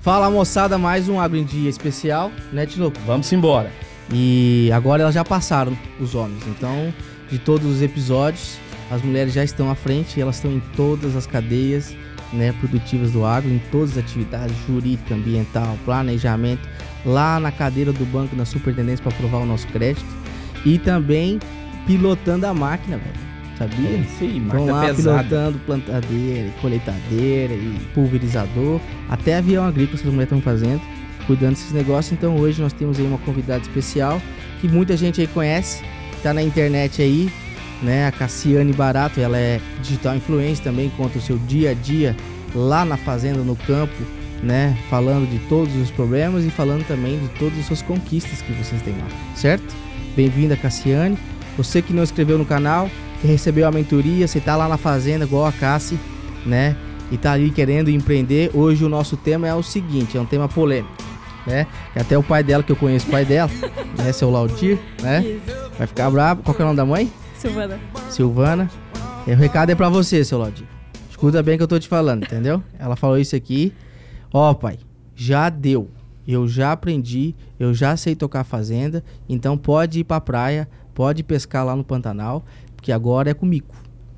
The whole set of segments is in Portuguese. Fala moçada, mais um Agro em Dia especial, né, Tinoco? Vamos embora. E agora elas já passaram, os homens. Então, de todos os episódios, as mulheres já estão à frente, elas estão em todas as cadeias né, produtivas do agro, em todas as atividades jurídica, ambiental, planejamento, lá na cadeira do banco da superintendência para aprovar o nosso crédito e também pilotando a máquina, velho. Sabia? Sim, Vão máquina lá pesada. pilotando plantadeira, e colheitadeira e pulverizador, até avião agrícola essas mulheres estão fazendo, cuidando desses negócios. Então hoje nós temos aí uma convidada especial que muita gente aí conhece, tá na internet aí, né? A Cassiane Barato, ela é digital influencer também, conta o seu dia a dia lá na fazenda, no campo, né? Falando de todos os problemas e falando também de todas as suas conquistas que vocês têm lá, certo? Bem-vinda, Cassiane. Você que não inscreveu no canal, que recebeu a mentoria, você tá lá na fazenda igual a Cassi, né? E tá ali querendo empreender. Hoje o nosso tema é o seguinte, é um tema polêmico, né? E até o pai dela, que eu conheço o pai dela, né? Seu Laudir, né? Isso, Vai ficar bravo. Qual que é o nome da mãe? Silvana. Silvana. E o recado é pra você, seu Laudir. Escuta bem o que eu tô te falando, entendeu? Ela falou isso aqui. Ó, pai, já deu. Eu já aprendi, eu já sei tocar a fazenda, então pode ir pra praia, pode pescar lá no Pantanal, porque agora é comigo,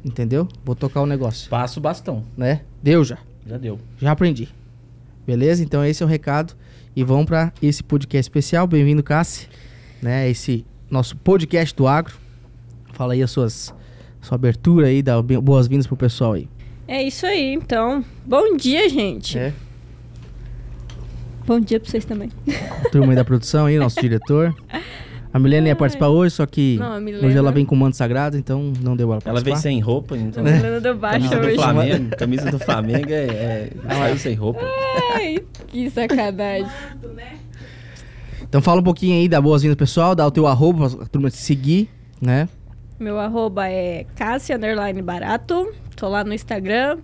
entendeu? Vou tocar o negócio, Passa o bastão. né? Deu já, Já deu. já aprendi. Beleza? Então esse é o recado e vamos pra esse podcast especial. Bem-vindo, Cassi, né? Esse nosso podcast do agro. Fala aí as suas sua abertura aí, dá bem- boas-vindas pro pessoal aí. É isso aí, então. Bom dia, gente. É. Bom dia pra vocês também. Turma aí da produção aí, nosso diretor. A Milena ia participar hoje, só que Não, a Milena- hoje ela vem com manto sagrado, então não deu ela Ela participar. veio sem roupa, É. então. Tô falando do baixo Camisa do hoje. Flamengo. Camisa do Flamengo é. é saiu sem roupa. Ai, que sacanagem. Então fala um pouquinho aí, dá boas-vindas pro pessoal, dá o teu arroba pra a turma te seguir, né? Meu arroba é Cássia Underline Barato. Tô lá no Instagram.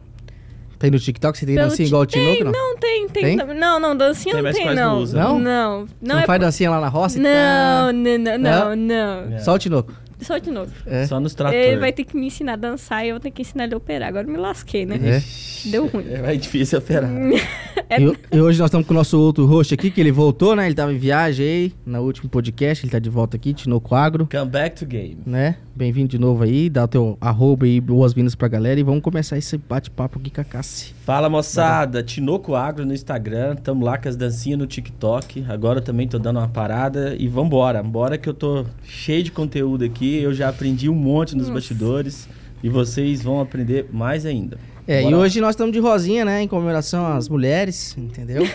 Tem Tá no TikTok, você tem Pelo dancinha igual o Ti- Tinoco, tem, não? Não, tem, Tem? tem. Não, não, dancinha Tem, não mas tem, quase não não. usa. Não? Não, Não, não é. faz dancinha lá na roça? e Não, não, não, Não? não, não. tá? Só o Tinoco. Só de novo. É. Só nos trator. Ele vai ter que me ensinar a dançar e eu vou ter que ensinar ele a operar. Agora eu me lasquei, né? É. Deu ruim. É difícil operar. É. E, ho- e hoje nós estamos com o nosso outro host aqui, que ele voltou, né? Ele tava em viagem aí, no último podcast, ele tá de volta aqui, Tinoco Agro, Come back to game. né? Bem-vindo de novo aí, dá o teu arroba aí, boas-vindas pra galera e vamos começar esse bate-papo aqui com a Cassi. Fala moçada, Tinoco Agro no Instagram, tamo lá com as dancinhas no TikTok. Agora eu também tô dando uma parada e vambora, vambora que eu tô cheio de conteúdo aqui. Eu já aprendi um monte nos bastidores e vocês vão aprender mais ainda. É, Bora e lá. hoje nós estamos de rosinha, né? Em comemoração às mulheres, entendeu?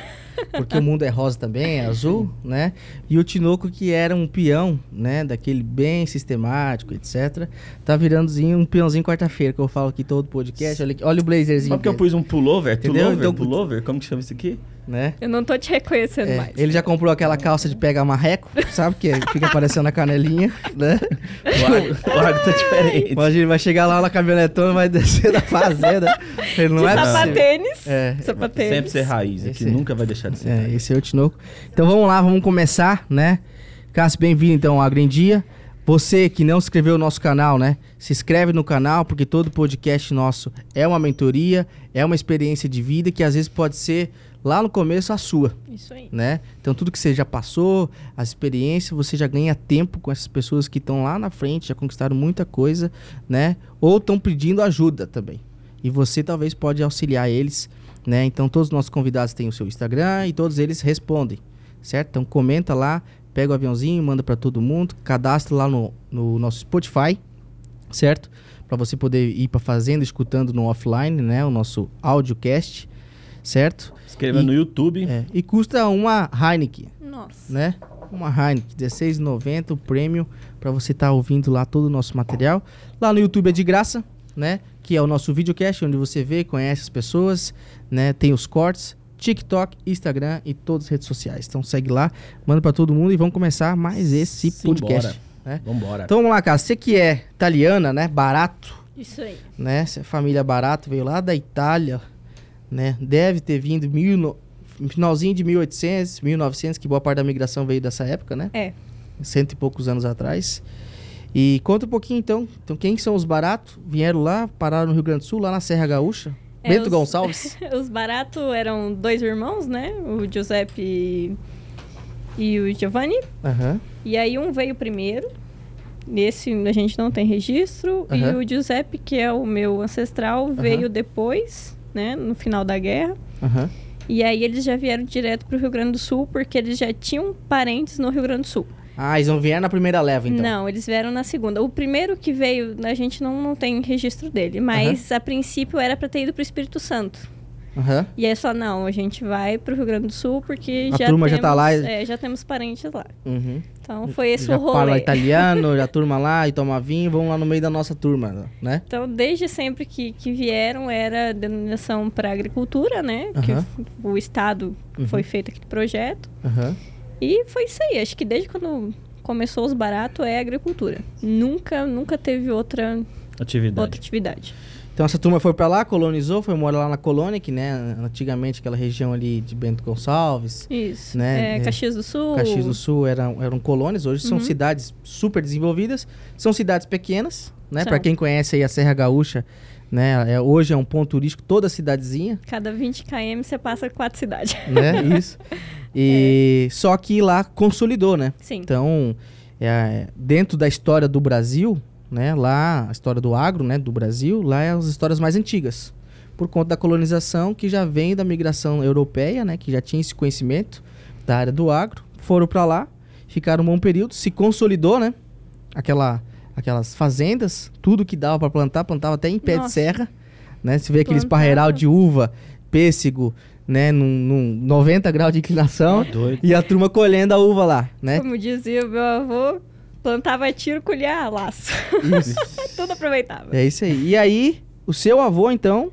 Porque o mundo é rosa também, é azul, né? E o Tinoco, que era um peão, né? Daquele bem sistemático, etc. Tá virandozinho, um peãozinho quarta-feira, que eu falo aqui todo podcast. Olha, aqui- olha o blazerzinho. Só porque eu dele, pus um pullover, Entendeu? pullover, Então- pullover, como que chama isso aqui? né? Eu não tô te reconhecendo É, mais. ele já comprou aquela calça de pega marreco, sabe? Que fica aparecendo na canelinha, né? O agro, o agro tá diferente. Imagina, ele vai chegar lá na caminhonetona, vai descer da fazenda. Ele não de é possível. sapatênis. É, Sapatênis. Sempre ser raiz, aqui Esse- nunca vai deixar de ser É, raiz. esse é o Tinoco. Então vamos lá, vamos começar, né? Cássio, bem-vindo então ao Grandia. Você que não se inscreveu no nosso canal, né? Se inscreve no canal, porque todo podcast nosso é uma mentoria, é uma experiência de vida que às vezes pode ser lá no começo a sua, Isso aí. né? Então tudo que você já passou, as experiências, você já ganha tempo com essas pessoas que estão lá na frente, já conquistaram muita coisa, né? Ou estão pedindo ajuda também. E você talvez pode auxiliar eles, né? Então todos os nossos convidados têm o seu Instagram e todos eles respondem, certo? Então comenta lá, pega o aviãozinho, manda para todo mundo, cadastra lá no, no nosso Spotify, certo? Para você poder ir para fazenda escutando no offline, né? O nosso audiocast, certo? Escreva E- no YouTube. É, e custa uma Heineken, Nossa. né? Uma Heineken, R$16,90 o prêmio para você estar ouvindo lá todo o nosso material. Lá no YouTube é de graça, né? Que é o nosso videocast, onde você vê, conhece as pessoas, né? Tem os cortes, TikTok, Instagram e todas as redes sociais. Então segue lá, manda para todo mundo e vamos começar mais esse Simbora. podcast. né? Vambora. Então vamos lá, cara. Você que é italiana, né? Barato, Isso aí. né? Essa família Barato veio lá da Itália, né? Deve ter vindo mil no... finalzinho de 1800, 1900, que boa parte da migração veio dessa época, né? É. Cento e poucos anos atrás. E conta um pouquinho então, então quem são os Barato? Vieram lá, pararam no Rio Grande do Sul, lá na Serra Gaúcha, É, Bento os- Gonçalves? Os Barato eram dois irmãos, né? O Giuseppe e- e o Giovanni. Aham. E aí um veio primeiro. Nesse a gente não tem registro. E Aham. o Giuseppe, que é o meu ancestral, veio depois, né? No final da guerra. Aham. E aí eles já vieram direto pro Rio Grande do Sul, porque eles já tinham parentes no Rio Grande do Sul. Ah, eles não vieram na primeira leva, então. Não, eles vieram na segunda. O primeiro que veio, a gente não, não tem registro dele, mas a princípio era pra ter ido pro Espírito Santo. Aham. E aí só, não, a gente vai pro Rio Grande do Sul porque A já turma já temos, tá lá. é, já temos parentes lá. Uhum. Então foi esse já o rolê. fala italiano, já turma lá e toma vinho, vamos lá no meio da nossa turma, né? Então, desde sempre que, que vieram, era denominação para agricultura, né? Que Aham. Uhum. o, o Estado foi feito aquele projeto. Aham. E foi isso aí. Acho que desde quando começou os baratos é agricultura. Nunca, nunca teve outra, outra Atividade. atividade. Então essa turma foi pra lá, colonizou, foi morar lá na colônia, que né, antigamente aquela região ali de Bento Gonçalves, Isso. Né? É, É. Caxias do Sul. Caxias do Sul eram, eram colônias, hoje são cidades super desenvolvidas, são cidades pequenas, né? São. Pra quem conhece aí a Serra Gaúcha, né, é- hoje é um ponto turístico toda cidadezinha, Cada 20 km você passa quatro cidades. né? Isso. E só que lá consolidou, né? Sim. Então, é, dentro da história do Brasil, né, lá, a história do agro, né, do Brasil, lá é as histórias mais antigas. Por conta da colonização, que já vem da migração europeia, né, que já tinha esse conhecimento da área do agro, foram para lá, ficaram um bom período, se consolidou, né, aquela, aquelas fazendas, tudo que dava para plantar, plantava até em pé de Nossa. serra, né, você vê aqueles Plantava. parreiral de uva, pêssego, né, num, num 90 graus de inclinação, Doido. e a turma colhendo a uva lá, né, Como dizia o meu avô, plantava tiro, colhia laço. Tudo aproveitava. É isso aí. E aí, o seu avô, então,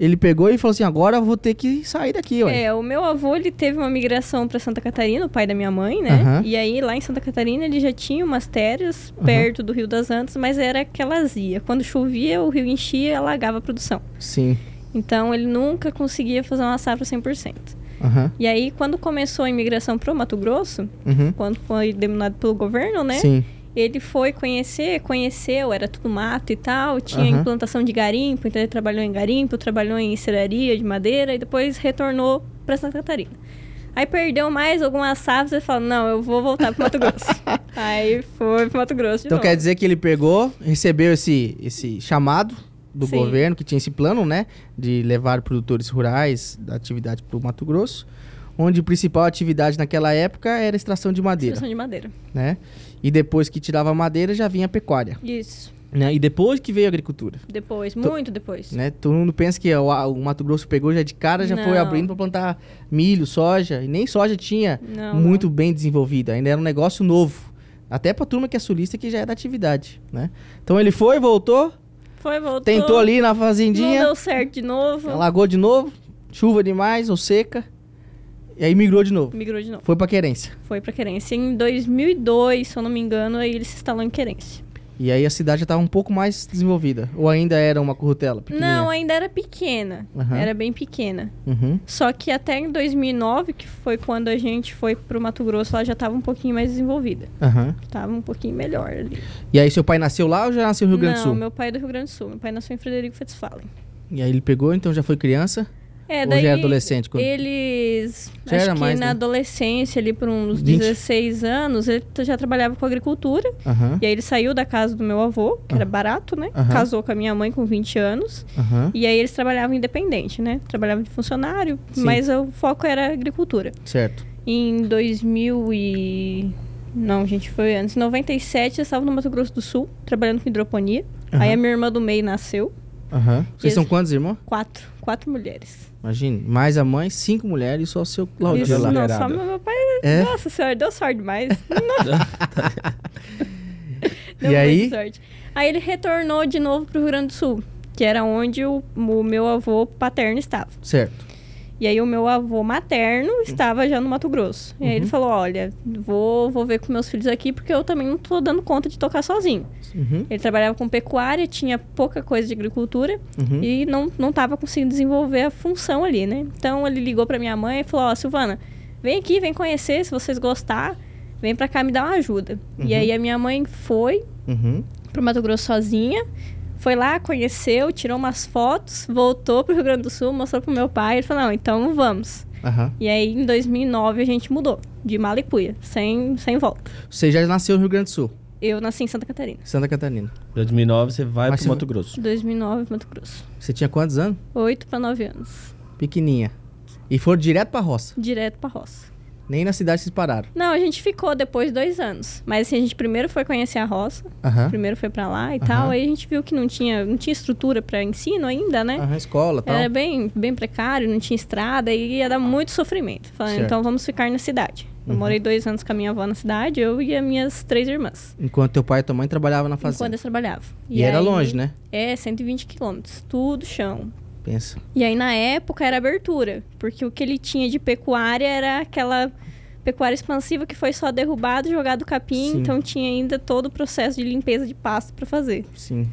ele pegou e falou assim: agora eu vou ter que sair daqui, ué. É, o meu avô, ele teve uma migração pra Santa Catarina, o pai da minha mãe, né? Aham. E aí, lá em Santa Catarina, ele já tinha umas terras Aham. perto do Rio das Antas, mas era aquela azia. Quando chovia, o rio enchia e alagava a produção. Sim. Então, ele nunca conseguia fazer uma safra 100%. Aham. E aí, quando começou a imigração pro Mato Grosso, Uhum. quando foi denominado pelo governo, né? Sim. Ele foi conhecer, conheceu, era tudo mato e tal, tinha Aham. implantação de garimpo, então ele trabalhou em garimpo, trabalhou em serraria de madeira e depois retornou para Santa Catarina. Aí perdeu mais algumas safras e falou: não, eu vou voltar pro Mato Grosso. Aí foi pro Mato Grosso de Então novo. quer dizer que ele pegou, recebeu esse, esse chamado do Sim. governo, que tinha esse plano, né? De levar produtores rurais da atividade para o Mato Grosso, onde a principal atividade naquela época era a extração de madeira, Extração de madeira. né? E depois que tirava a madeira, já vinha a pecuária. Isso. Né? E depois que veio a agricultura. Depois, Tô- muito depois. né? Todo mundo pensa que o, o Mato Grosso pegou já de cara, já foi Não. abrindo para plantar milho, soja, e nem soja tinha Não, muito bem desenvolvido, ainda era um negócio novo. Até pra turma que é sulista que já é da atividade, né? Então ele foi, voltou, não. Foi, voltou. tentou ali na Não fazendinha, deu certo de novo. alagou de novo, chuva demais ou seca, e aí migrou de novo. Migrou de novo. Foi pra querência. Foi pra Querência. Em 2002, se eu não me engano, aí ele se instalou em Querência. E aí a cidade já tava um pouco mais desenvolvida, ou ainda era uma currutela pequenininha. Não, é- ainda era pequena. Aham. Era bem pequena. Uhum. Só que até em 2009, que foi quando a gente foi pro Mato Grosso, ela já tava um pouquinho mais desenvolvida. aham. Tava um pouquinho melhor ali. E aí seu pai nasceu lá ou já nasceu no Rio Grande do Não, Sul? meu pai é do Rio Grande do Sul. Meu pai nasceu em Frederico Fitzpalen. E aí ele pegou, então já foi criança? É, Ou daí... já era adolescente quando- Eles... Já acho era que mais, na né? adolescência, ali por uns 20. 16 anos, ele t- já trabalhava com agricultura. Aham, E aí ele saiu da casa do meu avô, que era barato, né? Ah. Aham. Casou com a minha mãe com 20 anos. aham, E aí eles trabalhavam independente, né? Trabalhavam de funcionário, Sim. mas o foco era agricultura. certo. Em 2000 e... Não, gente, foi antes. Em 97, eu estava no Mato Grosso do Sul, trabalhando com hidroponia. Aham. Aí a minha irmã do meio nasceu. Aham. Vocês Esse- são quantos, irmão? Quatro. Quatro mulheres. Imagine, mais a mãe, cinco mulheres e só o seu Claudio Isso, lá. não, mulherada. só meu meu pai... É? Nossa senhora, deu sorte demais. Deu E aí? muita sorte. Aí ele retornou de novo para o Rio Grande do Sul, que era onde o, o meu avô paterno estava. Certo. E aí o meu avô materno estava já no Mato Grosso. E aí ele falou, olha, vou, vou ver com meus filhos aqui, porque eu também não tô dando conta de tocar sozinho. Uhum, Ele trabalhava com pecuária, tinha pouca coisa de agricultura uhum. e não, não tava conseguindo desenvolver a função ali, né? Então ele ligou pra minha mãe e falou, ó, Silvana, vem aqui, vem conhecer, se vocês gostar, vem pra cá me dar uma ajuda. E aí a minha mãe foi uhum. pro Mato Grosso sozinha. Foi lá, conheceu, tirou umas fotos, voltou pro Rio Grande do Sul, mostrou pro meu pai. Ele falou, não, então vamos. Aham. E aí, em 2009, a gente mudou. De Malicuia, sem, sem volta. Você já nasceu no Rio Grande do Sul, Eu nasci em Santa Catarina. Santa Catarina. Em 2009 você vai Mas pro você- Mato Grosso. 2009, Mato Grosso. Você tinha quantos anos? 8 para 9 anos. Pequeninha. E foram direto pra roça. Direto pra roça. Nem na cidade vocês pararam. Não, a gente ficou depois dois anos. Mas assim, a gente primeiro foi conhecer a roça. Aham. Primeiro foi pra lá e Aham. tal. Aí a gente viu que não tinha, não tinha estrutura pra ensino ainda, né? Aham, escola e tal. Era bem, bem precário, não tinha estrada e ia dar muito sofrimento. Falei, Certo. Uhum. então vamos ficar na cidade. Eu morei dois anos com a minha avó na cidade, eu e as minhas três irmãs. Enquanto teu pai e tua mãe trabalhavam na Enquanto fazenda. eu trabalhava. E, era aí- longe, né? É, 120 quilômetros, tudo chão. Pensa. E aí, na época, era abertura, porque o que ele tinha de pecuária era aquela pecuária expansiva que foi só derrubado, jogado capim, Sim. então tinha ainda todo o processo de limpeza de pasto pra fazer. Sim.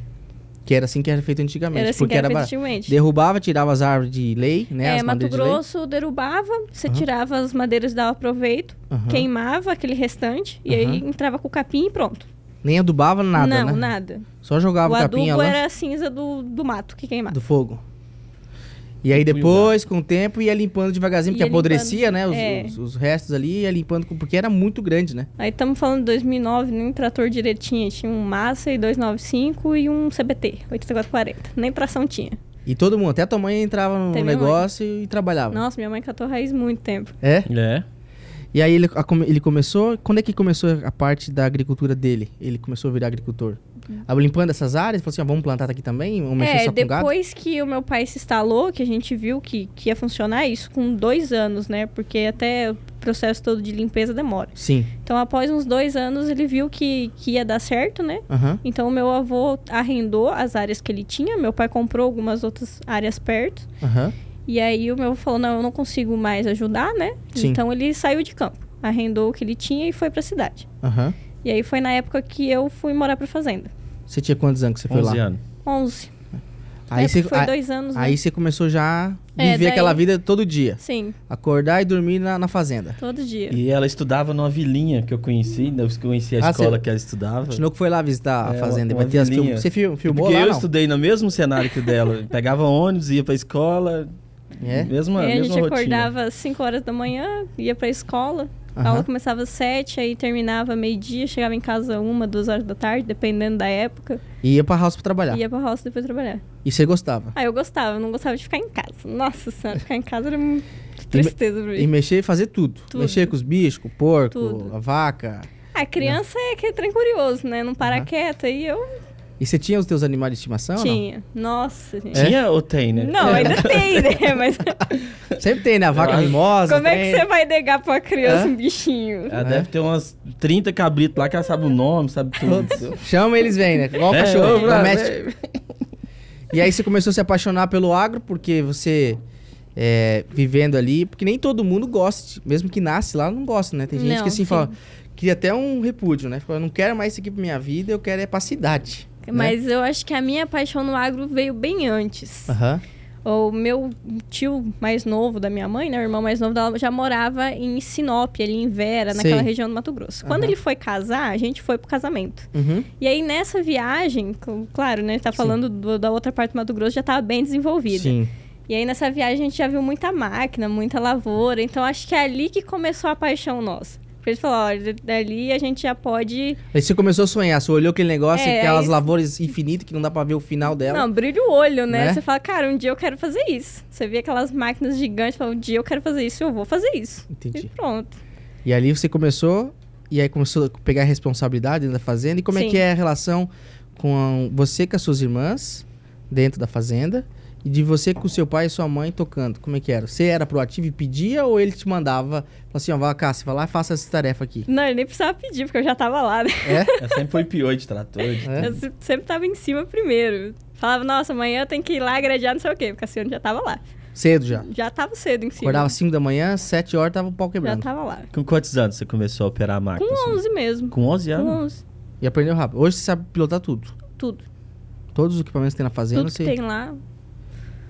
Que era assim que era feito antigamente. Era assim porque que era ba- feito antigamente. Derrubava, tirava as árvores de lei, né? É, as Mato madeiras de lei. Grosso derrubava, você Aham. tirava as madeiras, dava proveito, Aham. queimava aquele restante e aí Aham. entrava com o capim e pronto. Nem adubava nada, não, né? nada. Só jogava o o adubo capim lá era a cinza do, do mato que queimava. do fogo. E aí depois, com o tempo, ia limpando devagarzinho, porque Ia limpando. apodrecia, né? Os, É. os- os restos ali, ia limpando, com- porque era muito grande, né? Aí estamos falando de 2009, nem trator direito tinha. Tinha um Massa e 295 e um CBT, 8440. Nem tração tinha. E todo mundo, até tua mãe entrava no Até minha negócio e trabalhava. Nossa, minha mãe catou raiz muito tempo. É? É. E aí ele, a come- ele começou. Quando é que começou a parte da agricultura dele? Ele começou a virar agricultor? Ah, Limpando essas áreas, falou assim: ó, vamos plantar aqui também? Vamos mexer Uhum. É, só com gado? depois que o meu pai se instalou, que a gente viu que, que ia funcionar isso com dois anos, né? Porque até o processo todo de limpeza demora. Sim. Então, após uns dois anos, ele viu que, que ia dar certo, né? Aham. Então, meu avô arrendou as áreas que ele tinha, meu pai comprou algumas outras áreas perto. Aham. E aí, o meu avô falou: não, eu não consigo mais ajudar, né? Sim. Então, ele saiu de campo, arrendou o que ele tinha e foi pra cidade. Aham. E aí, foi na época que eu fui morar pra fazenda. Você tinha quantos anos que você foi 11 lá? anos. 11. Aí É, você, porque foi aí- dois anos, né? aí você começou já a É, viver daí- aquela vida todo dia. Sim, Acordar e dormir na, na fazenda. todo dia. E ela estudava numa vilinha que eu conheci, né, eu conheci a Ah, escola você- que ela estudava. Continuou que foi lá visitar a É, fazenda. uma- uma vai ter as film... vilinha. Tipo, Você fil- filmou Porque lá? eu não? estudei no mesmo cenário que o dela. Pegava ônibus, ia pra escola, É? mesma, Aí a mesma gente rotina. acordava às 5 horas da manhã, ia pra escola. A Aham. aula começava às 7, aí terminava meio-dia, chegava em casa uma, duas horas da tarde, dependendo da época. E ia pra house pra trabalhar. e Ia pra roça depois trabalhar. E você gostava. Aí eu gostava, eu não gostava de ficar em casa. Nossa senhora, ficar em casa era uma tristeza pra E mim. mexer e fazer tudo. Tudo. Mexer com os bichos, com o porco, Tudo. a vaca. A criança é que é trem curioso, né? Não para Aham. quieta. E eu E você tinha os teus animais de estimação? ou não? É, tinha. Nossa, gente. Tinha ou tem, né? Não, ainda tem, né? Mas Sempre tem, né? A vaca mimosa. como é que tem- você vai negar pra uma Hã? criança um bichinho? Ela Né? deve ter umas 30 cabritos lá que ela sabe o nome, sabe tudo. Chama eles vêm, né? Igual o É, cachorro. ô, Vlad, doméstico. E aí você começou a se apaixonar pelo agro, porque você é, vivendo ali, porque nem todo mundo gosta, de- mesmo que nasce lá, não gosta, né? Tem gente Não, que assim sim. fala, queria até um repúdio, né? Fala, não quero mais isso aqui pra minha vida, eu quero é pra cidade. né? Mas eu acho que a minha paixão no agro veio bem antes. Aham. O meu tio mais novo da minha mãe, né? O irmão mais novo dela já morava em Sinop, ali em Vera, naquela Sei. região do Mato Grosso. Quando Aham. ele foi casar, a gente foi pro casamento. Uhum. E aí, nessa viagem, cl- claro, né? Tá falando do- da outra parte do Mato Grosso, já tava bem desenvolvida. Sim. E aí, nessa viagem, a gente já viu muita máquina, muita lavoura. Então, acho que é ali que começou a paixão nossa. Porque ele falou, olha, dali a gente já pode... Aí você começou a sonhar, você olhou aquele negócio, É, aquelas aí- lavouras infinitas que não dá pra ver o final dela. Não, brilha o olho, né? É um Né? Você fala, cara, um dia eu quero fazer isso. Você vê aquelas máquinas gigantes, fala, um dia eu quero fazer isso, eu vou fazer isso. Entendi. E pronto. E ali você começou, e aí começou a pegar a responsabilidade dentro da fazenda. E como é Sim. que é a relação com você com as suas irmãs dentro da fazenda? E de você com seu pai e sua mãe tocando, como é que era? Você era proativo e pedia ou ele te mandava? Falava assim, ó, vai cá, você vai lá e faça essa tarefa aqui. Não, eu nem precisava pedir, porque eu já tava lá, né? Ela sempre foi pior de trator. de É? Eu se- sempre tava em cima primeiro. Falava, nossa, amanhã eu tenho que ir lá agradiar não sei o quê, porque a Cassiano já tava lá. Cedo já. Já tava cedo em cima. Acordava 5 da manhã, 7 horas tava o pau já tá. quebrando. tava lá. Com quantos anos você começou a operar a máquina? Com assim? 11 mesmo. Com 11 Com anos? 11. E aprendeu rápido. Hoje você sabe pilotar tudo. Tudo. Todos os equipamentos que tem na fazenda, Tudo você... que tem lá.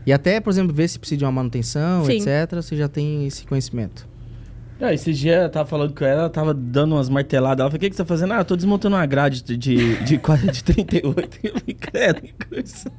E até, por exemplo, ver se precisa de uma manutenção, Sim. etc. Você já tem esse conhecimento. Ah, esse dia eu tava falando com ela, ela tava dando umas marteladas. Ela falou, o que, que você tá fazendo? Ah, eu tô desmontando uma grade de, de, de, quadra de 38. Eu falei, credo, que coisa.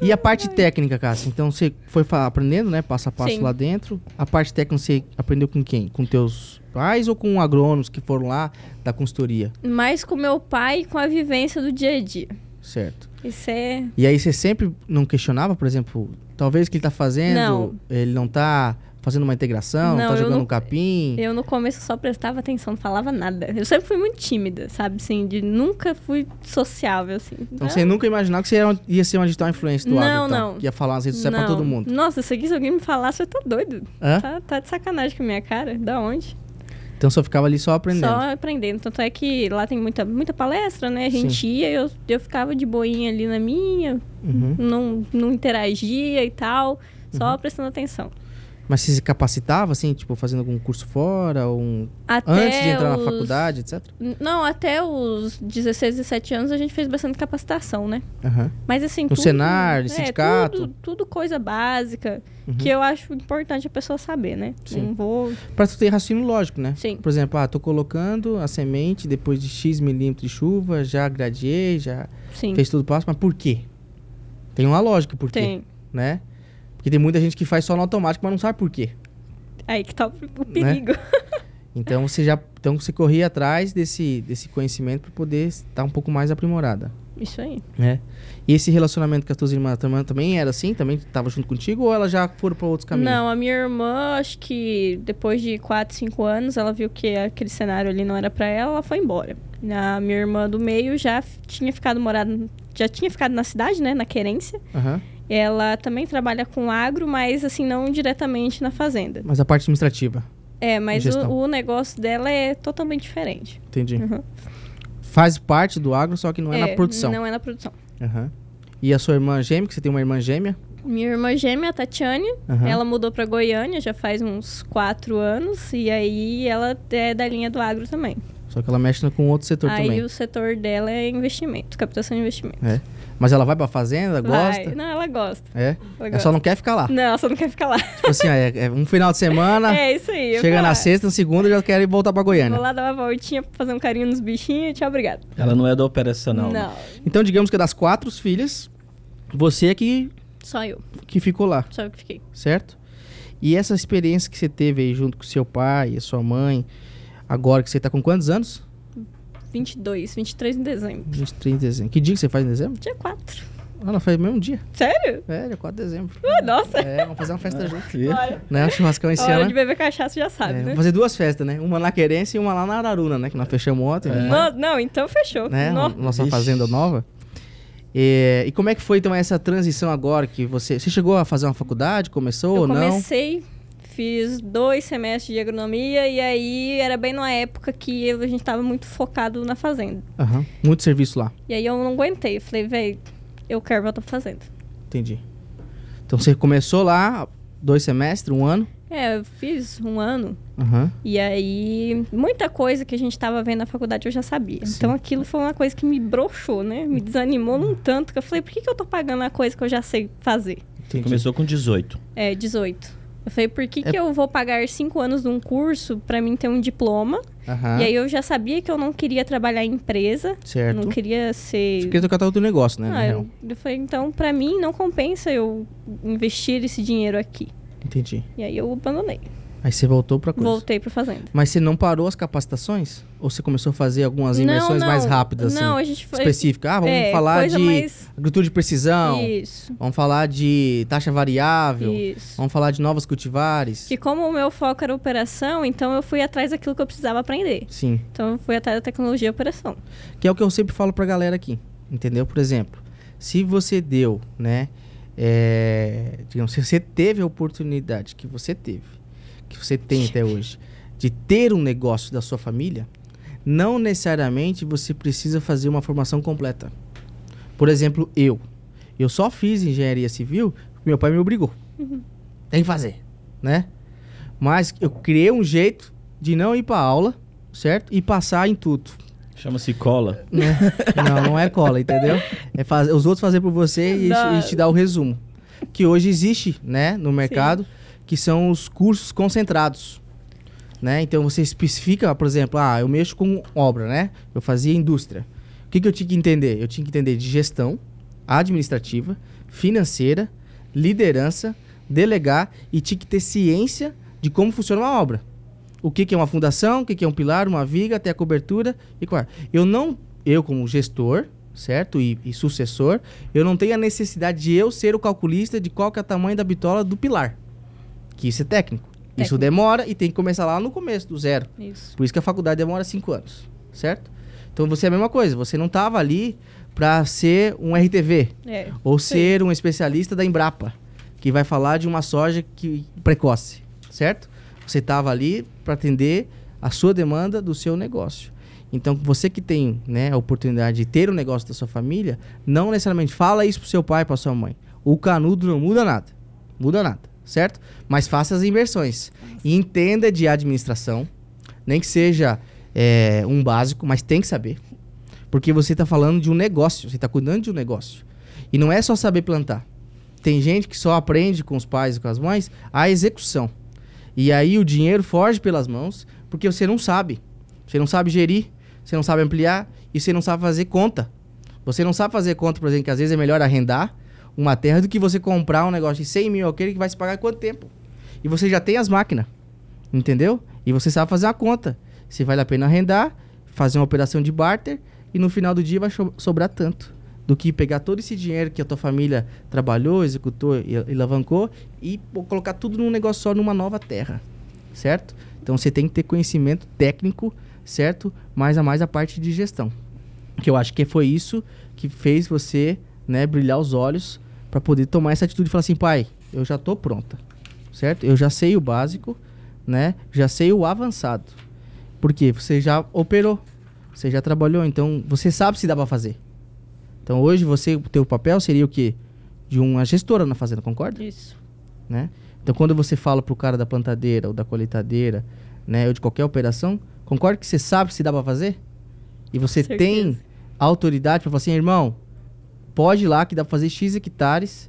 E a parte técnica, Cássio? Então você foi fa- aprendendo, né? Passo a passo Sim. lá dentro. A parte técnica você aprendeu com quem? Com teus pais ou com agrônomos que foram lá da consultoria? Mas com meu pai e com a vivência do dia a dia. Certo. Isso é. E aí você sempre não questionava, por exemplo, talvez o que ele tá fazendo, Não. ele não tá fazendo uma integração, Não, tá eu jogando não- um capim. Eu no começo só prestava atenção, não falava nada. Eu sempre fui muito tímida, sabe? Assim, de nunca fui sociável, assim. Então você nunca imaginava que você era- ia ser uma digital influencer do Não, agro, então, não. que ia falar nas redes sociais pra Não. todo mundo. Nossa, isso aqui, se alguém me falasse, eu tô doido. Hã? Tá, tá de sacanagem com a minha cara. Da onde? Então só ficava ali só aprendendo. Só aprendendo. Tanto é que lá tem muita, muita palestra, né? A gente Sim. ia, eu, eu ficava de boinha ali na minha, Uhum. não, não interagia e tal, só prestando atenção. Mas você se capacitava, assim, tipo, fazendo algum curso fora, ou um... Até antes de entrar os- na faculdade, etc? Não, até os 16, 17 anos a gente fez bastante capacitação, né? Aham. Mas assim, No Senar, no sindicato. Tudo, tudo coisa básica Uhum. que eu acho importante a pessoa saber, né? Sim. Não vou. Pra tu ter raciocínio lógico, né? Sim. Por exemplo, ah, tô colocando a semente depois de X milímetros de chuva, já gradiei, já Sim. fez tudo passo, mas por quê? Tem uma lógica por quê, Tem. né? Porque tem muita gente que faz só no automático, mas não sabe por quê. Aí que tá Né? o o perigo. Então você já então você corria atrás desse, desse conhecimento para poder estar um pouco mais aprimorada, Isso aí. né? E esse relacionamento com as tuas irmãs também, também era assim? Também estava junto contigo ou elas já foram para outros caminhos? Não, a minha irmã, acho que depois de 4, 5 anos, ela viu que aquele cenário ali não era pra ela, ela foi embora. A minha irmã do meio já f- tinha ficado morado, já tinha ficado na cidade, né, na querência. Aham. Ela também trabalha com agro, mas assim não diretamente na fazenda. Mas a parte administrativa, É, mas o, Gestão. o negócio dela é totalmente diferente. entendi. Uhum. Faz parte do agro, só que não é, na produção. Não é na produção. Aham. E a sua irmã gêmea, que você tem uma irmã gêmea? Minha irmã gêmea, a Tatiane, Aham. ela mudou pra Goiânia já faz uns quatro anos e aí ela é da linha do agro também. Só que ela mexe no- com outro setor aí também. o setor dela é investimento, captação de investimento. É. Mas ela vai pra fazenda, gosta? Vai. Não, ela gosta. É. Ela Ela só não quer ficar lá. Não, ela só não quer ficar lá. Tipo assim, ó, é, é um final de semana, é isso aí. eu chega vou na lá. sexta, na segunda, já quer ir voltar pra Goiânia. Vou lá dar uma voltinha, fazer um carinho nos bichinhos, tchau, obrigado. Ela não é da operacional. né? não, Então, digamos que das quatro filhas, você é que, só eu. que ficou lá, Só eu que fiquei. certo? E essa experiência que você teve aí junto com seu pai e sua mãe, agora que você tá com quantos anos? 22, 23 de dezembro. 23 de dezembro. Que dia que você faz em dezembro? Dia 4. Ah, Ela faz o mesmo dia. Sério? É, dia 4 de dezembro. Ah, Nossa. É, vamos fazer uma festa junto. Olha, Né? O churrascão esse hora de ano. beber cachaça já É, sabe, né? Vamos fazer duas festas, né? Uma na Querência e uma lá na Araruna, né? Que nós fechamos ontem. No- não, então fechou. é. Né? No- Nossa É. Ixi. fazenda nova. É, E, como é que foi então essa transição agora que você. Você chegou a fazer uma faculdade? Começou Eu ou não? comecei, fiz dois semestres de agronomia e aí era bem numa época que eu- a gente tava muito focado na fazenda. Aham. Muito serviço lá. E aí eu não aguentei. Eu falei, velho, eu quero voltar pra fazenda. Entendi. Então você começou lá, dois semestres, um ano. É, eu fiz um ano. Aham. E aí, muita coisa que a gente tava vendo na faculdade eu já sabia. Sim. Então aquilo foi uma coisa que me broxou, né? Me desanimou num tanto que eu falei, por que, que eu tô pagando a coisa que eu já sei fazer? Entendi. Começou com 18. É, 18. Eu falei, por que, É- que eu vou pagar cinco anos de um curso pra mim ter um diploma? Aham. E aí eu já sabia que eu não queria trabalhar em empresa, Certo. não queria Você ser. queria tocar outro negócio, né? na Ah, real. eu, eu falei, então, pra mim não compensa eu investir esse dinheiro aqui. Entendi. E aí eu abandonei. Aí você voltou pra coisa. Voltei pra fazenda. Mas você não parou as capacitações? Ou você começou a fazer algumas imersões mais rápidas, assim? Não, a gente foi. específica. Ah, vamos é, falar coisa de mais- agricultura de precisão. Isso. Vamos falar de taxa variável. Isso. Vamos falar de novas cultivares. Que como o meu foco era operação, então eu fui atrás daquilo que eu precisava aprender. Sim. Então eu fui atrás da tecnologia e operação. Que é o que eu sempre falo pra galera aqui. Entendeu? Por exemplo, se você deu, né? é, digamos, se você teve a oportunidade que você teve, que você tem até hoje, de ter um negócio da sua família, não necessariamente você precisa fazer uma formação completa. Por exemplo, eu. Eu só fiz engenharia civil porque meu pai me obrigou. Tem que fazer, né? Mas eu criei um jeito de não ir pra aula, certo? E passar em tudo. Chama-se cola. Né? Não, não é cola, entendeu? É faz- os outros fazer por você e, te- e te dar o resumo. Que hoje existe, né, no mercado, que são os cursos concentrados. né? Então você especifica, por exemplo, ah, eu mexo com obra, né? Eu fazia indústria. O que, que eu tinha que entender? Eu tinha que entender de gestão, administrativa, financeira, liderança, delegar e tinha que ter ciência de como funciona uma obra. O que, que é uma fundação, o que, que é um pilar, uma viga, até a cobertura e qual. é. Eu não, eu como gestor, certo? E, e sucessor, eu não tenho a necessidade de eu ser o calculista de qual que é o tamanho da bitola do pilar. Que isso é técnico. Isso Técnico. demora e tem que começar lá no começo, do zero. Isso. Por isso que a faculdade demora cinco anos, certo? Então você é a mesma coisa, você não estava ali para ser um RTV É. ou ser um especialista da Embrapa, que vai falar de uma soja que precoce, certo? Você estava ali para atender a sua demanda do seu negócio. Então, você que tem né, a oportunidade de ter um negócio da sua família, não necessariamente fala isso pro seu pai, para sua mãe. O canudo não muda nada. Muda nada, certo? Mas faça as inversões. E entenda de administração, nem que seja é, um básico, mas tem que saber. Porque você está falando de um negócio, você está cuidando de um negócio. E não é só saber plantar. Tem gente que só aprende com os pais e com as mães a execução. E aí o dinheiro foge pelas mãos porque você não sabe. Você não sabe gerir, você não sabe ampliar e você não sabe fazer conta. Você não sabe fazer conta, por exemplo, que às vezes é melhor arrendar uma terra do que você comprar um negócio de 100 mil, aquele que vai se pagar em quanto tempo? E você já tem as máquinas, entendeu? E você sabe fazer a conta. Se vale a pena arrendar, fazer uma operação de barter e no final do dia vai cho- sobrar tanto. Do que pegar todo esse dinheiro que a tua família trabalhou, executou e e alavancou e pô, colocar tudo num negócio só numa nova terra, certo? Então você tem que ter conhecimento técnico, certo? Mais a mais a parte de gestão. Que eu acho que foi isso que fez você, né, brilhar os olhos para poder tomar essa atitude e falar assim, pai, eu já tô pronta, certo? Eu já sei o básico, né? Já sei o avançado. Porque você já operou, você já trabalhou, então você sabe se dá para fazer. Então hoje você, o teu papel seria o quê? De uma gestora na fazenda, concorda? Isso. né? Então, quando você fala pro cara da plantadeira ou da colheitadeira, né, ou de qualquer operação, concorda que você sabe se dá para fazer? E você certeza. tem autoridade para falar assim, irmão, pode ir lá que dá pra fazer X hectares,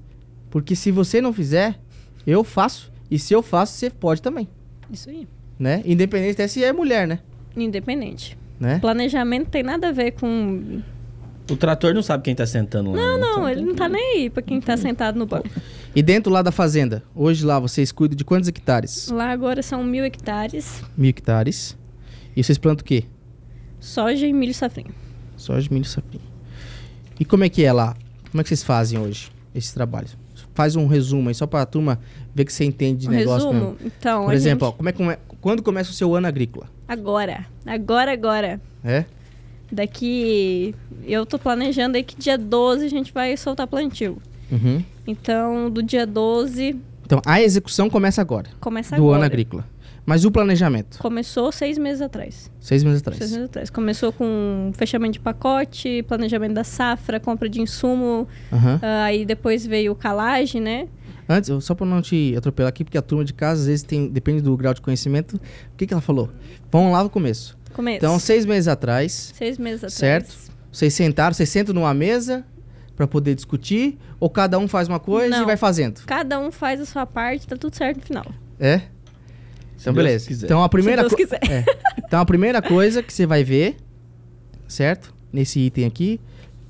porque se você não fizer, eu faço. E se eu faço, você pode também, Isso aí. né? Independente até se é mulher, né? Independente. né? Planejamento tem nada a ver com. O trator não sabe quem tá sentando lá. Não, né? não, Então, ele não tá nem aí pra quem tá sentado no banco. E dentro lá da fazenda, hoje lá vocês cuidam de quantos hectares? Lá agora são mil hectares, Mil hectares. E vocês plantam o quê? soja e milho e safrinha. Soja, milho e safrinha. E como é que é lá? Como é que vocês fazem hoje esse trabalho? Faz um resumo aí, só para a turma ver que você entende de Um negócio resumo, mesmo. então. Por a exemplo, ó, gente- como é, como é- quando começa o seu ano agrícola? Agora. Agora, agora. É? Daqui. Eu tô planejando aí que dia 12 a gente vai soltar plantio. Uhum. Então, do dia 12 Então, a execução começa agora, começa do agora. ano agrícola. Mas o planejamento? Começou seis meses atrás. Seis meses atrás. Seis meses atrás. Começou com fechamento de pacote, planejamento da safra, compra de insumo. Aham. ah, aí depois veio calagem, né? Antes, eu- só para não te atropelar aqui, porque a turma de casa, às vezes, tem, depende do grau de conhecimento. O que, que ela falou? Vamos lá no começo. Começo. Então, seis meses atrás, seis meses atrás. Certo. Vocês sentaram, vocês sentam numa mesa pra poder discutir? Ou cada um faz uma coisa e Não. vai fazendo? Cada um faz a sua parte, tá tudo certo no final. É? Então, Deus beleza. quiser. Então, a primeira Se Deus co- quiser. É. Então, a primeira coisa que você vai ver, certo? Nesse item aqui,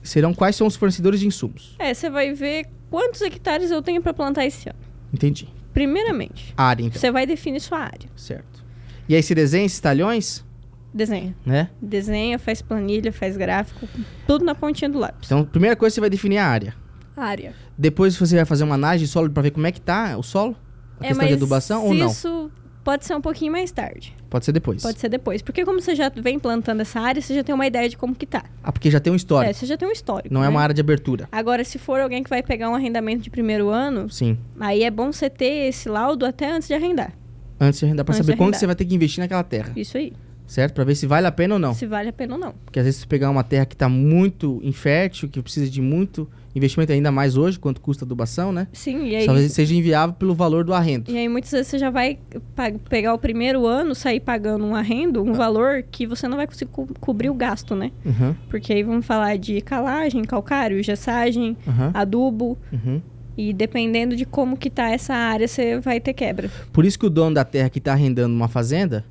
serão quais são os fornecedores de insumos. É, você vai ver quantos hectares eu tenho pra plantar esse ano. Entendi. Primeiramente, Área, então. você vai definir sua área. Certo. E aí, se desenha esses talhões, Desenha. né? Desenha, faz planilha, faz gráfico, tudo na pontinha do lápis. Então, a primeira coisa, você vai definir a área. Área. Depois, você vai fazer uma análise de solo pra ver como é que tá o solo? A questão de adubação ou não? É, Isso pode ser um pouquinho mais tarde. Pode ser depois. Pode ser depois. Porque como você já vem plantando essa área, você já tem uma ideia de como que tá. Ah, porque já tem um histórico. É, você já tem um histórico. não é né? uma área de abertura. Agora, se for alguém que vai pegar um arrendamento de primeiro ano, Sim. aí é bom você ter esse laudo até antes de arrendar. Antes de arrendar, pra Antes de saber quanto arrendar. você vai ter que investir naquela terra, Isso aí. certo? Pra ver se vale a pena ou não. Se vale a pena ou não. Porque às vezes você pegar uma terra que tá muito infértil, que precisa de muito investimento, ainda mais hoje, quanto custa a adubação, né? Sim, e aí. Talvez seja inviável pelo valor do arrendo. E aí muitas vezes você já vai pa- pegar o primeiro ano, sair pagando um arrendo, Ah. um valor que você não vai conseguir co- cobrir o gasto, né? Aham, Porque aí vamos falar de calagem, calcário, gessagem, aham, adubo. aham. E dependendo de como que tá essa área, você vai ter quebra. Por isso que o dono da terra que tá arrendando uma fazenda,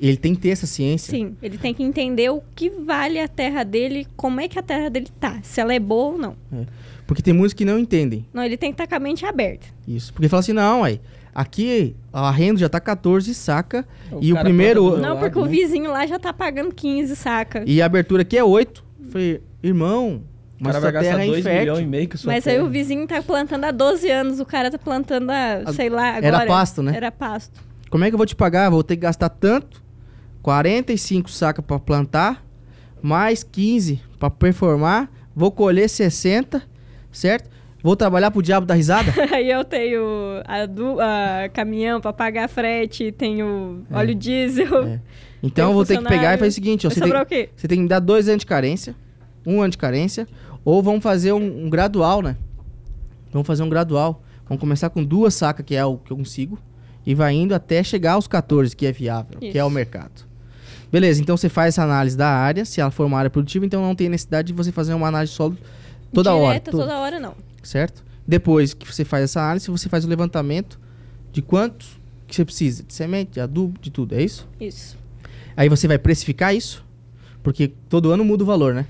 Ele tem que ter essa ciência. Sim, ele tem que entender o que vale a terra dele, como é que a terra dele tá, se ela é boa ou não. Porque tem muitos que não entendem Não, ele tem que estar com a mente aberta. isso. Porque fala assim, não, aí, aqui a renda já tá 14, saca? E o É cara primeiro- planta do não, lado, porque o né? vizinho lá já tá pagando 15, saca? E a abertura aqui é 8. Falei, irmão, O mas cara essa vai gastar terra é 2 infértil. milhões e meio com sua Mas aí terra. o vizinho tá plantando há 12 anos, o cara tá plantando há, A- sei lá, agora. era pasto, né? Era pasto. Como é que eu vou te pagar? Vou ter que gastar tanto, 45 saca pra plantar, mais 15 pra performar, vou colher 60, certo? Vou trabalhar pro diabo da risada? aí eu tenho a, du- a caminhão pra pagar frete, tenho É. óleo diesel. É. Então Tem eu vou ter que pegar e funcionário. fazer o seguinte, ó, Vai você tem, sobrar o quê? você tem que me dar dois anos de carência, um ano de carência, ou vamos fazer um, um gradual, né? Vamos fazer um gradual. Vamos começar com duas sacas, que é o que eu consigo, e vai indo até chegar aos 14, que é viável, que é o Isso. mercado. Beleza, então você faz essa análise da área, se ela for uma área produtiva, então não tem necessidade de você fazer uma análise de solo toda Direta, hora, toda- toda hora não. certo? Depois que você faz essa análise, você faz o levantamento de quantos que você precisa, de semente, de adubo, de tudo, é isso? Isso. Aí você vai precificar isso? Porque todo ano muda o valor, né?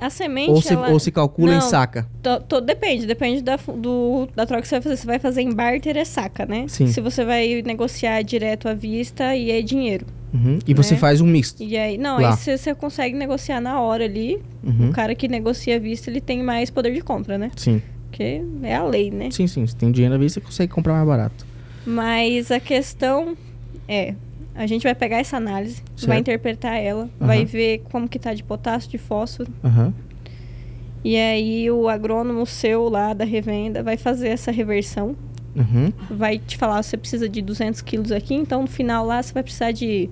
A semente, Ou se, ela... ou se calcula em Não. saca. To- to- depende, depende da, fu- do- da troca que você vai fazer. Se vai fazer em barter, é saca, né? Sim. Se você vai negociar direto à vista e é dinheiro. Uhum. E você Né? faz um misto. E aí, não, Lá. aí você, você consegue negociar na hora ali. Uhum. O cara que negocia à vista, ele tem mais poder de compra, né? Sim. Porque é a lei, né? Sim, sim. Se tem dinheiro à vista, você consegue comprar mais barato. Mas a questão é, a gente vai pegar essa análise, vai Certo. interpretar ela, vai Aham. ver como que tá de potássio, de fósforo. Aham. E aí o agrônomo seu lá da revenda vai fazer essa reversão. Uhum. vai te falar você precisa de 200 quilos aqui, então no final lá você vai precisar de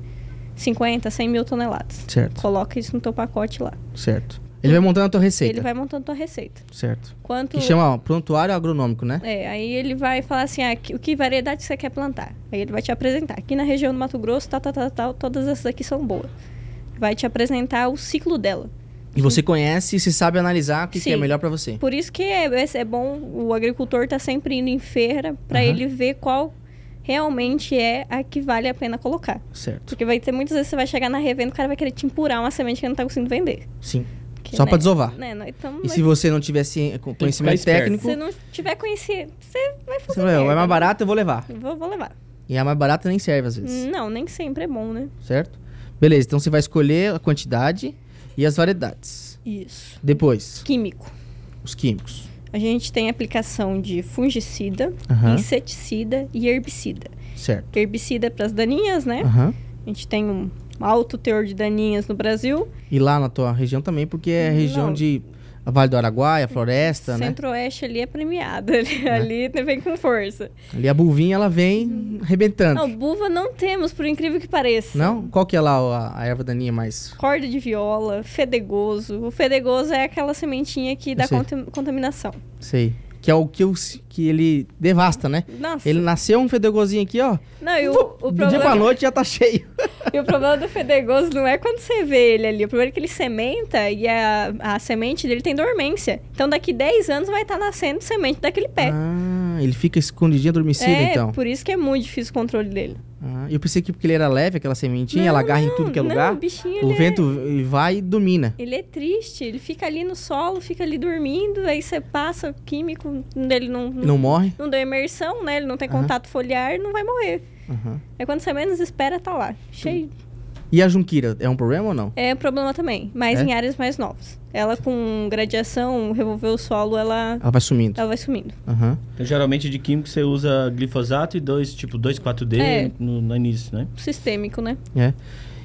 50, 100 mil toneladas. Certo, Coloca isso no teu pacote lá. certo. Ele vai montando a tua receita. Ele vai montando tua receita. Certo. Quanto... Que chama ó, prontuário agronômico, né? É, aí ele vai falar assim, ah, que- o que variedade você quer plantar? Aí ele vai te apresentar. Aqui na região do Mato Grosso, tal, tal, tal, tal, todas essas aqui são boas. Vai te apresentar o ciclo dela. E você conhece e se sabe analisar o que, que é Sim. melhor pra você. Por isso que é, é bom o agricultor tá sempre indo em feira para Aham. ele ver qual realmente é a que vale a pena colocar. Certo. Porque vai ter muitas vezes que você vai chegar na revenda e o cara vai querer te empurar uma semente que ele não tá conseguindo vender. Sim. Que, Só né, pra desovar. Né? Nós tamo- E mas se você não tiver ci- co- conhecimento esperto. técnico, se não tiver conhecido, você vai fazer. você vai, ó, merda. é mais barato, eu vou levar. Vou, vou levar. E a mais barata nem serve às vezes. Não, nem sempre é bom, né? Certo? Beleza, então você vai escolher a quantidade e as variedades. Isso. Depois, Químico. os químicos. A gente tem aplicação de fungicida, Aham. inseticida e herbicida. Certo. Herbicida para as daninhas, né? Aham. A gente tem um alto teor de daninhas no Brasil. E lá na tua região também, porque é Não. região de Vale do Araguaia, Floresta, né? Centro-Oeste ali é premiada. Ali, ali vem com força. Ali a bulvinha, ela vem arrebentando. Não, buva não temos, por incrível que pareça. Não? Qual que é lá a, a erva daninha mais... corda de viola, fedegoso. O fedegoso é aquela sementinha que dá sei. contam- contaminação. Sei. Que é o que, eu, que ele devasta, né? Nossa. Ele nasceu um fedegozinho aqui, ó. Não, e o, Vup, o do dia pra problema, é noite já tá cheio. e o problema do fedegoso não é quando você vê ele ali. O problema é que ele sementa e a, a semente dele tem dormência. Então daqui 10 anos vai estar nascendo semente daquele pé. Ah, ele fica escondidinho adormecido, é, então. por isso que é muito difícil o controle dele. Ah, eu pensei que porque ele era leve, aquela sementinha, ela agarra em tudo que é Não, lugar. o bichinho, o ele é- vento vai e domina. Ele é triste, ele fica ali no solo, fica ali dormindo, aí você passa o químico, ele não, E não morre. não deu imersão, né? Ele não tem Aham. contato foliar, ele não vai morrer. Aham. É quando você menos espera, tá lá. Cheio. E a junqueira, é um problema ou não? É problema também, mas É? em áreas mais novas. Ela com gradiação, revolver o solo, ela, Ela vai sumindo. ela vai sumindo. Aham. Então, geralmente de químico você usa glifosato e dois, tipo 2,4-D É. no, no início, né? Sistêmico, né? É.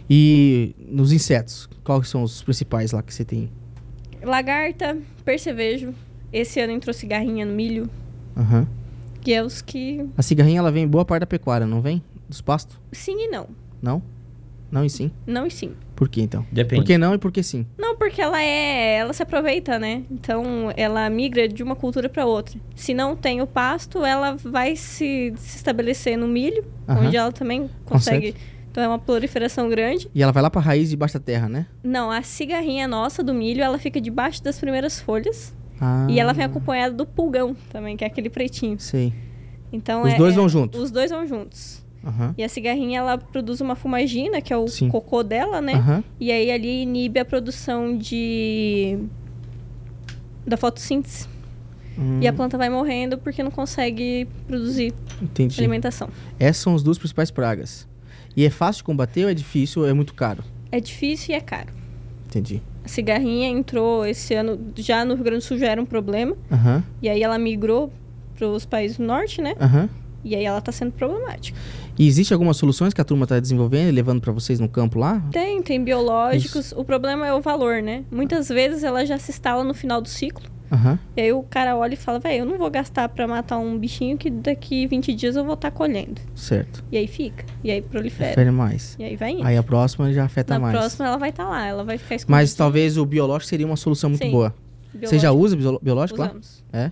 E nos insetos, quais são os principais lá que você tem? Lagarta, percevejo. Esse ano entrou cigarrinha no milho, Aham. que é os que. A cigarrinha, ela vem em boa parte da pecuária, não vem? Dos pastos? Sim e não. Não? Não e sim? Não e sim. Por que então? Depende. Por que não e por que sim? Não, porque ela é. Ela se aproveita, né? Então ela migra de uma cultura para outra. Se não tem o pasto, ela vai se, se estabelecer no milho, Aham. onde ela também consegue. Então é uma proliferação grande. E ela vai lá pra raiz debaixo da terra, né? Não, a cigarrinha nossa do milho, ela fica debaixo das primeiras folhas. Ah, E ela vem acompanhada do pulgão também, que é aquele pretinho. Sei. Então Os é- dois é- vão juntos? Os dois vão juntos. Aham. E a cigarrinha, ela produz uma fumagina, que é o Sim. cocô dela, né? Aham. E aí ali inibe a produção de... da fotossíntese. Hum, E a planta vai morrendo porque não consegue produzir Entendi. alimentação. Essas são as duas principais pragas. E é fácil de combater ou é difícil ou é muito caro? É difícil e é caro. Entendi. A cigarrinha entrou esse ano, já no Rio Grande do Sul já era um problema. Aham, E aí ela migrou para os países do norte, né? aham. E aí ela tá sendo problemática. E existe algumas soluções que a turma está desenvolvendo e levando para vocês no campo lá? Tem, tem biológicos. O problema é o valor, né? Muitas vezes ela já se instala no final do ciclo. Aham. E aí o cara olha e fala, velho, eu não vou gastar para matar um bichinho que daqui 20 dias eu vou estar colhendo. Certo. E aí fica. E aí prolifera. Prefere mais. E aí vai indo. Aí a próxima já afeta Na mais. próxima ela vai estar lá, ela vai ficar escondida. Mas talvez o biológico seria uma solução muito Sim. boa. Você já usa biolo- biológico lá? Usamos. É?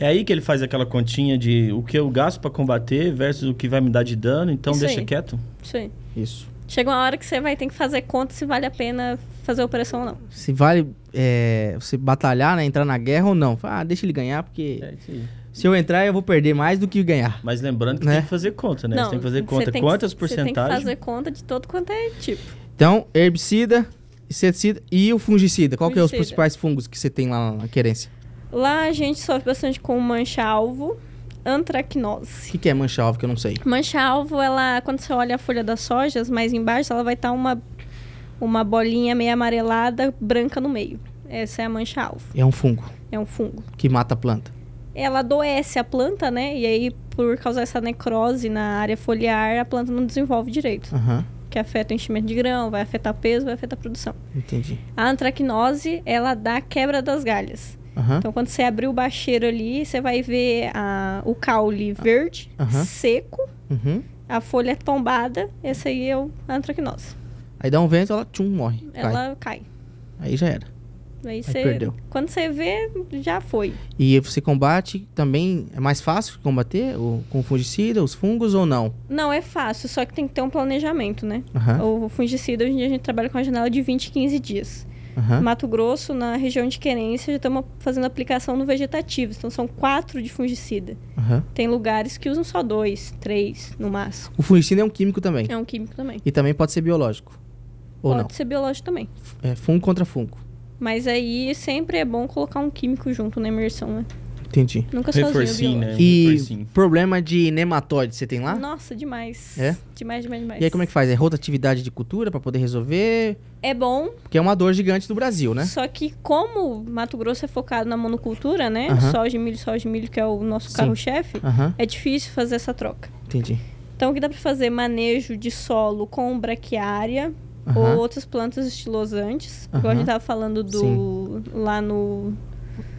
É aí que ele faz aquela continha de o que eu gasto pra combater versus o que vai me dar de dano, então Isso deixa aí. quieto. Isso aí. Isso. Chega uma hora que você vai ter que fazer conta se vale a pena fazer a operação ou não. Se vale é, você batalhar, né? Entrar na guerra ou não. Fala, Ah, deixa ele ganhar, porque É isso aí. se eu entrar, eu vou perder mais do que ganhar. Mas lembrando que Né? tem que fazer conta, né? Não, você tem que fazer você conta. tem que- Quantas Você tem que porcentagens? fazer conta de todo quanto é tipo. Então, herbicida, inseticida e o fungicida. Qual que é os Fungicida. principais fungos que você tem lá na querência? Lá a gente sofre bastante com mancha-alvo, O antracnose. que, que é mancha-alvo que eu não sei? Mancha-alvo, ela, quando você olha a folha da soja, as mais embaixo, ela vai estar uma, uma bolinha meio amarelada, branca no meio. Essa é a mancha-alvo, É um fungo é um fungo. que mata a planta. Ela adoece a planta, né? E aí, por causar essa necrose na área foliar, a planta não desenvolve direito. Aham, que afeta o enchimento de grão, vai afetar peso, vai afetar a produção. entendi. A antracnose, ela dá quebra das galhas. Aham, Então, quando você abrir o bacheiro ali, você vai ver a- o caule verde, Aham. seco, uhum. a folha é tombada. Essa aí é o- a antracnose. Aí dá um vento, ela tchum, morre. cai. Ela cai. Aí já era. Aí você, perdeu. quando você vê, já foi. E você combate também, é mais fácil combater o, com fungicida, os fungos ou não? Não, é fácil, só que tem que ter um planejamento, né? Aham, O fungicida, hoje em dia, a gente trabalha com a janela de 20, 15 dias. aham. Mato Grosso, na região de querência, já estamos fazendo aplicação no vegetativo. Então, são quatro de fungicida. aham. Tem lugares que usam só dois, três, no máximo. O fungicida é um químico também. É um químico também. E também pode ser biológico. Ou Pode ser biológico também. não. É fungo contra fungo. Mas aí sempre é bom colocar um químico junto na imersão, né? Entendi. Nunca sozinho. Reforcinho, o né? E Reforcinho. problema de nematóide você tem lá? biológico. Nossa, demais. É? Demais, demais, demais. E aí como é que faz? É rotatividade de cultura pra poder resolver? É bom, Porque é uma dor gigante do Brasil, né? só que como Mato Grosso é focado na monocultura, né? Aham. Soja e milho, soja e milho, que é o nosso Sim. carro-chefe, Aham, é difícil fazer essa troca. entendi. Então, o que dá pra fazer? Manejo de solo com braquiária Aham. ou outras plantas estilosantes. Igual a Aham. gente tava falando do... Lá no... no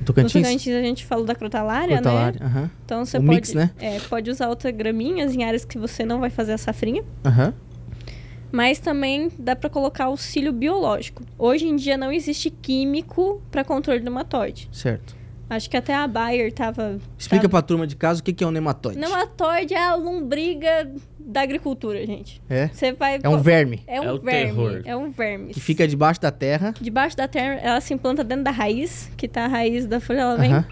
Tocantins? Tocantins a gente falou da crotalária, né? Crotalária, Aham, Então, você O pode... mix, né? É, pode usar outras graminhas em áreas que você não vai fazer a safrinha. aham. Mas também dá pra colocar auxílio biológico. Hoje em dia não existe químico pra controle do nematóide. Certo. Acho que até a Bayer tava... Explica Tá. pra turma de casa o que que é um nematóide. Nematóide é a lombriga da agricultura, gente. É? Você vai... É um verme É um É o verme. terror. É um verme. que fica debaixo da terra. Debaixo da terra, ela se implanta dentro da raiz, que tá a raiz da folha, ela vem Aham,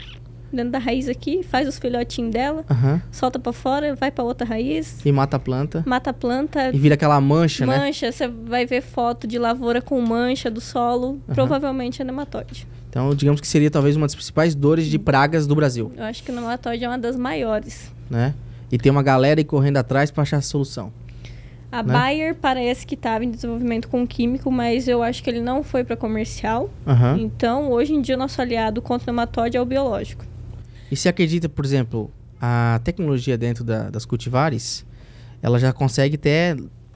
dentro da raiz aqui, faz os filhotinhos dela, aham. solta pra fora, vai pra outra raiz, E mata a planta. mata a planta, E vira aquela mancha, né? mancha, você vai ver foto de lavoura com mancha do solo, Aham. provavelmente é nematóide. Então, digamos que seria talvez uma das principais dores de pragas do Brasil, Eu acho que o nematóide é uma das maiores. né? E tem uma galera aí correndo atrás pra achar a solução. A Né? Bayer parece que estava em desenvolvimento com um químico, mas eu acho que ele não foi pra comercial. Aham. Então, hoje em dia, o nosso aliado contra o nematóide é o biológico. E se acredita, por exemplo, a tecnologia dentro da- das cultivares, ela já consegue até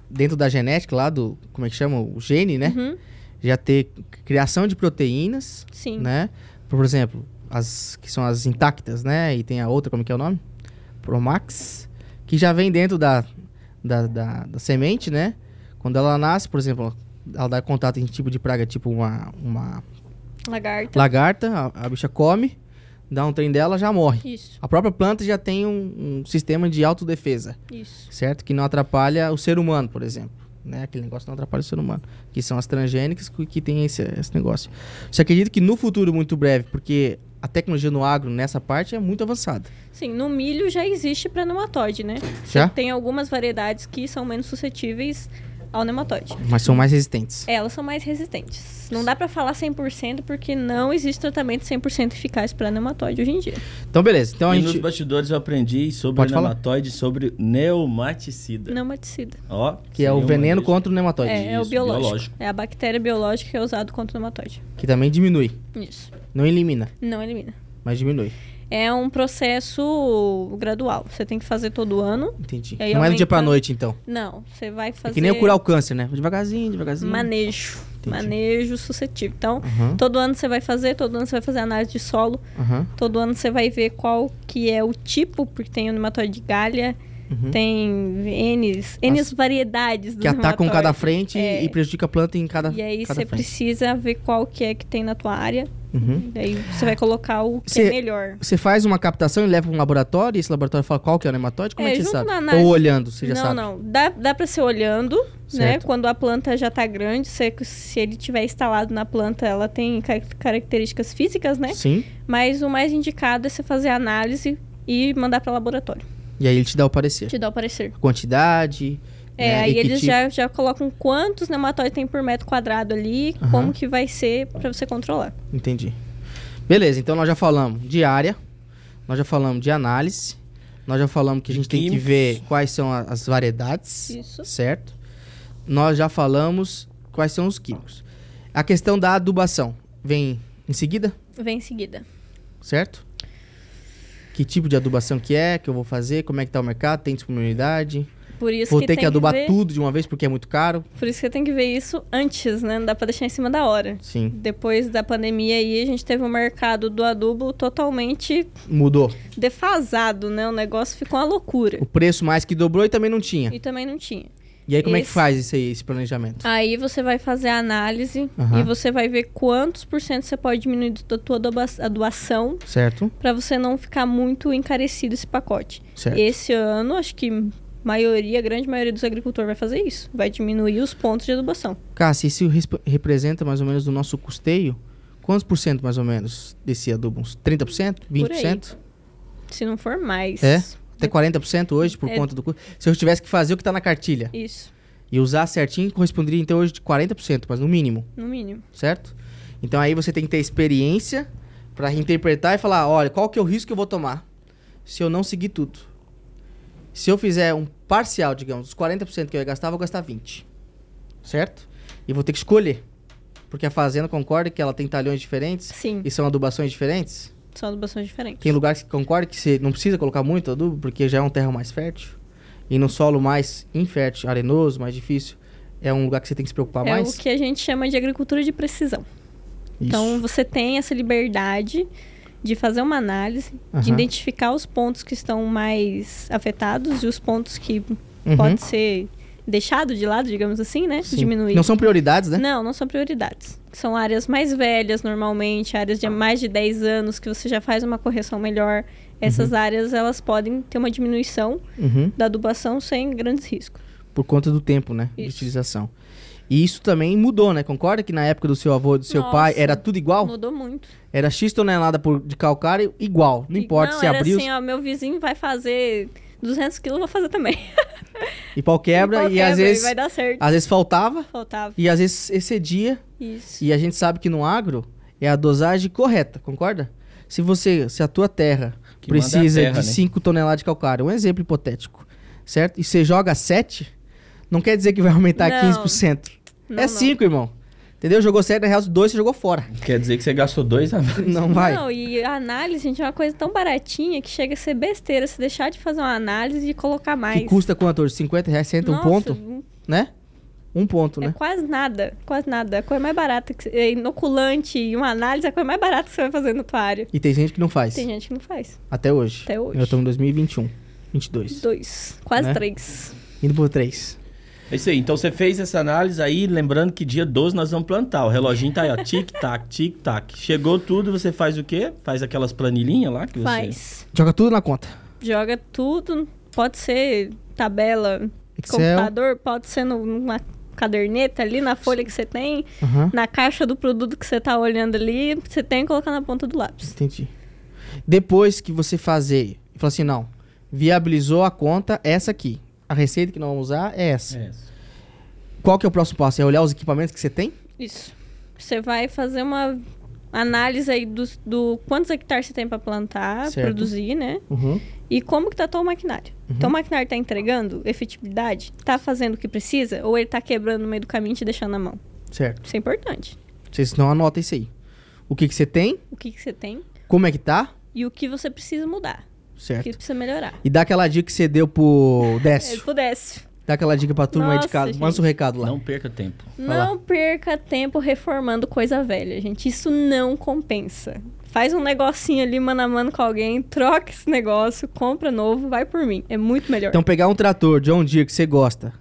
dentro da genética lá do, como é que chama, o gene, né? Uhum, Já ter criação de proteínas, sim. né? Por exemplo, as que são as intactas, né? E tem a outra, como que é o nome? Promax, que já vem dentro da, da, da, da semente, né? Quando ela nasce, por exemplo, ela dá contato em tipo de praga, tipo uma, uma Lagarta. lagarta, a, a bicha come, dá um trem dela, já morre. Isso, A própria planta já tem um, um sistema de autodefesa, isso. certo? Que não atrapalha o ser humano, por exemplo. Né? Aquele negócio não atrapalha o ser humano. Que são as transgênicas que, que tem esse, esse negócio. Você acredita que no futuro muito breve, porque a tecnologia no agro nessa parte é muito avançada. Sim, no milho já existe para nematóide, né? Já? Tem algumas variedades que são menos suscetíveis ao nematóide. Mas são mais resistentes. Elas são mais resistentes. Não dá para falar 100% porque não existe tratamento 100% eficaz para nematóide hoje em dia. Então, beleza. Então a e gente. nos bastidores eu aprendi sobre Pode falar. nematóide, sobre neumaticida. Nematicida. Ó, Que é o seria veneno uma das- contra o nematóide. É, é o Isso, biológico. biológico. É a bactéria biológica que é usada contra o nematóide. Que também diminui. Isso. Não elimina, Não elimina. mas diminui. É um processo gradual. Você tem que fazer todo ano. Entendi. E aí não é do dia pra aumenta- noite, então. Não, você vai É fazer que nem eu curar o câncer, né? Devagarzinho, devagarzinho. manejo. Entendi. Manejo suscetível. Então, Aham, todo ano você vai fazer, todo ano você vai fazer análise de solo, aham, todo ano você vai ver qual que é o tipo, porque tem o nematóide de galha, uhum. tem N, N variedades do Que atacam nematóide. cada frente É. e prejudica a planta em cada. E aí cada você frente. precisa ver qual que é que tem na tua área, Uhum. daí você vai colocar o que Cê- é melhor. Você faz uma captação e leva para um laboratório e esse laboratório fala qual que é o nematóide? Como é, É, que você junto sabe? na análise- Ou olhando, você já não, sabe. não. Dá, dá pra ser olhando, né? Certo. Quando a planta já tá grande, se, se ele tiver instalado na planta, ela tem ca- características físicas, né? Sim. Mas o mais indicado é você fazer a análise e mandar para laboratório. E aí ele te dá o parecer. Te dá o parecer. Quantidade. É, né, e aí que eles tipo. já, já colocam quantos nematóides tem por metro quadrado ali, Aham. como que vai ser para você controlar. Entendi. Beleza, então nós já falamos de área, nós já falamos de análise, nós já falamos que a De gente tem que químicos. ver quais são a- as variedades. Isso. Certo? Nós já falamos quais são os químicos. A questão da adubação vem em seguida, Vem em seguida. certo? Que tipo de adubação que é, que eu vou fazer, como é que tá o mercado, tem disponibilidade. Por isso Vou que ter tem que adubar ver, tudo de uma vez porque é muito caro. Por isso que tem que ver isso antes, né? Não dá para deixar em cima da hora. Sim. Depois da pandemia aí, a gente teve um mercado do adubo totalmente Mudou. defasado, né? O negócio ficou uma loucura. O preço mais que dobrou e também não tinha. E também não tinha. E aí como é que esse- faz isso aí, esse planejamento? Aí você vai fazer a análise Aham. e você vai ver quantos por cento você pode diminuir da tua aduba- adubação Certo? para você não ficar muito encarecido esse pacote. Certo. Esse ano, acho que maioria, a grande maioria dos agricultores vai fazer isso. Vai diminuir os pontos de adubação. Cássio, isso resp- representa mais ou menos do nosso custeio? Quantos por cento mais ou menos desse adubo? Uns 30%? 20%? Se não for mais. É? Até 40% hoje por É. conta do custo? Se eu tivesse que fazer o que tá na cartilha Isso, e usar certinho, corresponderia então hoje de 40%, mas no mínimo. no mínimo. certo? Então aí você tem que ter experiência para interpretar e falar, olha, qual que é o risco que eu vou tomar se eu não seguir tudo? Se eu fizer um parcial, digamos, dos 40% que eu ia gastar, eu vou gastar 20. Certo? E vou ter que escolher. Porque a fazenda concorda que ela tem talhões diferentes Sim, e são adubações diferentes? são adubações diferentes. Tem lugares que concordam que você não precisa colocar muito adubo porque já é um terra mais fértil. E num solo mais infértil, arenoso, mais difícil, é um lugar que você tem que se preocupar é mais? o que a gente chama de agricultura de precisão. Isso. Então você tem essa liberdade de fazer uma análise, de Aham. identificar os pontos que estão mais afetados e os pontos que Uhum. pode ser deixado de lado, digamos assim, né? Sim. Diminuir. Não são prioridades, né? Não, não são prioridades. São áreas mais velhas, normalmente, áreas de mais de 10 anos, que você já faz uma correção melhor. Essas áreas, elas podem ter uma diminuição Uhum. da adubação sem grandes riscos. Por conta do tempo, né? De Isso. utilização. E isso também mudou, né? Concorda que na época do seu avô e do seu pai Nossa. era tudo igual? Mudou muito. Era X tonelada por, de calcário igual. Não importa não, se era abriu assim, ó, meu vizinho vai fazer 200 quilos, eu vou fazer também. e pau quebra. Qual E às quebra, vezes, Vai dar certo. às vezes faltava Faltava. e às vezes excedia. Isso. E a gente sabe que no agro é a dosagem correta, concorda? Se você, se a tua terra Que manda é a precisa terra, de né? 5 toneladas de calcário, um exemplo hipotético, certo? E você joga 7, não quer dizer que vai aumentar Não. 15%. Não, é não. 5, irmão. Entendeu? Jogou 7, na real, 2 você jogou fora. Quer dizer que você gastou dois a mais. Não vai. Não, e a análise, gente, é uma coisa tão baratinha que chega a ser besteira se deixar de fazer uma análise e colocar mais. que custa quanto hoje? 50 reais, 100, um Nossa, ponto, né? Um ponto, É né? quase nada, quase nada. A coisa mais barata, que, é inoculante e uma análise é a coisa mais barata que você vai fazer na tua área. E tem gente que não faz. Tem gente que não faz. Até hoje. Até hoje. Eu tô em 2021. 22. Dois, quase Né? três. Indo por 3. É isso aí. Então você fez essa análise aí, lembrando que dia 12 nós vamos plantar. O reloginho tá aí, ó. Tic-tac, tic-tac. Chegou tudo, você faz o quê? Faz aquelas planilhinhas lá que você. Faz. Joga tudo na conta. Joga tudo, pode ser tabela, Excel. computador, pode ser no- numa caderneta ali, na folha que você tem, Aham. na caixa do produto que você tá olhando ali, você tem que colocar na ponta do lápis. Entendi. Depois que você fazer, e falar assim, não, viabilizou a conta, essa aqui. A receita que nós vamos usar é essa. É. Qual que é o próximo passo? É olhar os equipamentos que você tem? Isso. Você vai fazer uma análise aí do, do quantos hectares você tem para plantar, Certo. produzir, né? Uhum. E como que tá todo o maquinário. Então, o maquinário tá entregando efetividade? Tá fazendo o que precisa? Ou ele tá quebrando no meio do caminho e te deixando na mão? Certo. Isso é importante. Vocês não anotam isso aí. O que que você tem? O que, que você tem Como é que tá? e o que você precisa mudar. O que Certo. precisa melhorar. E dá aquela dica que você deu pro Se Décio. pudesse. Dá aquela dica pra turma aí de Nossa, casa. gente. Manda o recado lá. Não perca tempo. Vai lá. Não perca tempo reformando coisa velha, gente. Isso não compensa. Faz um negocinho ali mano a mano com alguém, troca esse negócio, compra novo, vai por mim. É muito melhor. Então pegar um trator de um dia que você gosta,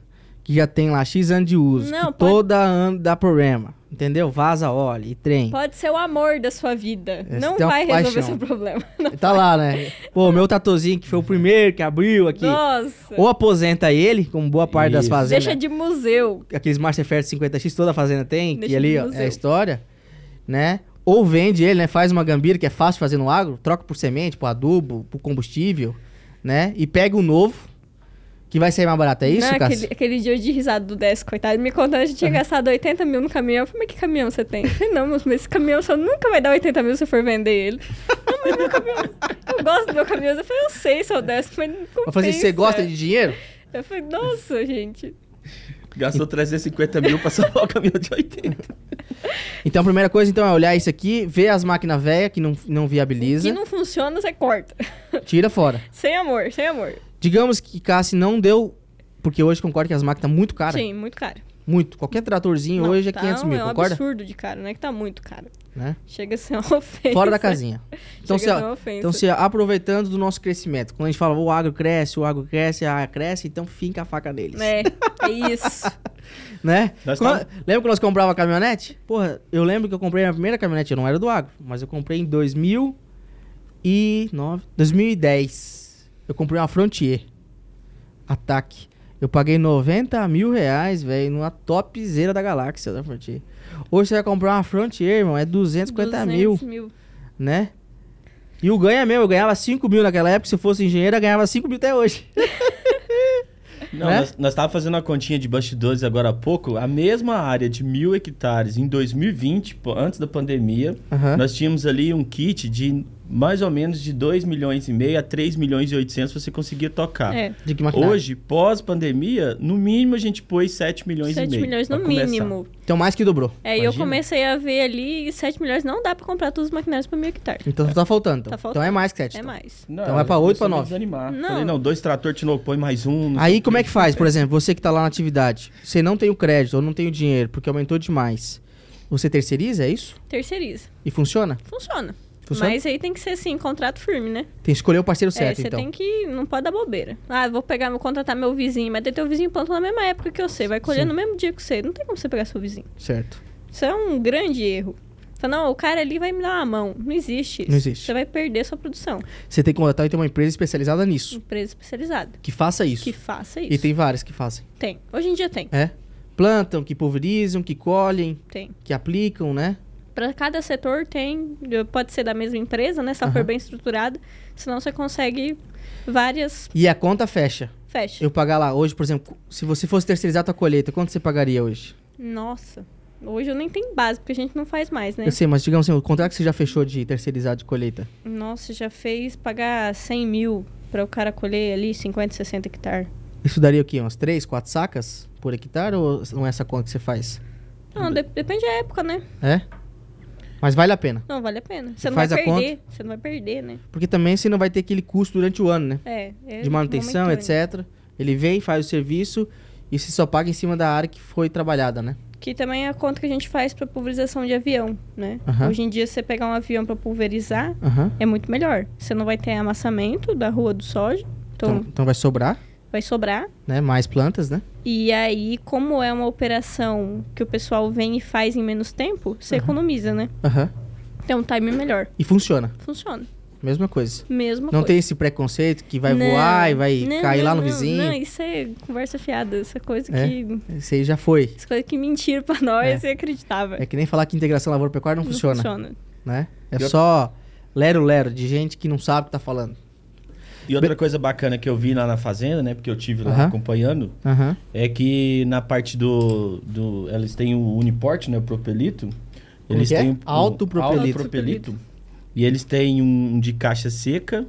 que já tem lá X anos de uso, Não, que pode- toda ano dá problema, entendeu? Vaza óleo e trem. Pode ser o amor da sua vida. É, não você tem uma vai resolver paixão. seu problema. Tá lá, né? Pô, meu tratorzinho que foi o primeiro que abriu aqui. Nossa. Ou aposenta ele, como boa parte das Isso. fazendas. Deixa de museu. Aqueles Masterfair 50X, toda fazenda tem, que Deixa ali de ó, é a museu. história, né? Ou vende ele, né? Faz uma gambira, que é fácil fazer no agro, troca por semente, por adubo, por combustível, né? E pega o novo, que vai sair mais barato. É isso, Não, Cássio? Né, aquele, aquele dia de risada do 10, coitado, me contando, a gente tinha gastado 80 mil no caminhão. Eu falei, mas que caminhão você tem? Eu falei, não, mas esse caminhão só nunca vai dar 80 mil se eu for vender ele. Não, mas meu caminhão, eu gosto do meu caminhão. Eu falei, eu sei, seu 10, mas não compensa. Mas fazer você gosta de dinheiro? Eu falei, nossa, gente. Gastou 350 mil pra salvar o caminhão de 80. Então a primeira coisa então é olhar isso aqui, ver as máquinas velhas que não, não O que viabiliza, não funciona, você corta. tira fora. sem amor, sem amor. Digamos que Cassi não deu, porque hoje concordo que as máquinas tá muito caras, Sim, muito caro. muito. Qualquer tratorzinho Não, hoje é tá 500 mil, é um concorda? absurdo de caro, não é que tá muito caro. Né? Chega a ser uma ofensa. Fora da casinha. Então né? Chega a você, ser uma ofensa. então você aproveitando do nosso crescimento, quando a gente fala o agro cresce, o agro cresce, a área cresce, então finca a faca neles, É, é isso. né? Nós Quando- tava- Lembra quando nós comprava caminhonete? Porra, eu lembro que eu comprei a minha primeira caminhonete, eu não era do agro, mas eu comprei em 2009, 2010. Eu comprei uma Frontier. Ataque. Eu paguei 90 mil reais, velho, numa topzera da galáxia da Frontier. Hoje você vai comprar uma Frontier, irmão, é 250 mil, 200 mil. né? E o ganha mesmo, eu ganhava 5 mil naquela época, se eu fosse engenheiro, eu ganhava 5 mil até hoje. Não, Né? nós, nós tava fazendo uma continha de bastidores agora há pouco. A mesma área de mil hectares em 2020, pô, antes da pandemia, Aham. nós tínhamos ali um kit de mais ou menos de 2 milhões e meio a 3 milhões e 800 você conseguia tocar. É, De que maquinário? Hoje, pós-pandemia, no mínimo a gente pôs 7 milhões e 7 meio. milhões no pra começar. mínimo. Então mais que dobrou. É, e eu Imagina. comecei a ver ali, e 7 milhões não dá pra comprar todos os maquinários pra mil hectare. Então tá faltando. Então, Tá faltando. Então é mais que 7. É mais. Não, Então vai pra oito, pra eu nove. Desanimar. Não. Falei, não, dois trator te não põe mais um. não sei Aí o como quê. é que faz, por exemplo, você que tá lá na atividade, você não tem o crédito ou não tem o dinheiro porque aumentou demais. Você terceiriza, é isso? Terceiriza. E funciona? Funciona. Funciona? Mas aí tem que ser assim, contrato firme, né? Tem que escolher o parceiro é, certo, você então. tem que. Não pode dar bobeira. Ah, vou pegar, vou contratar meu vizinho, mas tem teu vizinho planta na mesma época que eu sei. Vai colher Sim. no mesmo dia que você. Não tem como você pegar seu vizinho. Certo. Isso é um grande erro. Fala, não, o cara ali vai me dar uma mão. Não existe isso. Não existe. Você vai perder sua produção. Você tem que contratar e ter uma empresa especializada nisso, Empresa especializada. que faça isso. Que faça isso. E tem várias que fazem. Tem. Hoje em dia tem. É? Plantam, que pulverizam, que colhem, Tem. que aplicam, né? Para cada setor tem, pode ser da mesma empresa, né? Se ela for Aham. bem estruturada, senão você consegue várias E a conta fecha. fecha. Eu pagar lá hoje, por exemplo, se você fosse terceirizar a tua colheita, quanto você pagaria hoje? Nossa, hoje eu nem tenho base, porque a gente não faz mais, né? Eu sei, mas digamos assim, o contrato que você já fechou de terceirizar de colheita. Nossa, já fez pagar 100 mil para o cara colher ali 50, 60 hectares. Isso daria o quê? Umas três, quatro sacas por hectare ou não é essa conta que você faz? Não, de- depende da época, né? É? Mas vale a pena. Não, vale a pena. Você não Faz vai a perder. Você não vai perder, né? Porque também você não vai ter aquele custo durante o ano, né? É. é De manutenção, momentâneo. etc. Ele vem, faz o serviço e você só paga em cima da área que foi trabalhada, né? Que também é a conta que a gente faz para pulverização de avião, né? Aham. Hoje em dia, você pegar um avião para pulverizar, Aham. é muito melhor. Você não vai ter amassamento da rua do soja, então Então, então vai sobrar, vai sobrar. né? Mais plantas, né? E aí, como é uma operação que o pessoal vem e faz em menos tempo, você economiza, né? Aham. Tem um time melhor. E funciona, Funciona. Mesma coisa. Mesma Não coisa. tem esse preconceito que vai Não, voar e vai não, cair lá não, no não, vizinho. Não, isso é conversa fiada. Essa coisa É? que. Isso aí já foi. Essa coisa que mentiram pra nós e acreditava. É que nem falar que integração lavoura-pecuária não, Não funciona, funciona. né? É Eu- só lero-lero de gente que não sabe o que tá falando. E outra coisa bacana que eu vi lá na fazenda, né? Porque eu tive lá Aham. acompanhando, Aham. é que na parte do. do eles têm o Uniport, né? O propelito. Como Eles que é? têm o, Autopropelito. o autopropelito. E eles têm um de caixa seca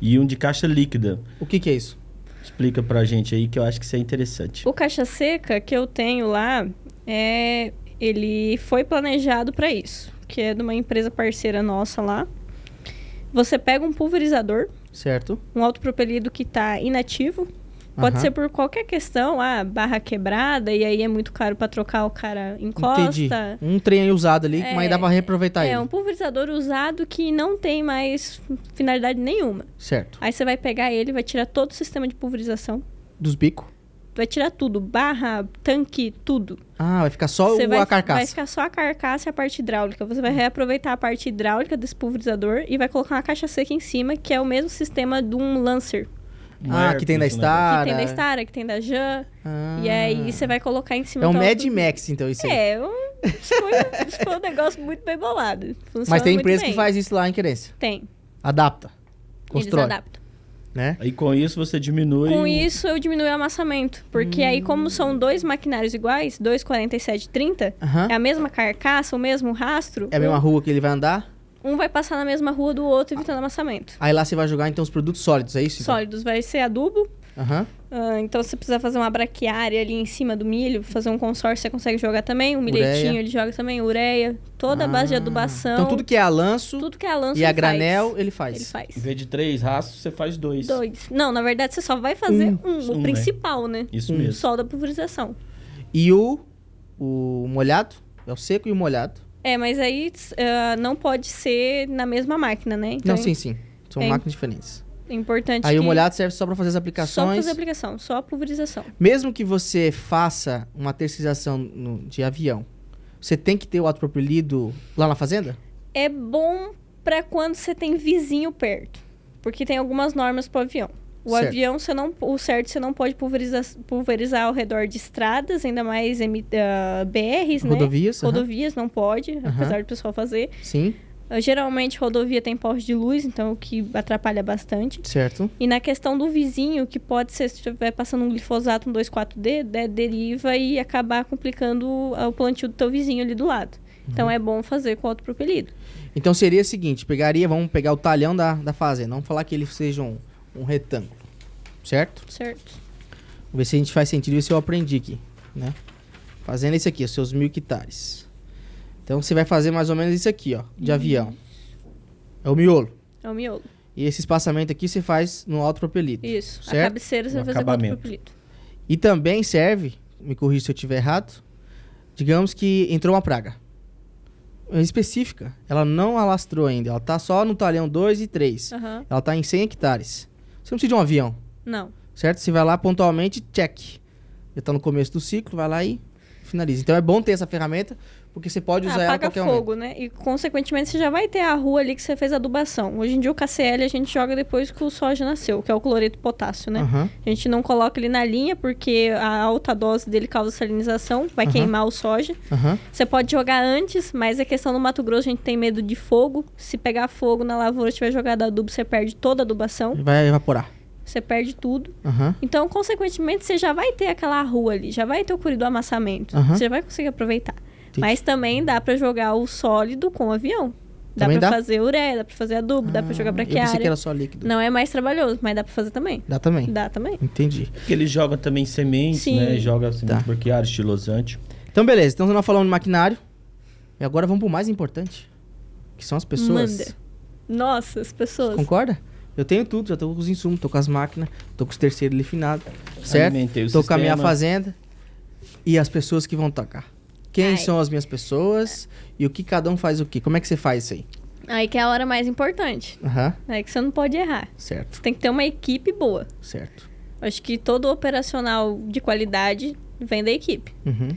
e um de caixa líquida. O que que é isso? Explica pra gente aí que eu acho que isso é interessante. O caixa seca que eu tenho lá é ele foi planejado para isso, que é de uma empresa parceira nossa lá. Você pega um pulverizador, Certo? um autopropelido que está inativo, pode Aham. ser por qualquer questão, ah, barra quebrada e aí é muito caro para trocar, o cara Entendi. encosta. Um trem aí usado ali, É, mas dá pra reaproveitar é ele. um pulverizador usado que não tem mais finalidade nenhuma. Certo. Aí você vai pegar ele, vai tirar todo o sistema de pulverização, Dos bicos. vai tirar tudo, barra, tanque, tudo. Ah, vai ficar só Você o, vai, a carcaça. vai ficar só a carcaça e a parte hidráulica. Você vai reaproveitar a parte hidráulica desse pulverizador e vai colocar uma caixa seca em cima, que é o mesmo sistema de um Lancer. Não Ah, é que tem da isso, né? Star. Que tem da Cara. Stara, que tem da Jan. Ah. E é aí você vai colocar em cima... É um do Mad outro- Max, então, isso aí. É, um- foi, foi um negócio muito bem bolado. Funciona Mas tem muito empresa bem. que faz isso lá em querência. Tem. Adapta. Eles Constrói. adaptam. Né? E com isso você diminui. Com isso, eu diminui o amassamento. Porque Hum. aí, como são dois maquinários iguais, 2,47 30, Aham. é a mesma carcaça, o mesmo rastro, É a mesma rua que ele vai andar. um, um vai passar na mesma rua do outro, evitando amassamento. Aí lá você vai jogar, então, os produtos sólidos, é isso? então? Sólidos vai ser adubo. Aham. Ah, então, se você precisar fazer uma braquiária ali em cima do milho, fazer um consórcio, você consegue jogar também. Um Ureia. milhetinho ele joga também, ureia. Toda a base de Ah. adubação. Então, tudo que é a lanço tudo que é a lança e a ele faz. granel, ele faz. Ele faz. Em vez de três rastros, você faz dois. Dois. Não, na verdade, você só vai fazer um, Um, o né? principal, né? Isso Um O mesmo. sol da pulverização. E o, o molhado, é o seco e o molhado. É, mas aí tss, ah, não pode ser na mesma máquina, né? Então, Não, sim, sim. São Tem. máquinas diferentes. é importante Aí que o molhado serve só pra fazer as só pra aplicações. fazer aplicação, só a pulverização. Mesmo que você faça uma terceirização no- de avião, você tem que ter o autopropelido lá na fazenda? é bom pra quando você tem vizinho perto, porque tem algumas normas pro avião. O Certo. avião, você não, o certo, você não pode pulverizar, pulverizar ao redor de estradas, ainda mais M, ah, BRs, né? Rodovias? aham. Rodovias não pode, apesar do pessoal fazer. Sim, Ah, geralmente, rodovia tem poste de luz, então o que atrapalha bastante. certo. E na questão do vizinho, que pode ser, se estiver passando um glifosato, um 2,4-D, de- deriva e acabar complicando o o plantio do teu vizinho ali do lado. Uhum. Então, é bom fazer com autopropelido. Então seria o seguinte, pegaria, vamos pegar o talhão da, da fazenda, vamos falar que ele seja um, um retângulo, certo? Certo. Vamos ver se a gente faz sentido, ver se eu aprendi aqui, né? Fazendo isso aqui, os seus mil hectares. Então você vai fazer mais ou menos isso aqui, ó, de avião. É o miolo. É o miolo. E esse espaçamento aqui você faz no autopropelido. Isso. A Certo? Um cabeceira você O vai fazer acabamento. quatro papelitos. E também serve, me corrija se eu estiver errado, digamos que entrou uma praga. É Específica. Ela não alastrou ainda. Ela tá só no talhão 2 e 3. Aham. Ela tá em 100 hectares. Você não precisa de um avião, Não. certo? Você vai lá pontualmente, check. Já tá no começo do ciclo, vai lá e finaliza. Então é bom ter essa ferramenta, porque você pode usar ela a Ah, Apaga qualquer um momento. fogo, né? E, consequentemente, você já vai ter a rua ali que você fez a adubação. Hoje em dia, o KCL a gente joga depois que o soja nasceu, que é o cloreto de potássio, né? Aham. A gente não coloca ele na linha porque a alta dose dele causa salinização, vai Aham. queimar o soja. Aham. Você pode jogar antes, mas a questão no Mato Grosso, a gente tem medo de fogo. Se pegar fogo na lavoura, tiver jogado adubo, você perde toda a adubação, Vai evaporar. você perde tudo. Aham. Então, consequentemente, você já vai ter aquela rua ali, já vai ter o curi do amassamento. Aham. Você já vai conseguir aproveitar. Mas também dá pra jogar o sólido com o avião. Dá Também pra dá? fazer ureia, dá pra fazer adubo, dá pra jogar Ah, Eu pensei que braquiária. era só líquido. Não é mais trabalhoso, mas dá pra fazer também. Dá também. Dá também. Entendi. Porque ele joga também sementes, Sim. né? Joga semente Tá. bloqueada, estilosante. Então, beleza. Então, nós falamos de maquinário. E agora vamos pro mais importante. Que são as pessoas. Manda. Nossa, as pessoas. Concorda? Eu tenho tudo. Já tô com os insumos, tô com as máquinas, tô com os terceiros lifinados. Certo? Alimentei o tô com a minha sistema. fazenda. E as pessoas que vão tocar. Quem Ai. são as minhas pessoas e o que cada um faz o quê? Como é que você faz isso aí? Aí que é a hora mais importante. Aham. Aí É que você não pode errar. Certo, Você tem que ter uma equipe boa. certo. Acho que todo operacional de qualidade vem da equipe. Uhum.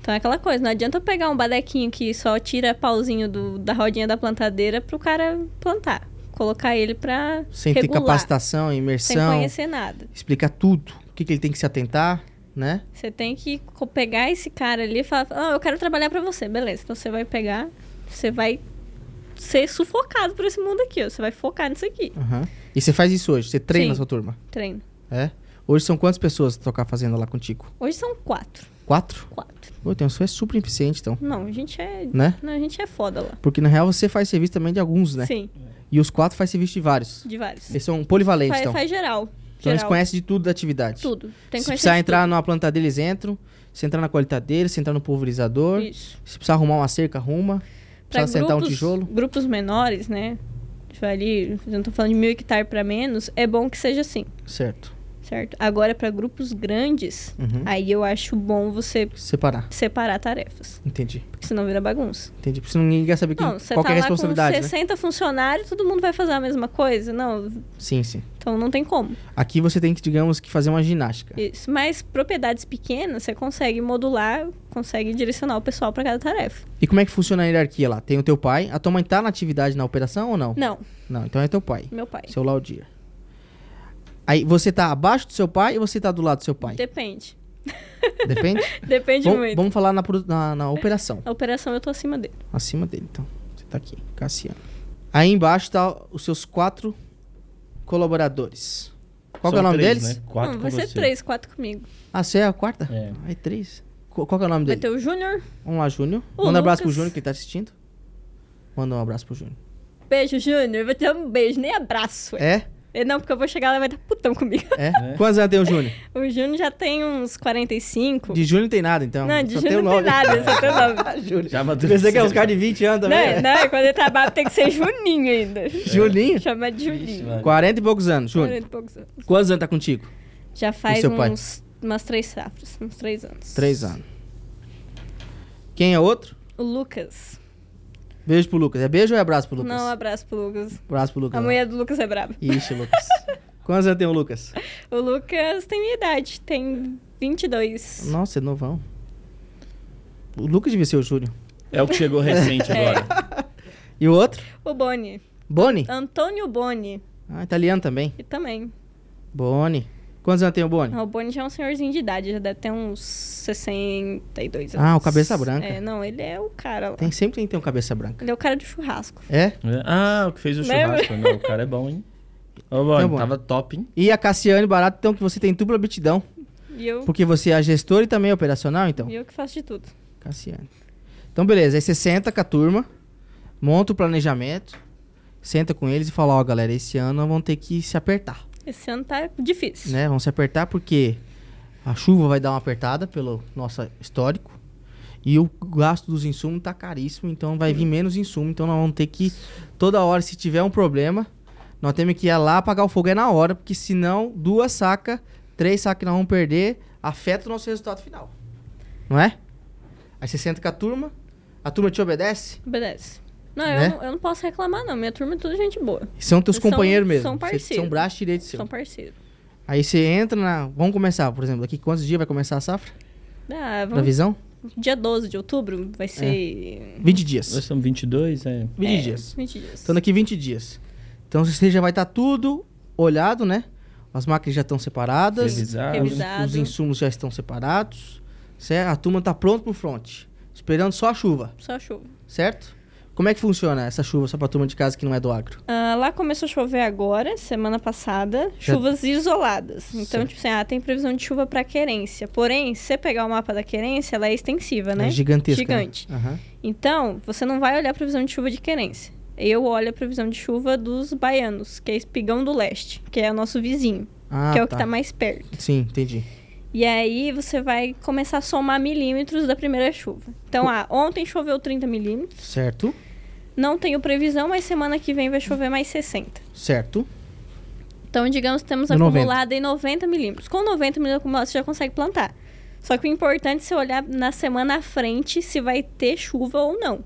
Então é aquela coisa, não adianta eu pegar um badequinho que só tira pauzinho do- da rodinha da plantadeira pro cara plantar. colocar ele pra Sem ter regular, capacitação, sem imersão, conhecer nada. explicar tudo. O que, que ele tem que se atentar, né? Você tem que co- pegar esse cara ali e falar, ah, eu quero trabalhar pra você. Beleza, então você vai pegar, você vai ser sufocado por esse mundo aqui, ó. Você vai focar nisso aqui. Aham. E você faz isso hoje? Você treina Sim. a sua turma? Treino. É? Hoje são quantas pessoas tocar fazendo lá contigo? Hoje são quatro. Quatro? Quatro. Pô, então você é super eficiente, então. Não, a gente é. Né? Não, a gente é foda lá. Porque na real você faz serviço também de alguns, né? Sim, E os quatro faz serviço de vários. de vários. Eles são polivalentes, Faz, então. faz geral. Então eles geral, conhecem de tudo da atividade. tudo. Tem se que conhecer precisar de entrar numa planta dele, eles entram. Se entrar na colheitadeira, se entrar no pulverizador. tudo. Isso. Se precisar arrumar uma cerca, arruma. Se Pra precisar sentar um grupos- tijolo. Grupos menores, né? Tipo, ali, eu não tô falando de mil hectares pra menos, é bom que seja assim, Certo. certo? Agora, pra grupos grandes, Uhum. aí eu acho bom você Separar. separar tarefas, Entendi. porque senão vira bagunça. Entendi. Porque senão ninguém quer saber quem, Não, você qual tá que é a lá com responsabilidade, né? 60 funcionários, todo mundo vai fazer a mesma coisa? Não, Sim, sim. então não tem como. Aqui você tem que, digamos, que fazer uma ginástica. Isso. Mas propriedades pequenas, você consegue modular, consegue direcionar o pessoal pra cada tarefa. E como é que funciona a hierarquia lá? Tem o teu pai. A tua mãe tá na atividade na operação ou não? Não, Não, então é teu pai. meu pai. Seu Laudir. Aí você tá abaixo do seu pai ou você tá do lado do seu pai? Depende. Depende? Depende Vam- muito. É. vamos falar na, produ- na, na operação. A operação eu tô acima dele. Acima dele, então. Você tá aqui, Cassiano. Aí embaixo tá os seus quatro colaboradores. Qual que é o São nome três, deles? Né? Quatro não, com Ah, vai ser você. três, quatro comigo. Ah, você é a quarta? É. Aí três. Qu- Qual que é o nome Vai dele? ter o Júnior. Vamos lá, Júnior. O Manda um abraço pro Lucas. Júnior que ele tá assistindo. Manda um abraço pro Júnior. Beijo, Júnior. Vai ter um beijo, nem abraço. É? É, Não, porque eu vou chegar lá e vai estar putão comigo. É? Quantos anos tem o Júnior? O Júnior já tem uns 45. De Júnior não tem nada, então. Não, de Só Júnior o não tem nome. nada, só tem o nome. Júnior. Já amadureceu. Pensei que é uns caras de 20 anos também. né? Não, não, quando ele trabalha tem que ser Juninho ainda. Julinho? Chama de Vixe, Juninho. mano. 40 e poucos anos, Júnior. 40 e poucos anos. Quantos anos tá contigo? Já faz seu pai? uns, umas três safras, uns três anos. Três anos. Quem é outro? O Lucas. Beijo pro Lucas. É beijo ou é abraço pro Lucas? Não, um abraço pro Lucas. Abraço pro Lucas. né? A mulher do Lucas é braba. Ixi, Lucas. Quantos anos tem o Lucas? O Lucas tem minha idade, tem 22. Nossa, é novão. O Lucas devia ser o Júnior. É o que chegou recente agora. E o outro? O Boni. Boni? Antônio Boni. Ah, italiano também. E também. Boni. Quantos anos tem o Boni? Ah, o Boni já é um senhorzinho de idade, já deve ter uns 62 anos. Ah, o cabeça branca. É, não, ele é o cara lá. Tem, sempre tem que ter um cabeça branca. Ele é o cara do churrasco. É? É. Ah, o que fez o Lembra? churrasco. Não, o cara é bom, hein? Ô, Bonnie, Tá bom. tava top, hein? E a Cassiane Barato, então, que você tem dupla aptidão. E eu, Porque você é a gestora e também é operacional, então? e eu que faço de tudo. Cassiane. Então, beleza. Aí você senta com a turma, monta o planejamento, senta com eles e fala, ó, galera, esse ano nós vamos ter que se apertar, Esse ano tá difícil. né? Vamos se apertar porque a chuva vai dar uma apertada pelo nosso histórico e o gasto dos insumos tá caríssimo, então vai vir menos insumo, então nós vamos ter que, toda hora, se tiver um problema, nós temos que ir lá apagar o fogo é na hora, porque senão duas sacas, três sacas que nós vamos perder, afeta o nosso resultado final. Não é? Aí você senta com a turma, a turma te obedece, Obedece. Não, Né? eu, não, eu não posso reclamar, não. Minha turma é tudo gente boa. e são teus São- companheiros mesmo. são São parceiros. São parceiros. braço direito seu. São parceiros. Aí você entra na... Vamos começar, por exemplo, daqui quantos dias vai começar a safra? Ah, Da vamos- visão? Dia 12 de outubro vai ser. 20 Nós dias. somos 22, é. 20 é, dias. 20 dias. Então daqui 20 dias. Então você já vai estar tudo olhado, né? As máquinas já estão separadas. Revisado. Os, Revisado. os insumos já estão separados. Certo? A turma tá pronta pro front. Esperando só a chuva, Só chuva. certo? Como é que funciona essa chuva só pra turma de casa que não é do agro? Ah, lá começou a chover agora, semana passada. Já- Chuvas isoladas. Então, Certo. tipo assim, ah, tem previsão de chuva pra querência. Porém, se você pegar o mapa da querência, ela é extensiva, né? É gigantesca. né? Gigante. Aham. Então, você não vai olhar a previsão de chuva de querência. Eu olho a previsão de chuva dos baianos, que é Espigão do Leste, que é o nosso vizinho, Ah, que é o que tá mais perto. Sim, entendi. E aí você vai começar a somar milímetros da primeira chuva. Então, ah, ontem choveu 30 milímetros. Certo? Não tenho previsão, mas semana que vem vai chover mais 60. Certo. Então, digamos, que temos No 90. acumulado em 90 milímetros. Com 90 milímetros acumulados, você já consegue plantar. Só que o importante é você olhar na semana à frente se vai ter chuva ou não.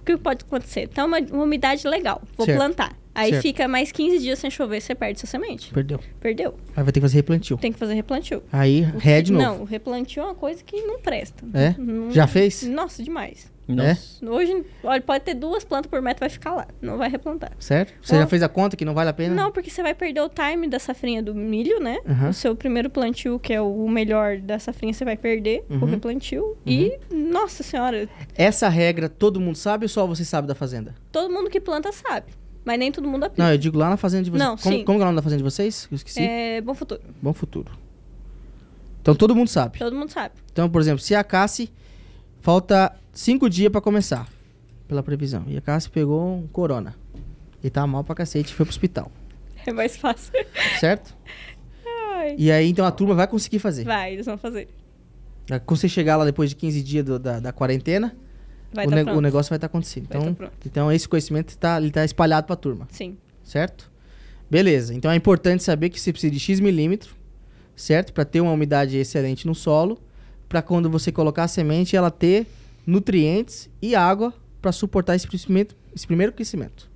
O que pode acontecer? Tá uma, uma umidade legal, vou Certo. plantar. Aí Certo. fica mais 15 dias sem chover, você perde sua semente. Perdeu. Perdeu. Aí vai ter que fazer replantio. Tem que fazer replantio. Aí, O ré que- de novo. Não, replantio é uma coisa que não presta. É? Não- Já fez? Nossa, demais. Né? Nossa. Hoje, olha, pode ter duas plantas por metro, vai ficar lá. Não vai replantar. Certo? Você Bom. já fez a conta que não vale a pena? Não, porque você vai perder o time da safrinha do milho, né? Aham. O seu primeiro plantio, que é o melhor da safrinha, você vai perder o Uhum. replantio. E, nossa senhora, Essa regra todo mundo sabe ou só você sabe da fazenda? todo mundo que planta sabe. Mas nem todo mundo aplica. Não, eu digo lá na fazenda de vocês. Não, como, sim. como que é o nome da fazenda de vocês? Eu esqueci. é, bom futuro. Bom futuro. Então todo mundo sabe. Todo mundo sabe. Então, por exemplo, se a Cassi falta cinco dias pra começar, pela previsão, e a Cassi pegou um corona e tá mal pra cacete e foi pro hospital, É mais fácil. certo? Ai. E aí então a turma vai conseguir fazer. Vai, eles vão fazer. Quando você chegar lá depois de 15 dias do- da, da quarentena, Vai o, dar ne- pronto. o negócio vai estar acontecendo. Vai Então, tá pronto. então esse conhecimento tá, ele tá espalhado pra turma. Sim. certo? Beleza, então é importante saber que você precisa de X milímetro, certo? Para ter uma umidade excelente no solo, para quando você colocar a semente, ela ter nutrientes e água para suportar esse, crescimento- esse primeiro crescimento.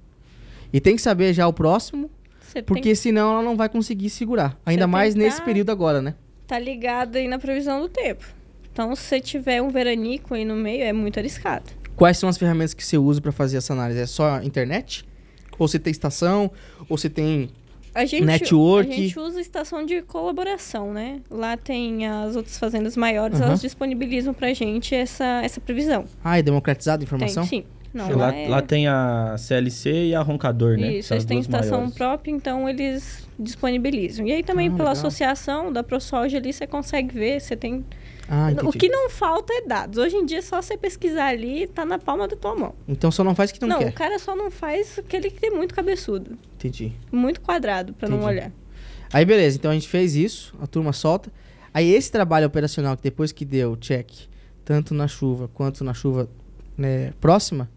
E tem que saber já o próximo, Você tem porque senão ela não vai conseguir segurar. Ainda tem mais que nesse tá- período agora, né? que tá ligado aí na previsão do tempo. Então, se você tiver um veranico aí no meio, é muito arriscado. Quais são as ferramentas que você usa para fazer essa análise? É só a internet? Ou você tem estação? Ou você tem. A gente, Network. a gente usa estação de colaboração, né? Lá tem as outras fazendas maiores, Aham. elas disponibilizam pra gente essa, essa previsão. Ah, é democratizado a informação? Tem, sim. Não, lá, é- lá tem a CLC e a Roncador, né? Isso, São as eles têm duas estação maiores. própria, então eles disponibilizam. E aí também Ah, pela legal. associação da ProSoja ali, você consegue ver, você tem... Ah, o entendi. que não falta é dados. Hoje em dia, é só você pesquisar ali, tá na palma da tua mão. Então só não faz que não, Não, quer. o cara só não faz aquele que tem muito cabeçudo, Entendi. muito quadrado pra não Entendi. olhar. Aí beleza, então a gente fez isso, a turma solta. Aí esse trabalho operacional que depois que deu o check, tanto na chuva quanto na chuva né, próxima,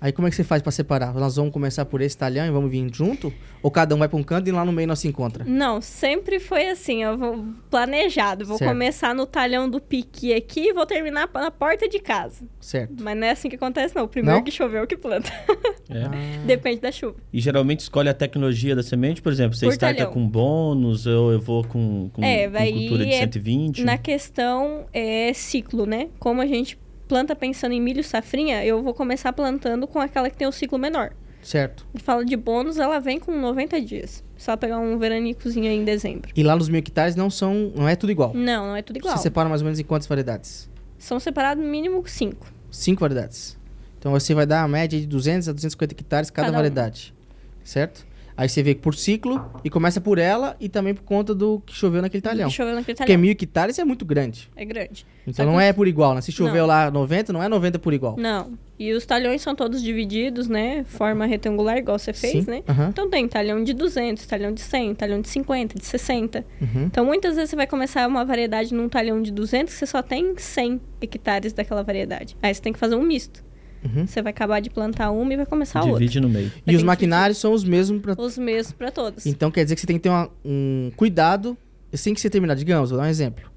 aí como é que você faz pra separar? Nós vamos começar por esse talhão e vamos vir junto? Ou cada um vai pra um canto e lá no meio nós se encontra? Não, sempre foi assim, eu vou planejado. Vou Certo. começar no talhão do piqui aqui e vou terminar na porta de casa. Certo. Mas não é assim que acontece, não. Primeiro Não? Hum. que choveu que planta. É. Ah, Depende da chuva. E geralmente escolhe a tecnologia da semente, por exemplo, você Por starta talhão. com bônus, ou eu vou com, com, É, com vai- cultura de é 120. Na questão é ciclo, né? Como a gente planta pensando em milho e safrinha, eu vou começar plantando com aquela que tem o ciclo menor. Certo. E Fala de bônus, ela vem com 90 dias. Só pegar um veranicozinho aí em dezembro. E lá nos mil hectares não são. não é tudo igual. Não, não é tudo igual. Você separa mais ou menos em quantas variedades? São separados no mínimo cinco. Cinco variedades. Então você vai dar a média de 200 a 250 hectares cada, Cada um. variedade. Certo? Aí você vê por ciclo e começa por ela e também por conta do que choveu naquele talhão. Deixa eu ver naquele Porque talhão. mil hectares é muito grande. É grande. Então Só não que- é por igual, né? Se choveu lá 90, não é 90 por igual. Não. E os talhões são todos divididos, né? Forma retangular, igual você fez, Sim. né? Aham, Então tem talhão de 200, talhão de 100, talhão de 50, de 60. uhum. Então muitas vezes você vai começar uma variedade num talhão de 200 que você só tem 100 hectares daquela variedade. Aí você tem que fazer um misto. Uhum. Você vai acabar de plantar uma e vai começar outra. Divide no meio. E tem os que- maquinários são os mesmos pra... Os mesmos pra todos. Então quer dizer que você tem que ter uma- um cuidado assim que você terminar. Digamos, vou dar um exemplo.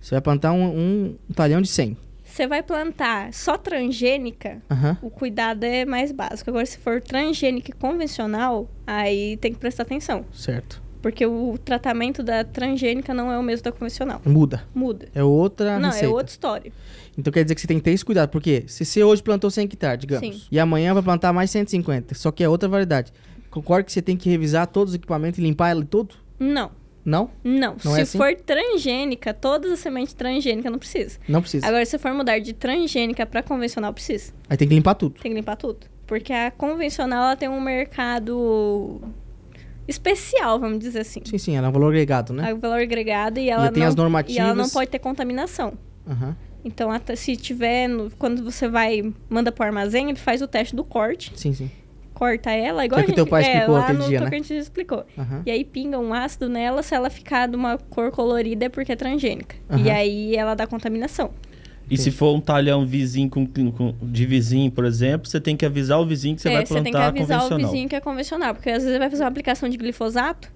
Você vai plantar um, um- um talhão de 100. Você vai plantar só transgênica, Aham. o cuidado é mais básico. Agora, se for transgênica e convencional, aí tem que prestar atenção. Certo. Porque o tratamento da transgênica não é o mesmo da convencional. Muda. Muda. É outra não, receita. é outra história. Então quer dizer que você tem que ter esse cuidado. Porque se você hoje plantou 100 hectares, digamos, Sim. e amanhã vai plantar mais 150, só que é outra variedade. Concordo que você tem que revisar todos os equipamentos e limpar ela tudo? Não, Não? não. Não se é assim? for transgênica, todas as sementes transgênicas não precisa. Não precisa. Agora, se for mudar de transgênica pra convencional, precisa. Aí tem que limpar tudo. Tem que limpar tudo. Porque a convencional ela tem um mercado especial, vamos dizer assim. Sim, sim, ela é um valor agregado, né? O valor agregado e ela, tem não, as normativas. e ela não pode ter contaminação. Aham. Então, até se tiver, no- quando você vai, manda pro armazém, ele faz o teste do corte, Sim, sim. corta ela, Que igual é a que gente, teu pai explicou é, lá aquele no dia, né? que a gente explicou. Aham. E aí pinga um ácido nela, se ela ficar de uma cor colorida é porque é transgênica. Aham. E aí ela dá contaminação. E se for um talhão vizinho com, com- de vizinho, por exemplo, você tem que avisar o vizinho que você é, vai você tem que plantar avisar o convencional. vizinho que é convencional, porque às vezes vai fazer uma aplicação de glifosato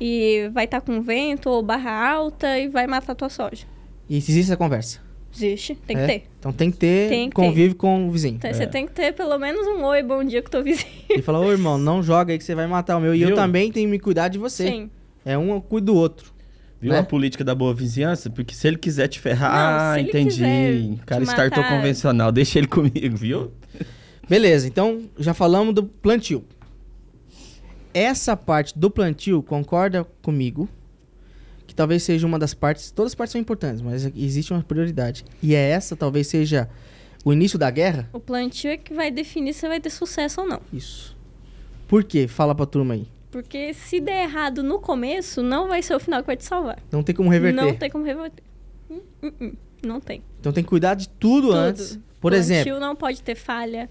e vai estar com vento ou barra alta e vai matar a tua soja. E se existe essa conversa? Existe, tem que É? ter. Então tem que ter Tem que convívio com o vizinho. É. Então, Você tem que ter pelo menos um oi, bom dia com teu vizinho. E fala, ô irmão, não joga aí que você vai matar o meu. E eu Viu? também tenho que me cuidar de você. Sim. É um cuida do outro. Viu Né? a política da boa vizinhança? Porque se ele quiser te ferrar, Não, ah, se ele entendi. quiser O cara te startou matar- convencional, deixa ele comigo, viu? Beleza, então já falamos do plantio. Essa parte do plantio concorda comigo que talvez seja uma das partes, todas as partes são importantes, mas existe uma prioridade. E é essa talvez seja o início da guerra? O plantio é que vai definir se vai ter sucesso ou não. Isso. Por quê? Fala pra turma aí. Porque se der errado no começo, não vai ser o final que vai te salvar. Não tem como reverter. Não tem como reverter. Hum, hum, hum. Não tem. Então tem que cuidar de tudo, Tudo. antes. Por plantio exemplo, não pode ter falha.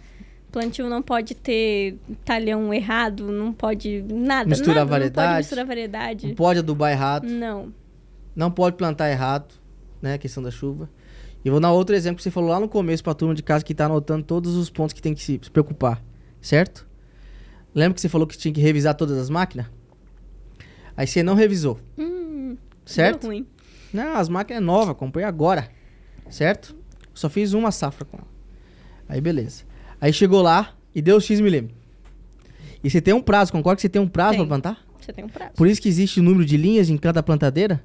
Plantio não pode ter talhão errado, não pode nada. Misturar nada, Não variedade. Um pode misturar não variedade. pode adubar errado, Não. não pode plantar errado, né? Questão da chuva. E vou dar outro exemplo que você falou lá no começo pra turma de casa que tá anotando todos os pontos que tem que se se preocupar, certo? Lembra que você falou que tinha que revisar todas as máquinas? Aí você não revisou, Hum, certo? deu ruim. Não, as máquinas é nova, comprei agora. Certo? Só fiz uma safra com ela. Aí beleza. Aí chegou lá e deu X milímetro. E você tem um prazo, concorda que você tem um prazo Tem. pra plantar? Você tem um prazo. Por isso que existe o número de linhas em cada plantadeira.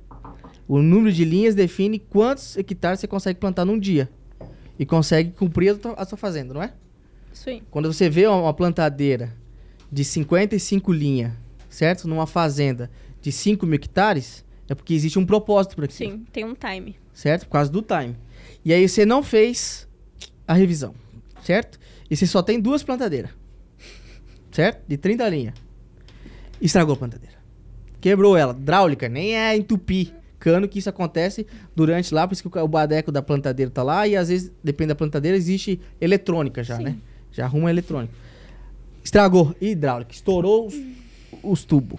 O número de linhas define quantos hectares você consegue plantar num dia. E consegue cumprir a tua- a sua fazenda, não é? Isso aí. Quando você vê uma uma plantadeira de 55 linhas, certo? Numa fazenda de 5 mil hectares, é porque existe um propósito para aquilo Sim, tem um time. certo? Por causa do time. E aí você não fez a revisão, certo? E você só tem duas plantadeiras, certo? De 30 linhas. Estragou a plantadeira. Quebrou ela. Hidráulica, nem é entupir cano que isso acontece durante lá, por isso que o ca- o badeco da plantadeira tá lá e às vezes, depende da plantadeira, existe eletrônica já, Sim. né? Já arruma eletrônica. Estragou hidráulica, estourou os, os tubos.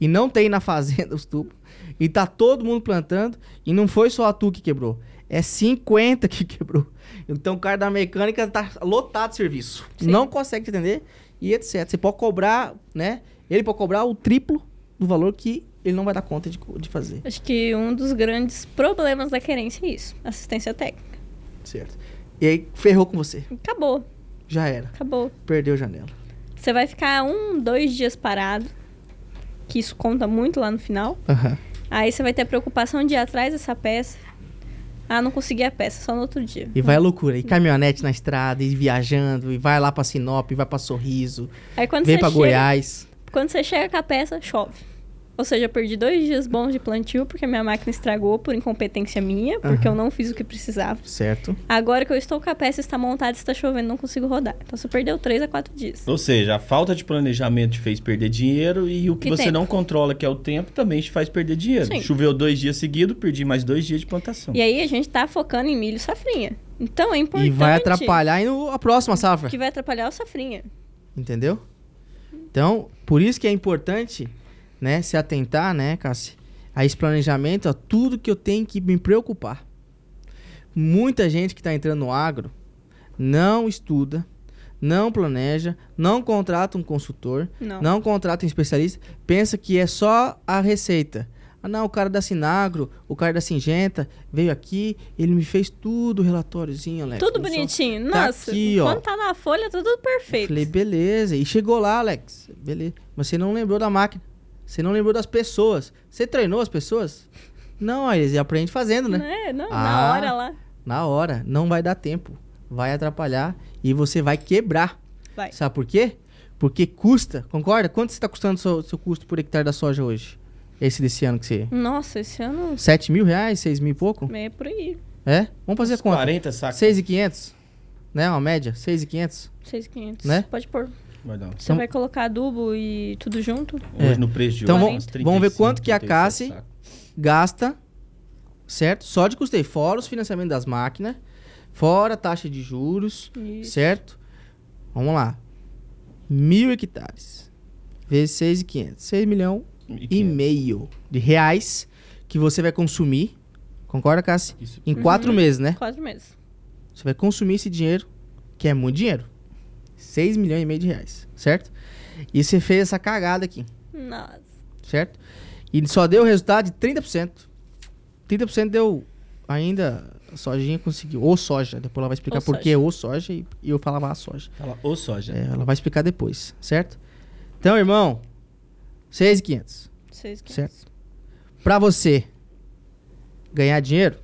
E não tem na fazenda os tubos. E tá todo mundo plantando. E não foi só a tu que quebrou. É 50 que quebrou. Então o cara da mecânica tá lotado de serviço. Sim. Não consegue entender. E etc. Você pode cobrar, né? Ele pode cobrar o triplo do valor que ele não vai dar conta de, co- de fazer. Acho que um dos grandes problemas da querência é isso. Assistência técnica. Certo. E aí ferrou com você. Acabou, Já era. acabou. Perdeu a janela. Você vai ficar um, dois dias parado, que isso conta muito lá no final. Aham. Aí você vai ter a preocupação de ir atrás dessa peça. Ah, não consegui a peça, só no outro dia. E vai a loucura. E caminhonete na estrada, e viajando, e vai lá pra Sinop, e vai pra Sorriso, Aí quando vem você pra chega, Goiás. Quando você chega com a peça, chove. Ou seja, eu perdi dois dias bons de plantio porque minha máquina estragou por incompetência minha, porque eu não fiz o que precisava. Certo. Agora que eu estou com a peça, está montada, está chovendo, não consigo rodar. Então você perdeu três a quatro dias. Ou seja, a falta de planejamento te fez perder dinheiro e o que E você tempo. não controla, que é o tempo, também te faz perder dinheiro. Sim. Choveu dois dias seguidos, perdi mais dois dias de plantação. E aí a gente tá focando em milho e safrinha. Então é importante. E vai atrapalhar e no- a próxima safra. Que vai atrapalhar é o safrinha. Entendeu? Então, por isso que é importante, né, se atentar, né, Cassi, a esse planejamento, a tudo que eu tenho que me preocupar. Muita gente que está entrando no agro não estuda, não planeja, não contrata um consultor, Não. não contrata um especialista, pensa que é só a receita. Ah, não, o cara da Sinagro, o cara da Singenta veio aqui, ele me fez tudo, relatóriozinho, Alex. tudo não sei o bonitinho. é, tá Nossa, aqui, ó. quando tá na folha, tá tudo perfeito. Falei, beleza. E chegou lá, Alex. Beleza. Mas você não lembrou da máquina. Você não lembrou das pessoas. Você treinou as pessoas? Não, aí eles aprendem fazendo, né? Né? Não, Ah. na hora lá. Na hora. Não vai dar tempo. Vai atrapalhar e você vai quebrar. Vai. Sabe por quê? Porque custa, concorda? Quanto você está custando o seu, seu custo por hectare da soja hoje? Esse desse ano que você... Nossa, esse ano 7 mil reais? 6 mil e pouco? é por aí. É? Vamos fazer a conta. 40 sacos. 6,500? Né? Uma média? 6,500? 6,500. Né? Pode pôr. Perdão. Você Então- vai colocar adubo e tudo junto? É. Hoje no preço de Então hoje, vamos- uns vamos ver quanto que é a 36 Cassi- sacos. gasta, certo? Só de custeio, fora os financiamentos das máquinas, fora a taxa de juros, Isso. certo? Vamos lá. Mil hectares. Vezes 6,500. 6 milhão e 1.500. meio de reais que você vai consumir. Concorda, Cassi? Isso. Uhum. Em quatro meses, né? Quatro meses. Você vai consumir esse dinheiro, que é muito dinheiro. 6 milhões e meio de reais, certo? E você fez essa cagada aqui Nossa. certo? E só deu resultado de 30%. 30% deu ainda a sojinha conseguiu, ou soja, depois ela vai explicar Ou por soja. que ou soja e, e eu falava a soja. Fala, ou soja. É, ela vai explicar depois, certo? Então, irmão, 6,500, Seis Certo. quinhentos. Pra você ganhar dinheiro,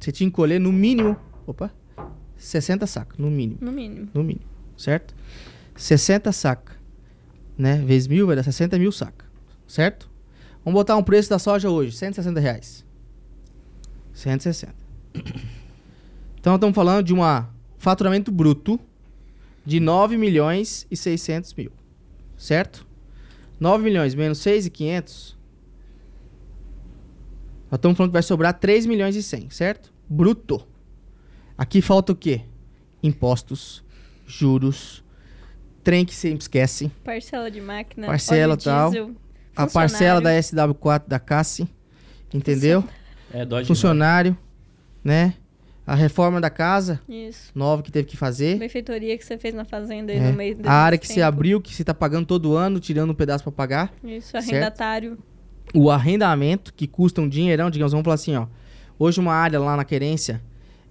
você tinha que colher no mínimo, opa, 60 sacos, no mínimo, No mínimo. no mínimo, certo? 60 sacos, né? Vezes mil vai dar 60 mil sacos, certo? Vamos botar um preço da soja hoje, 160 reais. 160. Então estamos falando de um faturamento bruto de 9 milhões e 600 mil, certo? 9 milhões menos 6,500. Nós estamos falando que vai sobrar 3 milhões e 100, certo? Bruto. Aqui falta o quê? Impostos, juros, trem que sempre esquece, Parcela de máquina. Parcela, óleo tal. diesel, a parcela da funcionário. SW4 da CASSE, entendeu? É, Dodge Funcionário, né? A reforma da casa Isso. nova que teve que fazer. Benfeitoria que você fez na fazenda aí É. no meio desse A área que se tempo. abriu, que você está pagando todo ano, tirando um pedaço para pagar. Isso, Certo. arrendatário. O arrendamento, que custa um dinheirão, digamos, vamos falar assim, ó. Hoje uma área lá na querência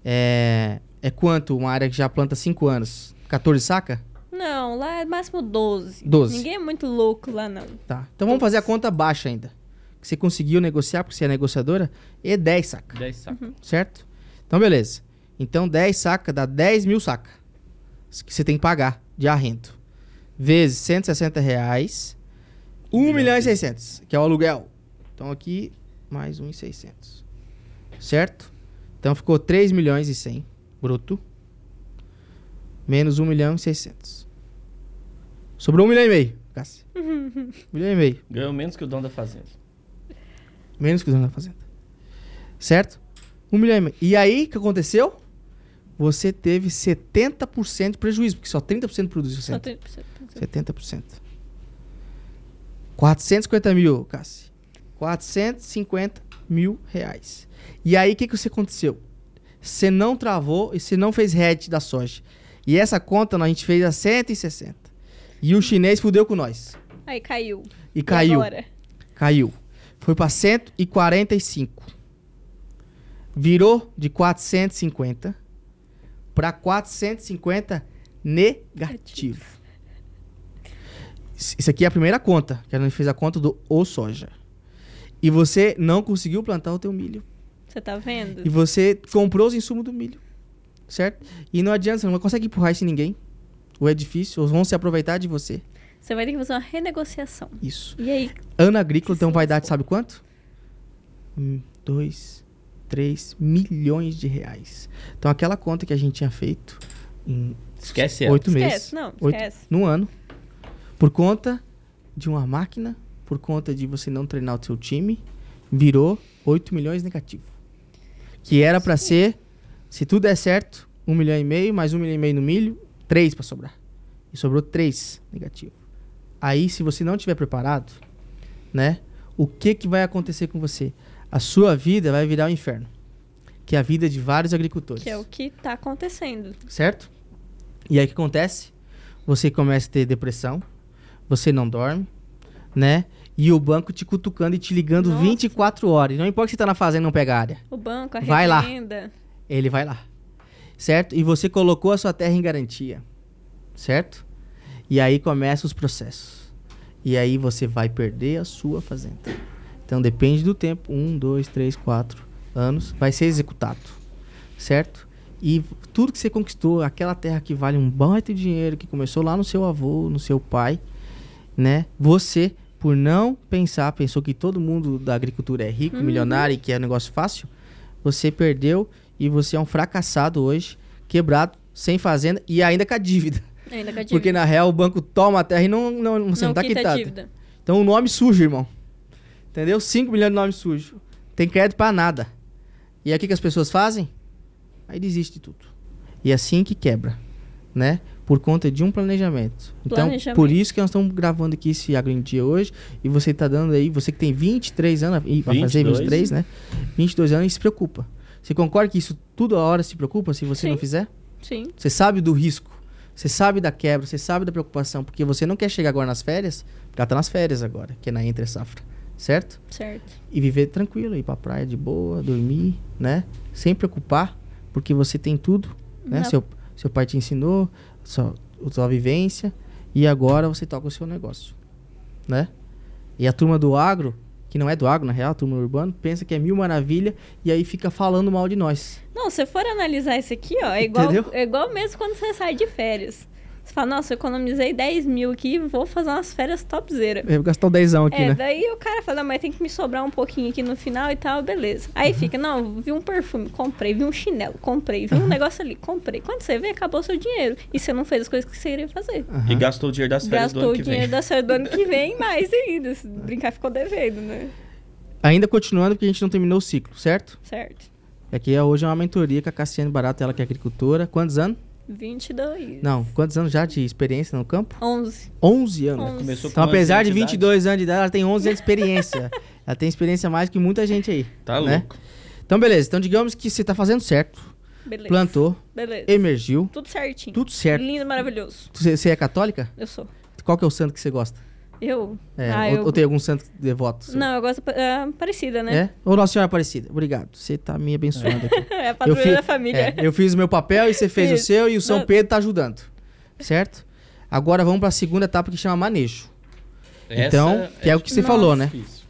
é, é quanto? Uma área que já planta 5 anos? 14 saca? Não, lá é máximo 12. 12. Ninguém é muito louco lá, não. Tá. Então vamos fazer a conta baixa ainda. Que você conseguiu negociar, porque você é negociadora, é 10 saca, 10 sacos. Uhum. certo? Então beleza. Então 10 saca dá 10 mil saca. Que você tem que pagar de arrendo. Vezes 160 reais. 1 milhão e 600, que é o aluguel. Então aqui, mais 1 e 600. Certo? Então ficou 3 milhões e 100 bruto. Menos 1 milhão e 600. Sobrou 1 milhão e meio, Cássio. 1 milhão e meio. Ganhou menos que o dono da fazenda. Menos que o dono da fazenda. Certo? 1 milhão e meio. E aí, o que aconteceu? Você teve 70% de prejuízo, porque só 30% produziu. Só 100. tem- 70%. 450 mil, Cassi. 450 mil reais. E aí, o que, que você aconteceu? Você não travou e você não fez hedge da soja. E essa conta nós, a gente fez a 160. E o chinês fudeu com nós. Aí caiu. E caiu. Agora. Caiu. Foi para 145. Virou de 450 para 450 negativo. Isso isso aqui é a primeira conta, que a gente fez a conta do ou soja. E você não conseguiu plantar o teu milho. Você tá vendo? E você comprou os insumos do milho. Certo? E não adianta, você não consegue empurrar isso em ninguém. Ou é difícil, ou vão se aproveitar de você. Você vai ter que fazer uma renegociação. Isso. E aí, Ano agrícola tem uma vaidade, sabe quanto? Um, dois, três milhões de reais. Então aquela conta que a gente tinha feito em Esquece ela. oito meses, esquece. Não, oito- esquece. num ano, por conta de uma máquina, por conta de você não treinar o seu time, virou 8 milhões negativo. Que era pra ser, se tudo der certo, um milhão e meio, mais um milhão e meio no milho, três pra sobrar. E sobrou três negativo. Aí, se você não tiver preparado, né? O que que vai acontecer com você? A sua vida vai virar um inferno. Que é a vida de vários agricultores Que é o que tá acontecendo. certo? E aí o que acontece? Você começa a ter depressão, você não dorme, né? E o banco te cutucando e te ligando Nossa. 24 horas. Não importa se tá na fazenda e não pega a área. O banco, a Vai lá. revenda. Ele vai lá. Certo? E você colocou a sua terra em garantia. Certo? E aí começam os processos. E aí você vai perder a sua fazenda. Então depende do tempo. Um, dois, três, quatro anos. Vai ser executado. Certo? E tudo que você conquistou, aquela terra que vale um baita dinheiro, que começou lá no seu avô, no seu pai, né? Você, por não pensar, pensou que todo mundo da agricultura é rico, milionário e que é um negócio fácil, você perdeu e você é um fracassado hoje, quebrado, sem fazenda e ainda com a dívida. Ainda com a dívida. Porque na real o banco toma a terra e não, não, você não, não tá quita a quitado. dívida. Então o nome sujo, irmão. Entendeu? 5 milhões de nome sujo. Tem crédito pra nada. E aí o que, que as pessoas fazem? Aí desiste de tudo. E é assim que quebra, né? Por conta de um planejamento. Então, Planejamento. por isso que nós estamos gravando aqui esse Agro em Dia hoje. E você tá dando aí, você que tem 23 anos, e vai fazer 22. 23, né? 22 anos e se preocupa. Você concorda que isso tudo a hora se preocupa se você Sim. não fizer? Sim. Você sabe do risco. Você sabe da quebra, você sabe da preocupação, porque você não quer chegar agora nas férias, porque ela tá nas férias agora, que é na entre safra, certo? Certo. E viver tranquilo, ir pra praia de boa, dormir, né? Sem preocupar, porque você tem tudo, né? Na- Seu, seu pai te ensinou, sua, sua vivência, e agora você toca o seu negócio, né? E a turma do agro, que que não é do agro, na real, turma urbano, pensa que é mil maravilha e aí fica falando mal de nós. Não, se for analisar isso aqui, ó, é igual, Entendeu? é igual mesmo quando você sai de férias. Você fala, nossa, eu economizei 10 mil aqui, vou fazer umas férias topzera. Eu vou gastar o dezão aqui, é, né? daí o cara fala, mas tem que me sobrar um pouquinho aqui no final e tal, beleza. Aí Uhum. fica, não, vi um perfume, comprei, vi um chinelo, comprei, Uhum. vi um negócio ali, comprei. Quando você vê, acabou seu dinheiro. E você não fez as coisas que você iria fazer. Aham. E gastou o dinheiro das férias do Gastou ano que o dinheiro vem. da série do ano que vem, mais ainda. Se brincar, ficou devendo, né? Ainda continuando, porque a gente não terminou o ciclo, certo? Certo. É que hoje é uma mentoria com a Cassiane Barata, ela que é agricultora. Quantos anos? 22. Não, quantos anos já de experiência no campo? 11. 11 anos. Onze. Começou com Então, apesar de 22 22 anos de idade, ela tem 11 anos de experiência. ela tem experiência mais que muita gente aí. Tá né? louco. Então, beleza. Então, digamos que você tá fazendo certo. Beleza. Plantou, Beleza. emergiu, Tudo certinho. tudo certo. Lindo, maravilhoso. Você você é católica? Eu sou. Qual que é o santo que você gosta? Eu? É, Ah, ou, eu- ou tem algum santo devoto? seu? Não, eu gosto é, parecida, né? É? Ou Nossa Senhora Aparecida? Obrigado. Você tá me abençoando aqui. É, a padroeira fi- da família. é, eu fiz o meu papel e você fez o Isso. seu e o São Não. Pedro tá ajudando. Certo? Agora vamos pra segunda etapa que chama manejo. Então, que é o que você falou, né? difícil.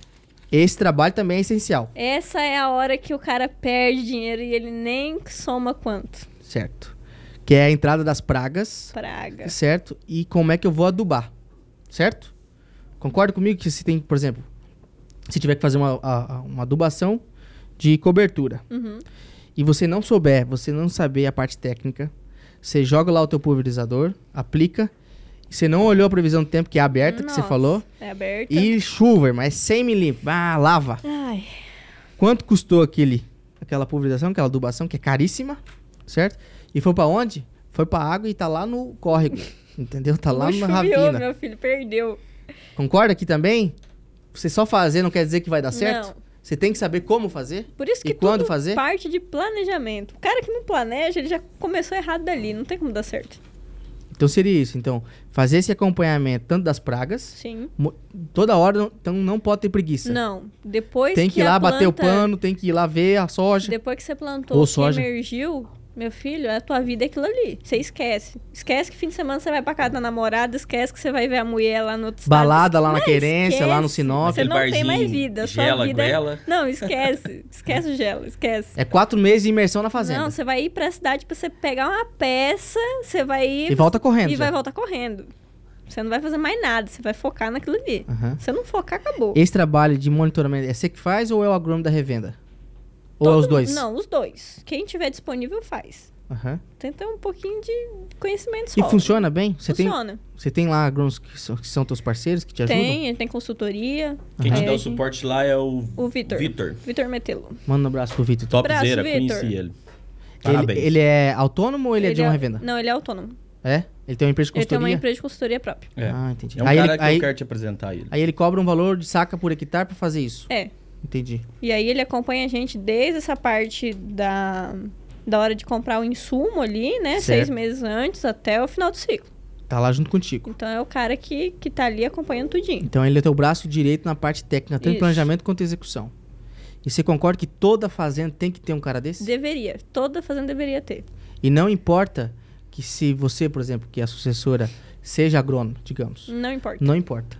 Esse trabalho também é essencial. Essa é a hora que o cara perde dinheiro e ele nem soma quanto. Certo? Que é a entrada das pragas. Praga. Certo? E como é que eu vou adubar? Certo? Concorda comigo que se tem, por exemplo, se tiver que fazer uma, a- a- uma adubação de cobertura Uhum. e você não souber, você não saber a parte técnica, você joga lá o teu pulverizador, aplica, e você não olhou a previsão do tempo que é aberta, que você Nossa, falou, É aberta. e chuva, mas 100 milímetros, ah, lava. Ai, Quanto custou aquele, aquela pulverização, aquela adubação, que é caríssima, certo? E foi pra onde? Foi pra água e tá lá no córrego, entendeu? Tá lá não na chuveou, ravina. meu filho, perdeu. Concorda aqui também? Você só fazer não quer dizer que vai dar Tá certo? Não. Você tem que saber como fazer? Por isso E que quando tudo fazer? parte de planejamento. O cara que não planeja, ele já começou errado dali. Não tem como dar certo. Então seria isso. Então, fazer esse acompanhamento tanto das pragas, Sim. mo- toda hora, não- então não pode ter preguiça. Não. Depois Tem que ir lá a planta, bater o pano, tem que ir lá ver a soja. Depois que você plantou, Ou que soja. emergiu, meu filho, a tua vida é aquilo ali. Você esquece. Esquece que fim de semana você vai pra casa da namorada, esquece que você vai ver a mulher lá no outro estado. Balada lá na querência, lá no assim, esquece. Sinop. Você Aquele não tem barzinho, mais vida, sua Gela, vida- é goela. Não, esquece. esquece o gelo, esquece. É quatro meses de imersão na fazenda. Não, você vai ir pra cidade pra você pegar uma peça, você vai ir E volta correndo. e já. vai voltar correndo. Você não vai fazer mais nada, você vai focar naquilo ali. Aham. Se você não focar, acabou. Esse trabalho de monitoramento é você que faz ou é o agrônomo da revenda? Ou é Todo os dois? mundo- Não, os dois. Quem tiver disponível faz. Aham. Tenta um pouquinho de conhecimento E só. funciona bem? Você tem, Funciona. você tem lá agrônomos que são, que são teus parceiros, que te ajudam? Tem, ele tem consultoria. Quem te Aí dá a o gente- suporte lá é o O Vitor. Vitor. Vitor Metelo. Manda um abraço pro Vitor. Topzera, Vitor. conheci ele. Ele, Parabéns. ele é autônomo ou ele, é de uma revenda? Não, ele é autônomo. É? Ele tem uma empresa de Ele tem consultoria? uma empresa de consultoria própria. É. Ah, entendi. É um aí, cara ele, que aí, eu quero te apresentar ele. aí ele cobra um valor de saca por hectare pra fazer isso. É. Entendi. E aí ele acompanha a gente desde essa parte da, da hora de comprar o insumo ali, né? Certo. Seis meses antes até o final do ciclo. Tá lá junto contigo. Então é o cara que, que tá ali acompanhando tudinho. Então ele é teu braço direito na parte técnica, tanto de Isso. planejamento quanto de execução. E você concorda que toda fazenda tem que ter um cara desse? Deveria. Toda fazenda deveria ter. E não importa que se você, por exemplo, que é a sucessora, seja agrônomo, digamos. Não importa. Não importa.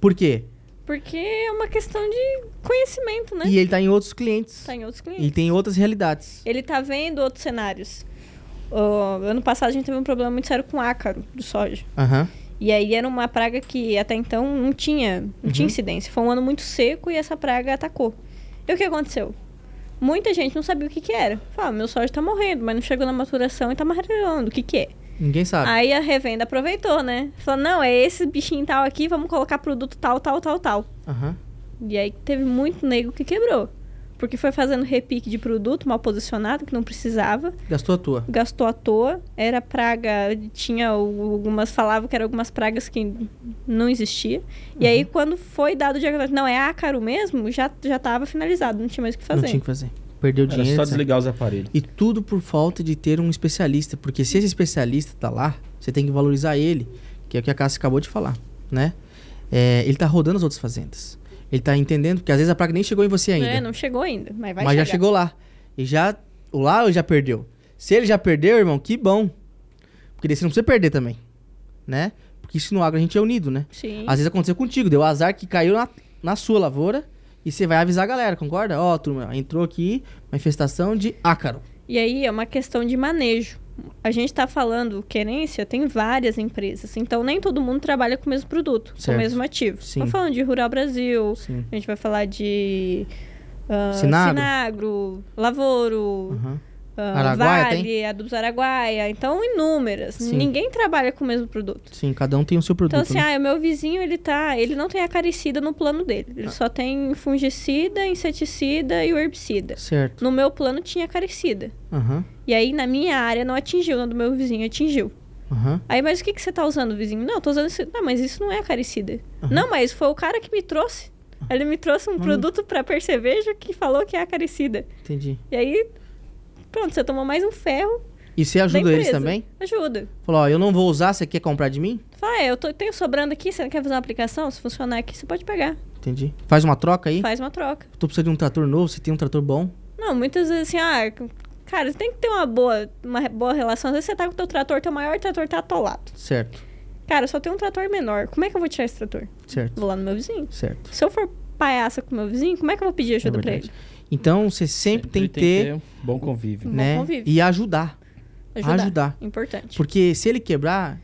Por quê? Porque é uma questão de conhecimento, né? E ele tá em outros clientes. Tá em outros clientes. E tem outras realidades. Ele tá vendo outros cenários. Ó, ano passado a gente teve um problema muito sério com ácaro do soja. Aham. E aí era uma praga que até então não tinha, não tinha incidência. Foi um ano muito seco e essa praga atacou. E o que aconteceu? Muita gente não sabia o que que era. Fala, meu soja tá morrendo, mas não chegou na maturação e tá amarelando. O que que é? Ninguém sabe. Aí a revenda aproveitou, né? Falou, não, é esse bichinho tal aqui, vamos colocar produto tal, tal, tal, tal. Aham. E aí teve muito nego que quebrou. Porque foi fazendo repique de produto mal posicionado, que não precisava Gastou a tua. gastou à toa. Era praga, tinha algumas, falavam que eram algumas pragas que não existia. E aí, Uhum. quando foi dado o diagnóstico, não, é ácaro mesmo, já, já tava finalizado, não tinha mais o que fazer. Não tinha o que fazer. Perdeu Era dinheiro. só etc. desligar os aparelhos. E tudo por falta de ter um especialista. Porque se esse especialista tá lá, você tem que valorizar ele. Que é o que a Cássia acabou de falar, né? É, ele tá rodando as outras fazendas. Ele tá entendendo, porque às vezes a praga nem chegou em você ainda. É, não chegou ainda, mas vai mas já chegar. chegou lá. E já. O lá ele já perdeu. Se ele já perdeu, irmão, que bom. Porque daí você não precisa perder também. Né? Porque se no agro a gente é unido, né? Sim. Às vezes aconteceu contigo, deu azar que caiu na, na sua lavoura e você vai avisar a galera, concorda? Ó, turma, entrou aqui uma infestação de ácaro. E aí é uma questão de manejo. A gente está falando querência, tem várias empresas, então nem todo mundo trabalha com o mesmo produto, com Certo. o mesmo ativo. Sim. Estou falando de Rural Brasil, Sim. a gente vai falar de ah, Sinagro? Sinagro, Lavoro, Aham. ah, Araguaia Vale, Adubs Araguaia, então inúmeras. Sim. Ninguém trabalha com o mesmo produto. Sim, cada um tem o seu produto. Então, assim, né? ah, o meu vizinho, ele tá. Ele não tem acaricida no plano dele. Ah. Ele só tem fungicida, inseticida e o herbicida. Certo. No meu plano tinha acaricida. Aham. E aí, na minha área, não atingiu, na do meu vizinho atingiu. Aham. Aí, mas o que, que você tá usando, vizinho? Não, eu tô usando isso. Não, mas isso não é acaricida. Não, mas foi o cara que me trouxe. Ah. Ele me Hum. trouxe um produto pra percevejo que falou que é acaricida. Entendi. E aí, pronto, você tomou mais um ferro, E você ajuda Da eles empresa. também? ajuda. Falou, ó, eu não vou usar, você quer comprar de mim? Fala, é, eu tô- tenho sobrando aqui, você não quer fazer uma aplicação? Se funcionar aqui, você pode pegar. Entendi. Faz uma troca aí? Faz uma troca. Tô precisando de um trator novo, você tem um trator bom? Não, muitas vezes assim, ah, cara, você tem que ter uma boa, uma boa relação. Às vezes você tá com o teu trator, teu maior trator tá atolado. Certo. Cara, eu só tenho um trator menor. Como é que eu vou tirar esse trator? Certo. Vou lá no meu vizinho. Certo. Se eu for palhaça com meu vizinho, como é que eu vou pedir ajuda É pra ele? verdade. Então você sempre, tem que ter, bom convívio. Bom né? convívio. E ajudar. Ajudar. Ajudar. Importante. Porque se ele quebrar,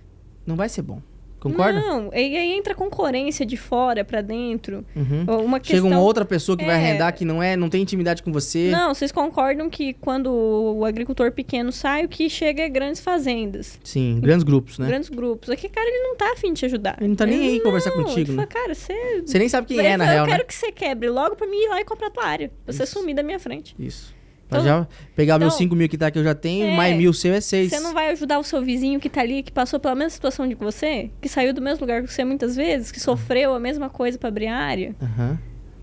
não vai ser bom. Concorda? Não, e aí entra concorrência de fora pra dentro. Uhum. Uma Chega questão... uma outra pessoa que vai É. arrendar que não é, não tem intimidade com você. Não, vocês concordam que quando o agricultor pequeno sai, o que chega é grandes fazendas, Sim, grandes grupos, né? grandes grupos. Aqui, cara, ele não tá afim de te ajudar. Ele não tá nem aí conversar não, contigo, Ele né? fala, cara, você... Você nem sabe quem Ele é, na fala, real, Eu quero né? que você quebre logo pra mim ir lá e comprar a tua área. Pra Você Isso. sumir da minha frente. Isso. Então- Pra já pegar meus então- 5 mil que tá que eu já tenho, É. mais mil seu é 6. Você não vai ajudar o seu vizinho que tá ali, que passou pela mesma situação de que você, que saiu do mesmo lugar que você muitas vezes, que sofreu a mesma coisa pra abrir a área.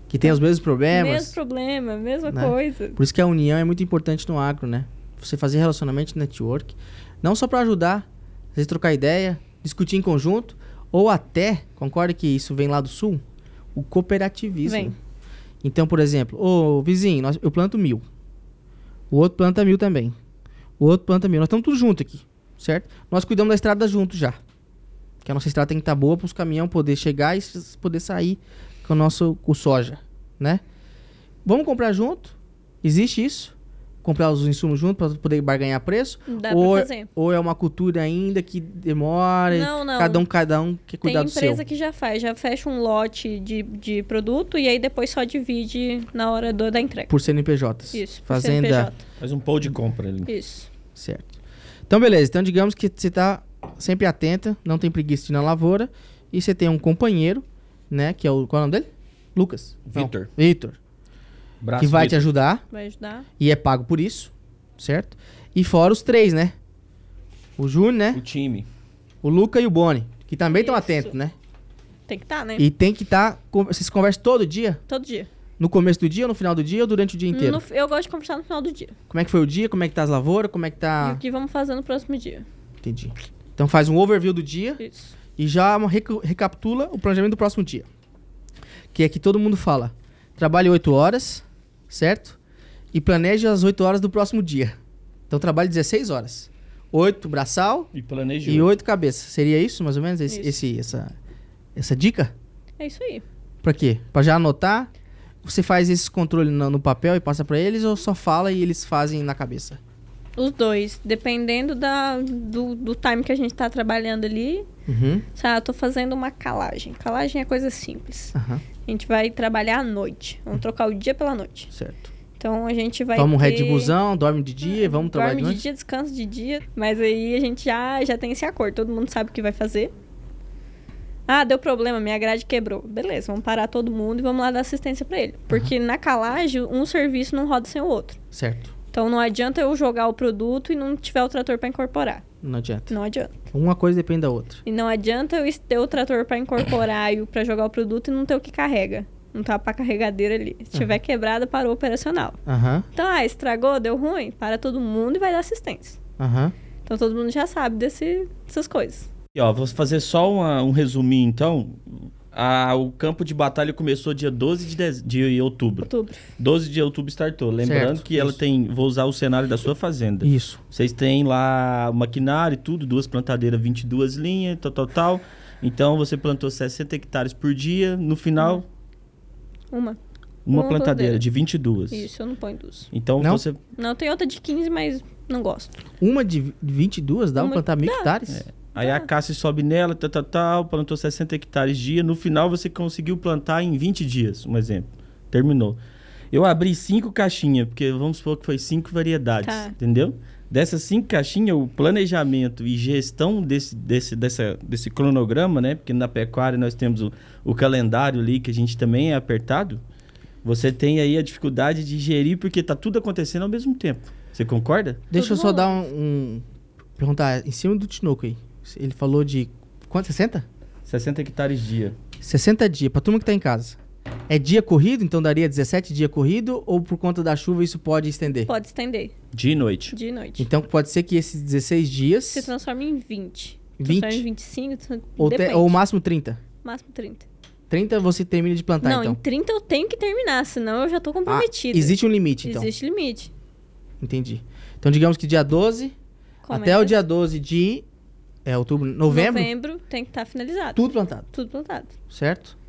Que tem os mesmos problemas. mesmo problema, mesma É, Né? coisa. Por isso que a união é muito importante no agro, né? Você fazer relacionamento network, não só para ajudar, às vezes trocar ideia, discutir em conjunto, ou até, concorda que isso vem lá do sul? O cooperativismo. Vem. Então, por exemplo, ô vizinho, nós- eu planto mil. O outro planta mil também. O outro planta mil. Nós estamos tudo junto aqui, certo? Nós cuidamos da estrada junto já. Que a nossa estrada tem que estar boa para os caminhões poder chegar e s- poder sair com o nosso com o soja, né? Vamos comprar junto? Existe isso? Comprar os insumos junto para poder barganhar preço? Dá pra ou, fazer. ou é uma cultura ainda que demora? e Não, não. Cada um, cada um quer Tem cuidar do seu. empresa que já faz, já fecha um lote de, de produto e aí depois só divide na hora do, da entrega. Por CNPJs. Isso, por Fazenda. CNPJ. Faz um pool de compra ali. Isso. Certo. Então, beleza. Então, digamos que você está sempre atenta, não tem preguiça de ir na lavoura. E você tem um companheiro, né? Que é o. Qual é o nome dele? Lucas. Não, Vitor. Vitor. Braço Que vai te Vitor. ajudar Vai ajudar? e é pago por isso, certo? E fora os três, né? O Júnior, O né? time. O Luca e o Boni. Que também estão Isso. atentos, né? Tem que estar, né? E tem que estar. vocês conversam todo dia? Todo dia. No começo do dia, no final do dia ou durante o dia inteiro? No- eu gosto de conversar no final do dia. Como é que foi o dia? Como é que tá as lavouras? Como é que E tá. o que vamos fazer no próximo dia. Entendi. Então faz um overview do dia. Isso. E já uma recu- recapitula o planejamento do próximo dia. Que é que todo mundo fala. Trabalhe 8 horas, certo? E planeje as 8 horas do próximo dia. Então trabalhe 16 horas. 8 braçal E planeja e o 8 cabeças. Seria isso, mais ou menos? Esse, Isso. esse- essa, essa dica? É isso aí. Pra quê? Pra já anotar? Você faz esse controle no, no papel e passa pra eles ou só fala e eles fazem na cabeça? Os dois, dependendo da, do, do time que a gente tá trabalhando ali. Uhum. Sabe, eu tô fazendo uma calagem. Calagem é coisa simples. Aham, A gente vai trabalhar à noite. Vamos trocar o dia pela noite. certo. Então a gente vai. Toma um ter... Red Bullzão, dorme de dia, vamos trabalhar um de Dorme de noite. dia, descansa de dia. Mas aí a gente já, já tem esse acordo. Todo mundo sabe o que vai fazer. Ah, deu problema, minha grade quebrou. Beleza, vamos parar todo mundo e vamos lá dar assistência pra ele. Porque na calagem, um serviço não roda sem o outro. Certo. Então não adianta eu jogar o produto e não tiver o trator pra incorporar. Não adianta. Não adianta. Uma coisa depende da outra. E não adianta eu ter o trator pra incorporar e o- pra jogar o produto e não ter o que carrega. Não tá pra carregadeira ali. Se tiver quebrada, parou o operacional. Aham, Então, ah, estragou, deu ruim, para todo mundo e vai dar assistência. aham. Então todo mundo já sabe desse, dessas coisas. E, ó, vou fazer só uma- um resuminho, então. Ah, o campo de batalha começou dia 12 de, dez- de outubro. Outubro. 12 de outubro startou. Lembrando Certo, que ela isso. tem. Vou usar o cenário da sua fazenda. Isso. Vocês têm lá o maquinário e tudo, duas plantadeiras, 22 linhas, tal, tal, tal. Então você plantou 60 hectares por dia. No final, Uma. Uma, Uma plantadeira plantadeira. de 22. Isso, eu não ponho duas. Então Não? você. Não, tem outra de 15, mas não gosto. Uma de vi- 22 dá Uma- pra plantar mil dá. É. hectares? Aí a Cássia sobe nela, tal, tal, tal, plantou 60 hectares dia. No final você conseguiu plantar em 20 dias, um exemplo. Terminou. Eu abri cinco caixinhas, porque vamos supor que foi cinco variedades, Tá. entendeu? Dessas cinco caixinhas, o planejamento e gestão desse, desse, dessa, desse cronograma, né? Porque na pecuária nós temos o, o calendário ali, que a gente também é apertado. Você tem aí a dificuldade de gerir, porque tá tudo acontecendo ao mesmo tempo. Você concorda? Deixa eu Tudo só bom. dar um, um- Perguntar em cima do Tinoco aí. Ele falou de. Quanto? 60? 60 hectares dia. 60 dias, pra turma que tá em casa. É dia corrido, então daria 17 dias corrido, ou por conta da chuva isso pode estender? Pode estender, Dia e noite. de noite. Então pode ser que esses 16 dias. Se transforma em 20. 20? Transforma em 25, tran- Ou, te- então depende. ou o máximo 30. Máximo 30. 30 você termina de plantar, não, em então. 30 eu tenho que terminar, senão eu já tô Ah, comprometida. existe um limite, então. Existe limite. Entendi. Então digamos que dia 12, até Começa o dia 12 de é, outubro, novembro, Novembro tem que estar finalizado. tudo plantado, Tudo plantado. certo?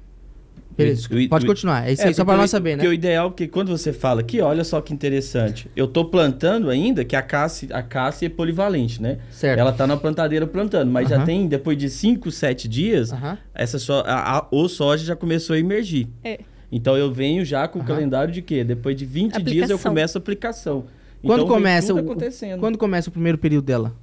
Beleza, O i- pode o i- continuar. É isso aí, só porque pra o- nós saber, né? Porque o ideal, porque quando você fala aqui, olha só que interessante. Eu tô plantando ainda, que a Cássia, a Cássia é polivalente, né? Certo. Ela tá na plantadeira plantando, mas já Aham. Ah. tem, depois de 5, 7 dias, Aham. essa só, a, a- o soja já começou a emergir. É. Então eu venho já com o Aham. calendário de quê? Depois de 20 dias eu Aplicação. começo a aplicação. Quando então, vem começa tudo o- acontecendo. Quando começa o primeiro período dela?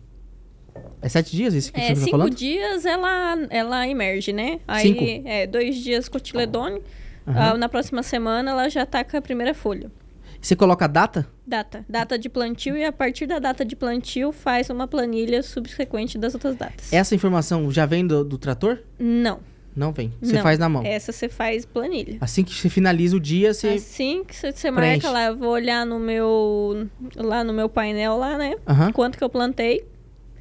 É sete dias isso que É, você tá cinco falando? dias ela, ela emerge, né? Aí, Cinco? Tá é, dois dias cotiledone. Aham. Ah, na próxima semana ela já tá com a primeira folha. Você coloca a data? Data. Data de plantio e a partir da data de plantio faz uma planilha subsequente das outras datas. Essa informação já vem do, do trator? Não. Não vem. Você não. É. faz na mão. Essa você faz planilha. Assim que você finaliza o dia, você. Assim que você- você preenche. marca lá, eu vou olhar no meu lá no meu painel lá, né? Aham. Quanto que eu plantei,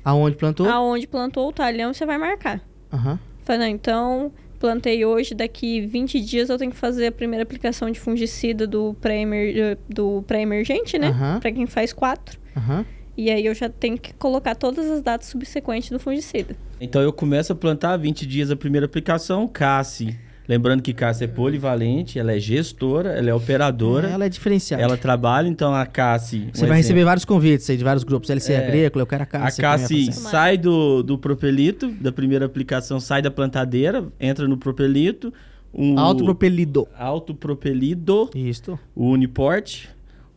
Aonde plantou? aonde plantou o talhão, você vai marcar. Aham. Fala, não, então plantei hoje, daqui 20 dias eu tenho que fazer a primeira aplicação de fungicida do pré-emer- do pré-emergente, né? Aham. Pra quem faz quatro. Aham. E aí eu já tenho que colocar todas as datas subsequentes do fungicida. Então eu começo a plantar 20 dias a primeira aplicação, Cassi. Lembrando que Cassi é polivalente, ela é gestora, ela é operadora. Ela é diferenciada. Ela é. trabalha, então a Cassi. Você vai receber vários convites aí de vários grupos. LC É. Agrícola, eu quero a A Cássia. que é minha Cassi parceira. sai do, do propelito, da primeira aplicação, sai da plantadeira, entra no propelito. Um Autopropelido. autopropelido, Isto. o Uniport.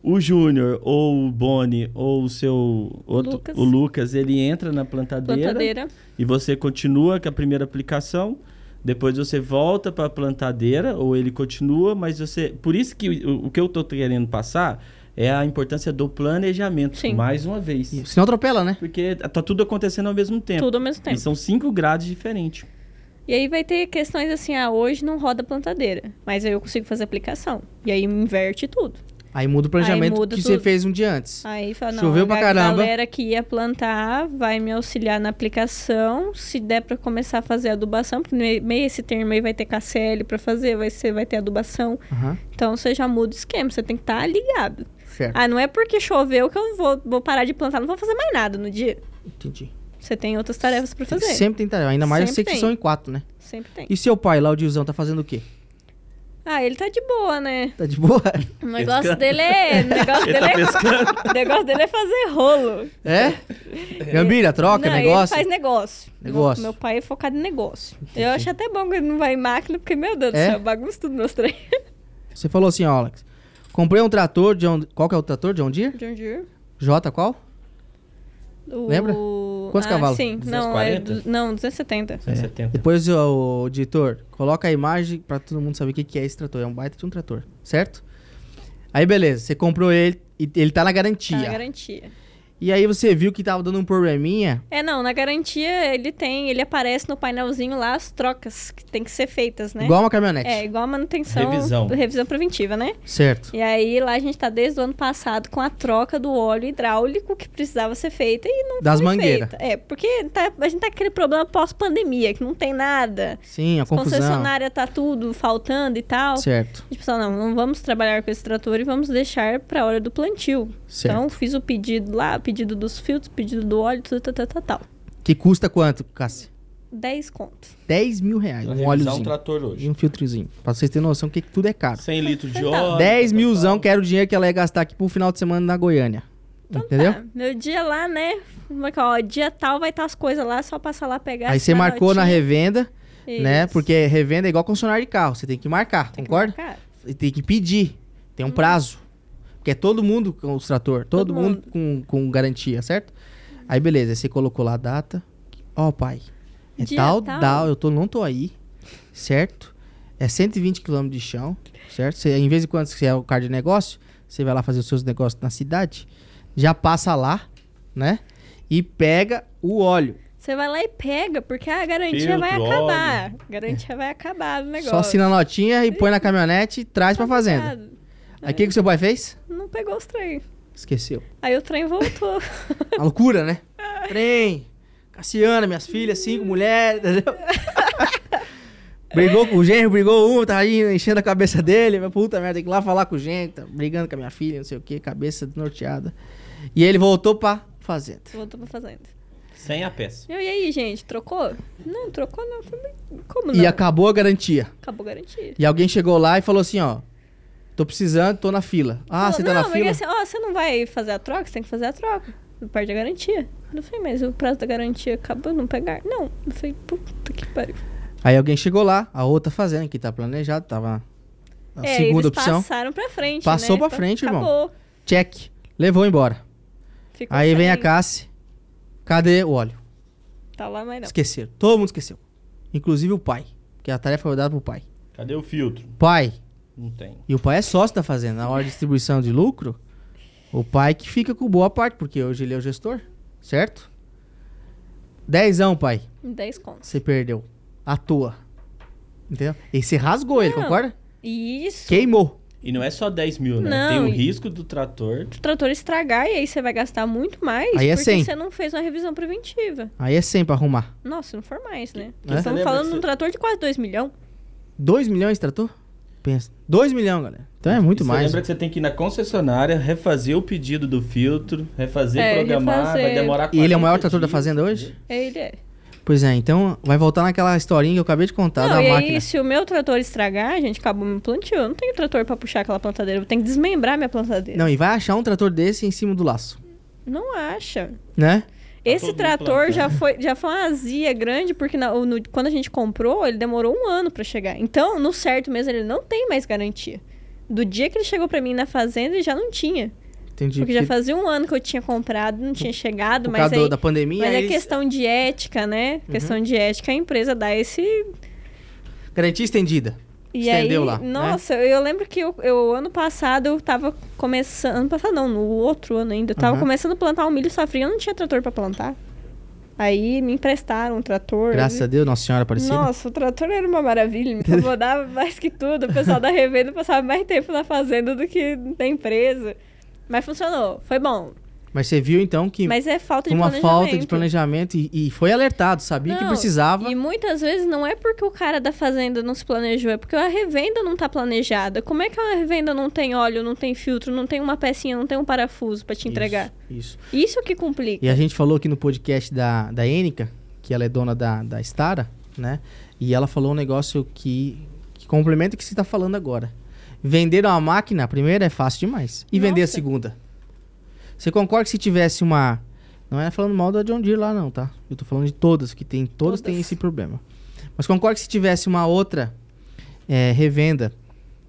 O Júnior, ou o Boni, ou o seu outro, Lucas. o Lucas, ele entra na plantadeira. Plantadeira, E você continua com a primeira aplicação, depois você volta para a plantadeira, ou ele continua, mas você. Por isso que o, o que eu estou querendo passar é a importância do planejamento, Sim. mais uma vez. Isso. Senão atropela, né? Porque tá tudo acontecendo ao mesmo tempo. tudo ao mesmo E tempo. são cinco grados diferentes. E aí vai ter questões assim, ah, hoje não roda plantadeira, mas aí eu consigo fazer aplicação. E aí inverte tudo. Aí muda o planejamento Aí muda que você tudo. Ah. fez um dia antes. Aí fala, não, Choveu pra a caramba. galera que ia plantar vai me auxiliar na aplicação. Se der pra começar a fazer adubação, porque me- meio esse termo aí vai ter KCL pra fazer, vai, ser, vai ter adubação. Aham. Então você já muda o esquema, você tem que estar ligado. Certo. Ah, não é porque choveu que eu vou, vou parar de plantar, não vou fazer mais nada no dia. Entendi. Você tem outras tarefas pra fazer. Sempre tem tarefa. Ainda mais eu Sempre sei que tem. são em quatro, né? Sempre tem. E seu pai lá, o Dilzão, tá fazendo o quê? Ah, ele tá de boa, né? Tá de boa? O negócio Pescando. dele é. tá O negócio, dele é o negócio dele é fazer rolo. é? Gambira, troca, não, negócio? Ele faz negócio. Negócio. Meu, meu pai é focado em negócio. Eu acho até bom que ele não vai em máquina, porque, meu Deus É? do céu, bagunça tudo meus trem. Você falou assim, ó, Alex. Comprei um trator, John... qual que é o trator, John Deere? John Deere. J qual? O... Lembra? Quantos ah, cavalos? Sim, não, é, 240? du- não, 270. É. 170. Depois, o, editor, coloca a imagem pra todo mundo saber o que, que é esse trator. É um baita de um trator, certo? Aí, beleza. Você comprou ele e ele tá na Tá garantia. na garantia. E aí você viu que tava dando um probleminha. É, não, na garantia ele tem, ele aparece no painelzinho lá as trocas que tem que ser feitas, né? Igual uma caminhonete. É, igual a manutenção. Revisão. Revisão preventiva, né? Certo. E aí lá a gente tá desde o ano passado com a troca do óleo hidráulico que precisava ser feita e não Das foi mangueiras. feita. É, porque tá- a gente tá com aquele problema pós-pandemia, que não tem nada. Sim, a confusão. Concessionária tá tudo faltando e tal. Certo. A gente pensou, não, não vamos trabalhar com esse trator e vamos deixar pra hora do plantio. Certo. Então fiz o pedido lá, pedido dos filtros, pedido do óleo, tudo, tal, tal, tal, tal. Que custa quanto, Cassi? 10 contos. 10 mil reais. Pra Um revisar um óleozinho. trator e hoje. um filtrozinho. Pra vocês terem noção que tudo é caro. 100 litros Tá. de óleo. 10 tal, milzão, tal. que era o dinheiro que ela ia gastar aqui pro final de semana na Goiânia. Entendeu? Tá, meu dia lá, né? Vai que, ó, dia tal vai estar as coisas lá, só passar lá pegar. Aí você assinar a marcou na notinha. revenda, né? Isso. Porque revenda é igual concessionário de carro. Você tem que marcar, Tem que concorda? marcar. E tem que pedir. Tem um prazo. Porque é todo mundo com os trator, todo, Uhum. Todo mundo, com, com garantia, certo? Aí beleza, aí você colocou lá a data. Ó, pai, é Dia tal, tal. tal, eu tô, não tô aí, certo? É 120 km de chão, certo? Você, em vez de quando você é o card de negócio, você vai lá fazer os seus negócios na cidade, já passa lá, né? E pega o óleo. Você vai lá e pega, porque a garantia Filtro, vai acabar. A garantia vai acabar do negócio. Só assina a notinha e põe na caminhonete e traz pra fazenda. Aí o que, que o seu pai fez? Ah, Não pegou os trem. Esqueceu. Aí o trem voltou. Uma loucura, né? Trem, Cassiana, minhas filhas, cinco mulheres, entendeu? brigou com o genro, brigou um, tava aí enchendo a cabeça dele. Mas puta merda, tem que ir lá falar com o genro, tá brigando com a minha filha, não sei o que, cabeça norteada. E ele voltou pra fazenda. voltou pra fazenda. Sem a peça. Meu, e aí, gente? Trocou? Não, trocou não. Foi bem- Como não? E acabou a garantia. Acabou a garantia. E alguém chegou lá e falou assim, ó, tô precisando, tô na fila. Ah, Falou, você tá não, na Não, fila? assim, ó, você não vai fazer a troca, você tem que fazer a troca. Não perde a garantia. Eu falei, mas o prazo da garantia acabou, não pegar? Não. Eu falei, puta que pariu. Aí alguém chegou lá, a outra fazenda que tá planejada, tava na É, segunda eles opção. passaram pra frente, Passou né? pra Então, frente, irmão. acabou. Check, levou embora. Ficou Aí vem a sem- Cassi. Cadê o óleo? Tá lá, mas não. Esqueceram. Todo mundo esqueceu. Inclusive o pai. Porque a tarefa foi dada pro pai. Cadê o filtro? Pai. Não tem. E o pai é sócio da fazenda. Na hora de distribuição de lucro, o pai que fica com boa parte, porque hoje ele é o gestor, certo? Dezão, pai. 10 contos. Você perdeu. À toa. Entendeu? E você rasgou ele, Não. concorda? Isso. Queimou. E não é só 10 mil, né? Não, tem o e- risco do trator. O trator estragar e aí você vai gastar muito mais Aí é porque 100. você não fez uma revisão preventiva. Aí é 100 pra arrumar. Nossa, não for mais, né? que você Estamos lembra falando que É. de um você- trator de quase 2 milhões. 2 milhões tratou? Pensa. 2 milhões, galera. Então é muito E você mais. Lembra que você tem que ir na concessionária, refazer o pedido do filtro, refazer, É, programar, vai refazer. demorar E ele é o maior 40 trator da dias. Tá fazenda hoje? Ele é. Pois é, então vai voltar naquela historinha que eu acabei de contar não, da e Tá máquina. aí, se o meu trator estragar, gente, acabou meu plantio. Eu não tenho trator pra puxar aquela plantadeira. Eu tenho que desmembrar minha plantadeira. Não, e vai achar um trator desse em cima do laço, Não, acha. né? Tá Esse todo mundo trator plantando. já foi, já foi uma azia grande, porque na- no- quando a gente comprou, ele demorou um ano pra chegar. Então, no certo mesmo, ele não tem mais garantia. Do dia que ele chegou pra mim na fazenda, ele já não tinha. Entendi. Porque já fazia um ano que eu tinha comprado, não tinha chegado, por mas causa aí... do- da Uhum. pandemia, Mas é eles- questão de ética, né? Questão de ética, a empresa dá esse. garantia estendida. E Estendeu aí, lá, né? nossa, eu lembro que eu, eu, ano passado eu tava começando. Ano passado não, no outro ano ainda. Eu tava Uhum. começando a plantar o milho safrinha, eu não tinha trator pra plantar. Aí me emprestaram um trator. Graças a Deus, Nossa Senhora Aparecida. Nossa, o trator era uma maravilha, me incomodava mais que tudo. O pessoal da revenda passava mais tempo na fazenda do que na empresa. Mas funcionou, foi bom. Mas você viu então que Mas é falta de uma planejamento. falta de planejamento e, e foi alertado, sabia que Não, precisava. E muitas vezes não é porque o cara da fazenda não se planejou, é porque a revenda não tá planejada. Como é que uma revenda não tem óleo, não tem filtro, não tem uma pecinha, não tem um parafuso pra te entregar? Isso. isso. Isso que complica. E a gente falou aqui no podcast da, da Enica, que ela é dona da, da Stara, né? E ela falou um negócio que, que complementa o que você tá falando agora. Vender uma máquina, a primeira é fácil demais. E vender a Nossa. segunda. Você concorda que se tivesse uma. Não é falando mal da John Deere lá, não, tá? Eu tô falando de todas, que tem. Todas, Todas. têm esse problema. Mas concorda que se tivesse uma outra é, revenda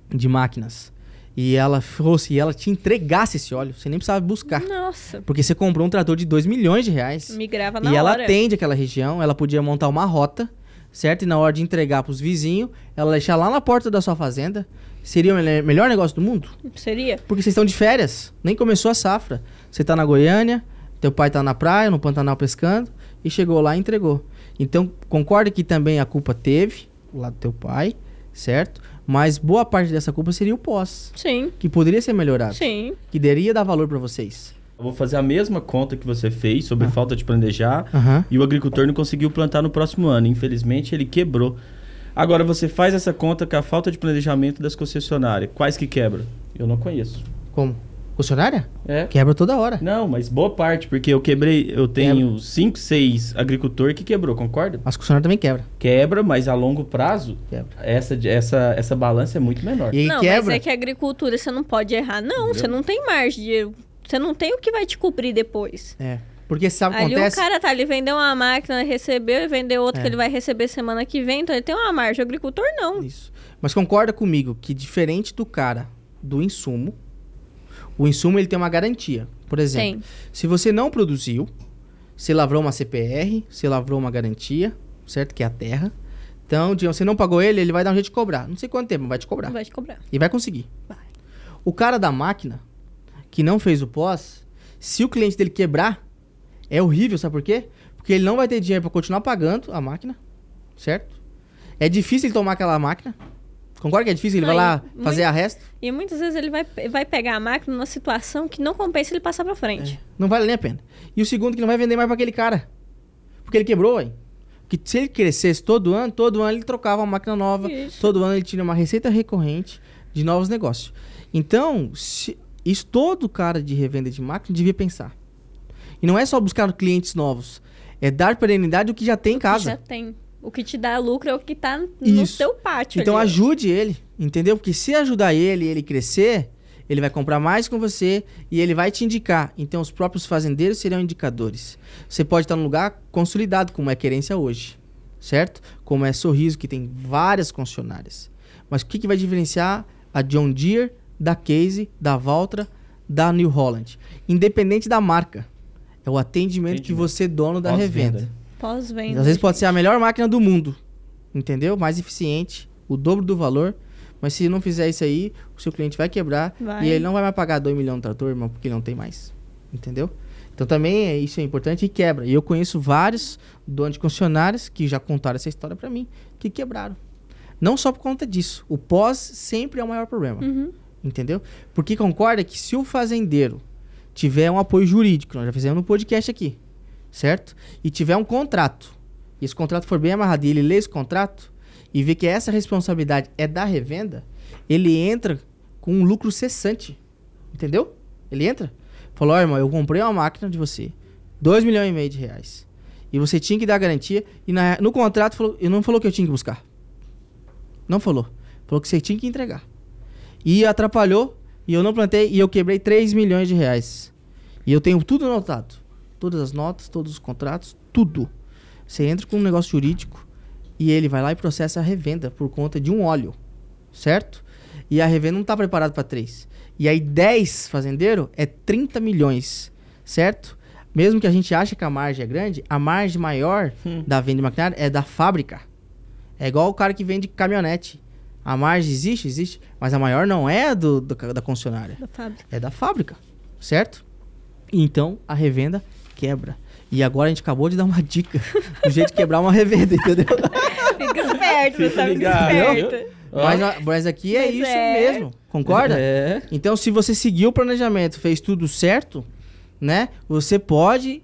de máquinas e ela fosse e ela te entregasse esse óleo, você nem precisava buscar. Nossa, Porque você comprou um trator de 2 milhões de reais. migrava na E ela hora. atende aquela região, ela podia montar uma rota, certo? E na hora de entregar pros vizinhos, ela deixar lá na porta da sua fazenda. Seria o mele- melhor negócio do mundo? Seria? Porque vocês estão de férias, nem começou a safra. Você tá na Goiânia, teu pai tá na praia, no Pantanal pescando, e chegou lá e entregou. Então, concorda que também a culpa teve, lá do teu pai, certo? Mas boa parte dessa culpa seria o pós, Sim, que poderia ser melhorado, sim. que deveria dar valor pra vocês. Eu vou fazer a mesma conta que você fez Ah. sobre falta de planejar. Aham. E o agricultor não conseguiu plantar no próximo ano. Infelizmente, ele quebrou. Agora, você faz essa conta com a falta de planejamento das concessionárias. Quais que quebram? Eu não conheço. Como? Funcionária? É. Quebra toda hora. Não, mas boa parte, porque eu quebrei, eu tenho 5, 6 agricultor que quebrou, concorda? Mas funcionária também quebra. Quebra, mas a longo prazo, Quebra. essa, de- essa, essa balança é muito menor. E aí não, quebra. mas é que a agricultura você não pode errar, não. Você não tem margem de. Você não tem o que vai te cobrir depois. É. Porque sabe o que Ali acontece? o cara tá, ele vendeu uma máquina, recebeu e vendeu É. outra que ele vai receber semana que vem, então ele tem uma margem. O agricultor não. Isso. Mas concorda comigo que diferente do cara do insumo, o insumo ele tem uma garantia. Por exemplo, Tem. se você não produziu, você lavrou uma CPR, você lavrou uma garantia, certo? Que é a terra. Então, digamos, você não pagou ele, ele vai dar um jeito de cobrar. Não sei quanto tempo, mas vai te cobrar. Vai te cobrar. E vai conseguir. Vai. O cara da máquina, que não fez o pós, se o cliente dele quebrar, é horrível, sabe por quê? Porque ele não vai ter dinheiro pra continuar pagando a máquina, certo? É difícil ele tomar aquela máquina. Concorda que é difícil? Ele Não, vai lá e fazer muito- a resto? E muitas vezes ele vai, vai pegar a máquina numa situação que não compensa ele passar pra frente. Não vale nem a pena. E o segundo que não vai vender mais pra aquele cara. Porque ele quebrou, hein? Porque se ele crescesse todo ano, todo ano ele trocava uma máquina nova, Isso. todo ano ele tinha uma receita recorrente de novos negócios. Então, se- isso todo cara de revenda de máquina devia pensar. E não é só buscar clientes novos, é dar perenidade o que já tem em casa. Já tem. O que te dá lucro é o que tá no Isso. seu pátio. Então ali. ajude ele, entendeu? Porque se ajudar ele e ele crescer, ele vai comprar mais com você e ele vai te indicar. Então os próprios fazendeiros serão indicadores. Você pode estar num lugar consolidado, como é Querência hoje, certo? Como é Sorriso, que tem várias concessionárias. Mas o que, que vai diferenciar a John Deere da Case, da Valtra, da New Holland? Independente da marca, é o atendimento, que Atendimento. você, é dono da Pós-venda. revenda. Pós-venda. Às vezes pode ser a melhor máquina do mundo, entendeu? Mais eficiente, o dobro do valor. Mas se não fizer isso aí, o seu cliente vai quebrar Vai. e ele não vai mais pagar 2 milhões no trator, irmão, porque ele não tem mais. Entendeu? Então também é- isso é importante e quebra. E eu conheço vários donos de concessionárias que já contaram essa história pra mim, que quebraram. Não só por conta disso. O pós sempre é o maior problema. Uhum. Entendeu? Porque concorda que se o fazendeiro tiver um apoio jurídico, nós já fizemos no podcast aqui, certo? E tiver um contrato, e esse contrato for bem amarrado, e ele lê esse contrato e vê que essa responsabilidade é da revenda, ele entra com um lucro cessante. Entendeu? Ele entra. Falou, ó, irmão, eu comprei uma máquina de você, 2 milhões e meio de reais. E você tinha que dar garantia, e na- no contrato falou, e não falou que eu tinha que buscar. Não falou. Falou que você tinha que entregar e atrapalhou e eu não plantei e eu quebrei 3 milhões de reais. E eu tenho tudo anotado. Todas as notas, todos os contratos, tudo. Você entra com um negócio jurídico e ele vai lá e processa a revenda por conta de um óleo, certo? E a revenda não está preparada para três. E aí 10 fazendeiro é 30 milhões, certo? Mesmo que a gente ache que a margem é grande, a margem maior Hum. da venda de maquinário é da fábrica. É igual o cara que vende caminhonete. A margem existe, existe, mas a maior não é do, do ca- da concessionária, Da fábrica. é da fábrica, certo? Então a revenda quebra. E agora a gente acabou de dar uma dica do jeito de quebrar uma revenda, entendeu? Fica esperto, Fica sabe? ligado, Fica viu? esperto. Ó. Mas, a- mas aqui é Mas isso é. mesmo, concorda? É. Então, se você seguiu o planejamento, fez tudo certo, né? Você pode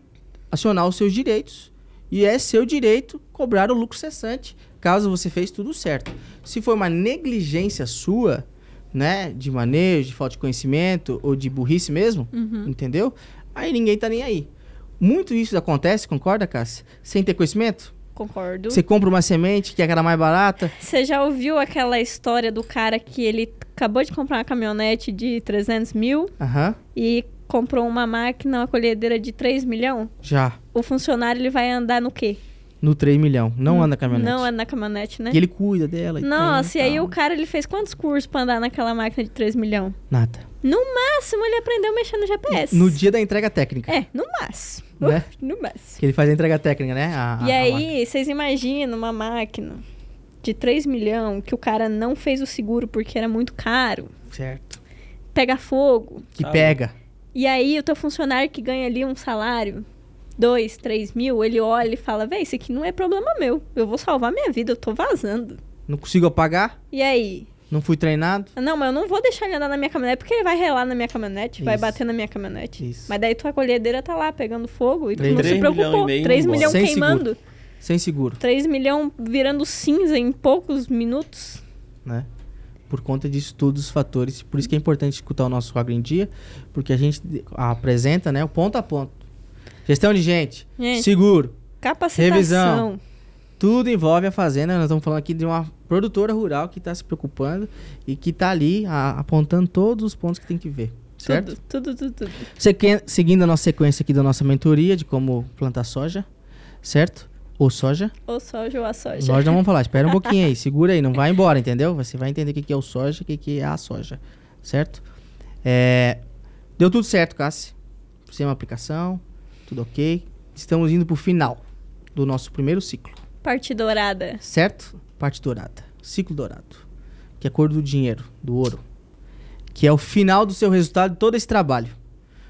acionar os seus direitos. E é seu direito cobrar o lucro cessante, caso você fez tudo certo. Se foi uma negligência sua, né? De manejo, de falta de conhecimento ou de burrice mesmo, Uhum. entendeu? Aí ninguém tá nem aí. Muito isso acontece, concorda, Cássia? Sem ter conhecimento? Concordo. Você compra uma semente que é aquela mais barata, Você já ouviu aquela história do cara que ele acabou de comprar uma caminhonete de 300 mil aham, e comprou uma máquina, uma colhedeira de 3 milhão? já, O funcionário ele vai andar no quê? no 3 milhão. Não anda caminhonete. Não é na caminhonete, né? E ele cuida dela. e Nossa, e tem aí tal. o cara ele fez quantos cursos pra andar naquela máquina de 3 milhão? Nada. No máximo ele aprendeu a mexer no GPS. No dia da entrega técnica. É, no máximo. Né? No máximo. Que ele faz a entrega técnica, né? A- E a- a aí, vocês imaginam uma máquina de 3 milhão que o cara não fez o seguro porque era muito caro, máquina. Certo. pega fogo. Que Ah, pega. E aí, o teu funcionário que ganha ali um salário, 2, 3 mil, ele olha e fala: Véi, isso aqui não é problema meu. Eu vou salvar minha vida, eu tô vazando. Não consigo pagar. E aí? Não fui treinado. Não, mas eu não vou deixar ele andar na minha caminhonete porque ele vai relar na minha caminhonete, vai Isso. bater na minha caminhonete. Isso. Mas daí tua colhedeira tá lá pegando fogo e tu Três- não se três um milhão e preocupou. meio 3 indo milhão embora. Sem seguro. queimando. Sem seguro, 3 milhão virando cinza em poucos minutos. né? por conta disso todos os fatores. Por isso que é importante escutar o nosso agro em dia, porque a gente apresenta, né, o ponto a ponto. Gestão de gente, Gente. seguro, Capacitação. Revisão. tudo envolve a fazenda. né? Nós estamos falando aqui de uma produtora rural que está se preocupando e que está ali a- apontando todos os pontos que tem que ver. Certo? Tudo, tudo, tudo, tudo. Sequen- seguindo a nossa sequência aqui da nossa mentoria de como plantar soja, certo? Ou soja. Ou soja ou a soja. Nós não vamos falar, espera um pouquinho aí, segura aí, não vai embora, entendeu? Você vai entender o que que é o soja, o que que é a soja, certo? É, deu tudo certo, Cassi. Fizemos uma aplicação, tudo ok. Estamos indo pro final do nosso primeiro ciclo, Parte dourada. certo? Parte dourada, ciclo dourado, que é a cor do dinheiro, do ouro, que é o final do seu resultado de todo esse trabalho.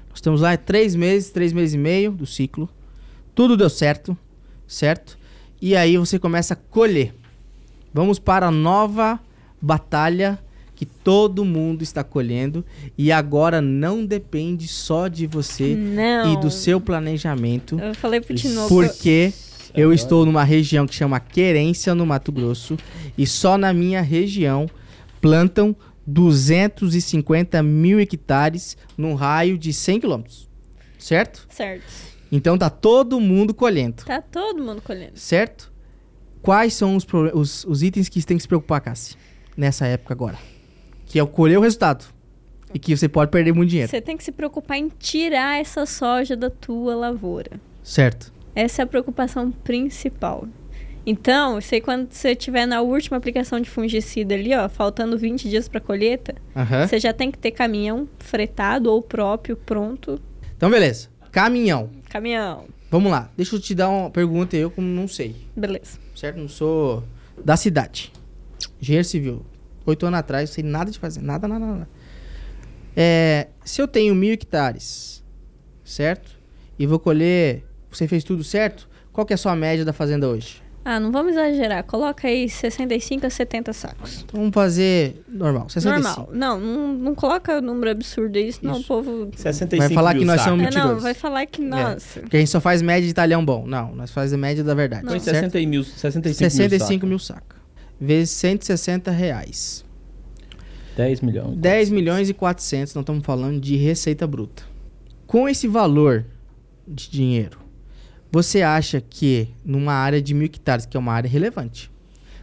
Nós estamos lá há três meses, três meses e meio do ciclo. Tudo deu certo, certo? E aí você começa a colher. Vamos para a nova batalha que todo mundo está colhendo. E agora não depende só de você Não. e do seu planejamento. Eu falei pro Isso. Tinoco. Porque eu Agora- estou numa região que chama Querência, no Mato Grosso, e só na minha região plantam 250 mil hectares num raio de 100 quilômetros, certo? Certo. Então tá todo mundo colhendo, Tá todo mundo colhendo. certo? Quais são os, proble- os, os itens que você tem que se preocupar, Cassi, nessa época agora? Que é o colher o resultado. E que você pode perder muito dinheiro, Você tem que se preocupar em tirar essa soja da tua lavoura. certo? Essa é a preocupação principal. Então, sei quando você tiver na última aplicação de fungicida ali, ó, faltando 20 dias pra colheita, Aham. você já tem que ter caminhão fretado ou próprio pronto. Então, beleza. Caminhão. Caminhão. Vamos lá. Deixa eu te dar uma pergunta, eu como não sei. Beleza. certo? Não sou da cidade. Engenheiro civil. Oito anos atrás, sem nada de fazer. Nada, nada, nada. É, se eu tenho mil hectares, certo? E vou colher... Você fez tudo certo? Qual que é a sua média da fazenda hoje? Ah, não vamos exagerar. Coloca aí 65 a 70 sacos. Então vamos fazer normal. 65. Normal. Não, não, não coloca o número absurdo aí, senão Isso. o povo. 65 Vai falar mil que nós somos É, sacos. não, mentiroso. vai falar que, nossa. Porque a gente só faz média de talhão bom. Não, nós fazemos média da verdade. Põe certo? 60 mil, 65, 65 mil. mil saca. Vezes 160 reais. sacos. 10 milhões. 10 milhões e 400, nós estamos falando de receita bruta. Com esse valor de dinheiro, você acha que numa área de mil hectares, que é uma área relevante,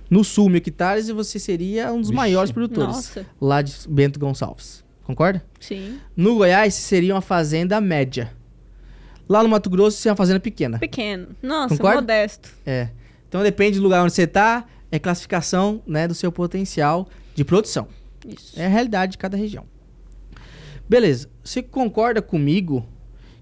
no sul, mil hectares, você seria um dos Vixe. maiores produtores Nossa. lá de Bento Gonçalves. Concorda? Sim. No Goiás, seria uma fazenda média. Lá no Mato Grosso, seria uma fazenda pequena. Pequeno. Nossa, É. Concorda? modesto. É. Então depende do lugar onde você está, é classificação né, do seu potencial de produção. Isso. É a realidade de cada região. Beleza. Você concorda comigo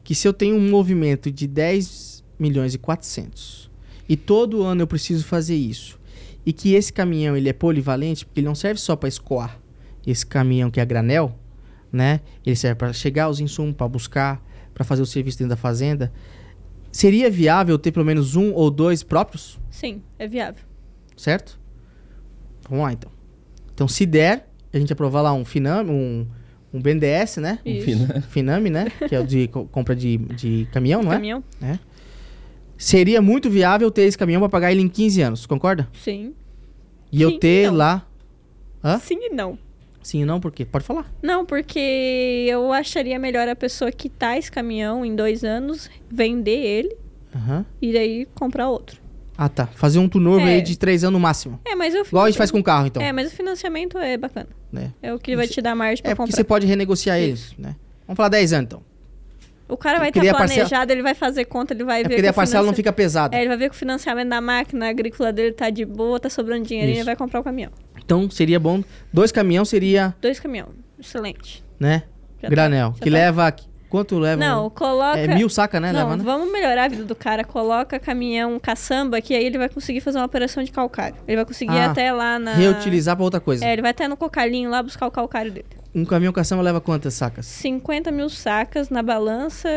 que se eu tenho um movimento de 10 milhões e 400 e todo ano eu preciso fazer isso e que esse caminhão ele é polivalente porque ele não serve só para escoar esse caminhão que é a granel, né? Ele serve para chegar aos insumos, para buscar, para fazer o serviço dentro da fazenda. Seria viável ter pelo menos um ou dois próprios? Sim, é viável. certo? Vamos lá então. Então, se der, a gente aprovar lá um Finame, um, um BNDES, né? Isso. Enfim, né? Finame, né? Que é o de co- compra de, de caminhão, não é? Caminhão? Seria muito viável ter esse caminhão pra pagar ele em 15 anos, concorda? Sim. E Sim, então. eu ter não. lá. Hã? Sim e não. Sim, não, por quê? Pode falar. Não, porque eu acharia melhor a pessoa quitar esse caminhão em dois anos, vender ele Aham. e daí comprar outro. Ah, tá. Fazer um turnover É. aí de 3 anos no máximo. É, mas eu Igual a gente faz com o carro, então. É, mas o financiamento é bacana. né? É o que vai Isso- te dar margem pra É, porque comprar. você pode renegociar ele, né? Vamos falar 10 anos, então. O cara vai porque estar daí a parcela- planejado, ele vai fazer conta, ele vai É ver. porque daí que a o parcela não financi- fica pesada. É, ele vai ver que o financiamento da máquina agrícola dele tá de boa, tá sobrando dinheiro e Isso. ele vai comprar o caminhão. Então, seria bom. Dois caminhões seria, Dois caminhões. Excelente. né? Já tá- Granel. já que tá. leva. Quanto leva? um- Não, coloca. É mil saca, né? Não, leva, né? vamos melhorar a vida do cara. Coloca caminhão caçamba, que aí ele vai conseguir fazer uma operação de calcário. Ele vai conseguir ir Ah, até lá na. Reutilizar pra outra coisa. É, ele vai até no cocalinho lá buscar o calcário dele. Um caminhão caçamba leva quantas sacas? 50 mil sacas na balança,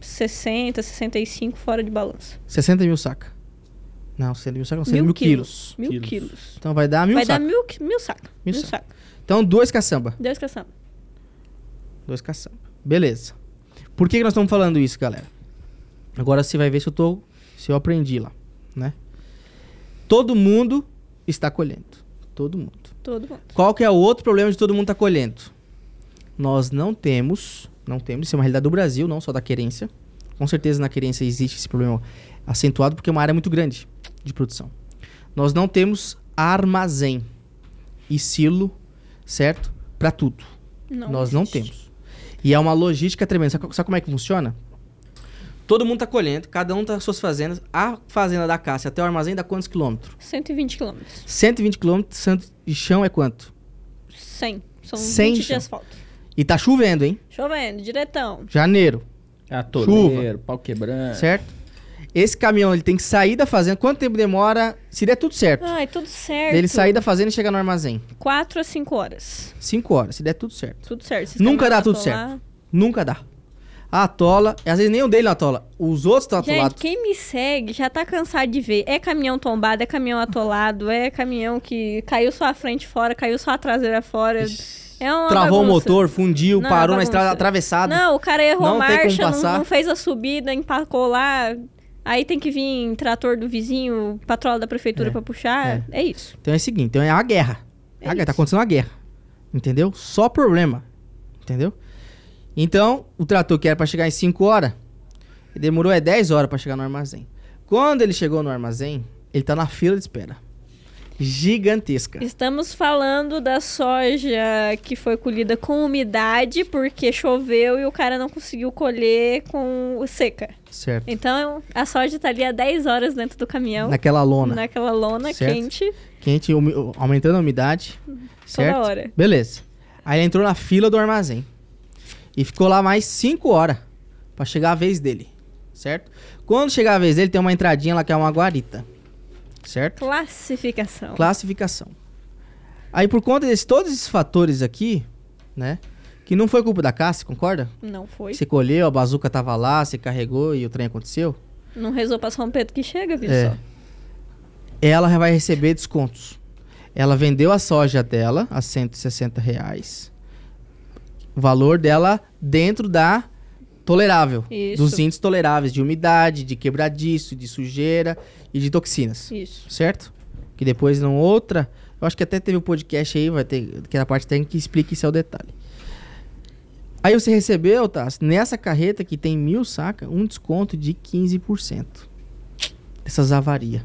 60, 65 fora de balança. 60 mil saca. Não, 60 mil sacas, não, 60 mil, quilos. Mil Quilos. quilos. Então vai dar mil vai dar sacas. mil, qui- mil sacas. Mil Mil, saca. sacas. Então dois caçamba. Deus caçamba. Dois caçamba. Beleza. Por que, que nós estamos falando isso, galera? Agora você vai ver se eu tô. Se eu aprendi lá, né? Todo mundo está colhendo. Todo mundo. Todo mundo. Qual que é o outro problema de todo mundo tá colhendo? Nós não temos, não temos, isso é uma realidade do Brasil, não só da querência. Com certeza na querência existe esse problema acentuado porque é uma área muito grande de produção. Nós não temos armazém e silo, certo? Para tudo. Nós não existe. temos. E é uma logística tremenda. Sabe, sabe como é que funciona? Todo mundo tá colhendo, cada um tá nas suas fazendas. A fazenda da Cássia até o armazém dá quantos quilômetros? 120 quilômetros. 120 quilômetros santo de chão é quanto? 100. São 100 20 de são. asfalto. E tá chovendo, hein? Chovendo, diretão. Janeiro, Ah, toleiro, pau quebrando. certo? Esse caminhão, ele tem que sair da fazenda. Quanto tempo demora? Se der tudo certo. Ai, tudo certo. Dele sair da fazenda e chegar no armazém. 4 a 5 horas. 5 horas, se der tudo certo. Tudo certo. Vocês Nunca estão dá lá, tudo tô certo. lá. Nunca dá. Atola, às vezes nem o dele atola, os outros estão atolados. Gente, quem me segue já tá cansado de ver. É caminhão tombado, é caminhão atolado, é caminhão que caiu sua frente fora, caiu sua traseira fora. É uma Travou o bagunça. motor, fundiu, Não, é parou na bagunça. estrada atravessada. Não, o cara errou Não tem como marcha, não- passar. não, fez a subida, empacou lá. Aí tem que vir um trator do vizinho, patrola da prefeitura É, pra puxar. É, isso. Então é o seguinte, então é uma guerra. É É uma guerra, tá isso. acontecendo uma guerra. Entendeu? Só problema. Entendeu? Então, o trator que era pra chegar em 5 horas, ele demorou é 10 horas pra chegar no armazém. Quando ele chegou no armazém, ele tá na fila de espera. Gigantesca. Estamos falando da soja que foi colhida com umidade porque choveu e o cara não conseguiu colher com seca. Certo. Então a soja tá ali há 10 horas dentro do caminhão. Naquela lona. Naquela lona Certo. quente Quente, umi- aumentando a umidade. Certo? toda hora. Beleza. Aí ele entrou na fila do armazém. E ficou lá mais 5 horas pra chegar a vez dele. Certo? Quando chegar a vez dele, tem uma entradinha lá que é uma guarita. Certo? Classificação. Classificação. Aí por conta de todos esses fatores aqui, né? Que não foi culpa da Cassi, concorda? Não foi. Você colheu, a bazuca tava lá, você carregou e o trem aconteceu. Não rezou pra São Pedro que chega, viu É. só? Ela vai receber descontos. Ela vendeu a soja dela a 160 reais. O valor dela dentro da tolerável. Isso. Dos índices toleráveis de umidade, de quebradiço, de sujeira e de toxinas. Isso. Certo? Que depois não outra. Eu acho que até teve um podcast aí, vai ter que é a parte técnica que explica isso ao detalhe. Aí você recebeu, tá? Nessa carreta que tem mil saca, um desconto de 15%. Dessas avarias.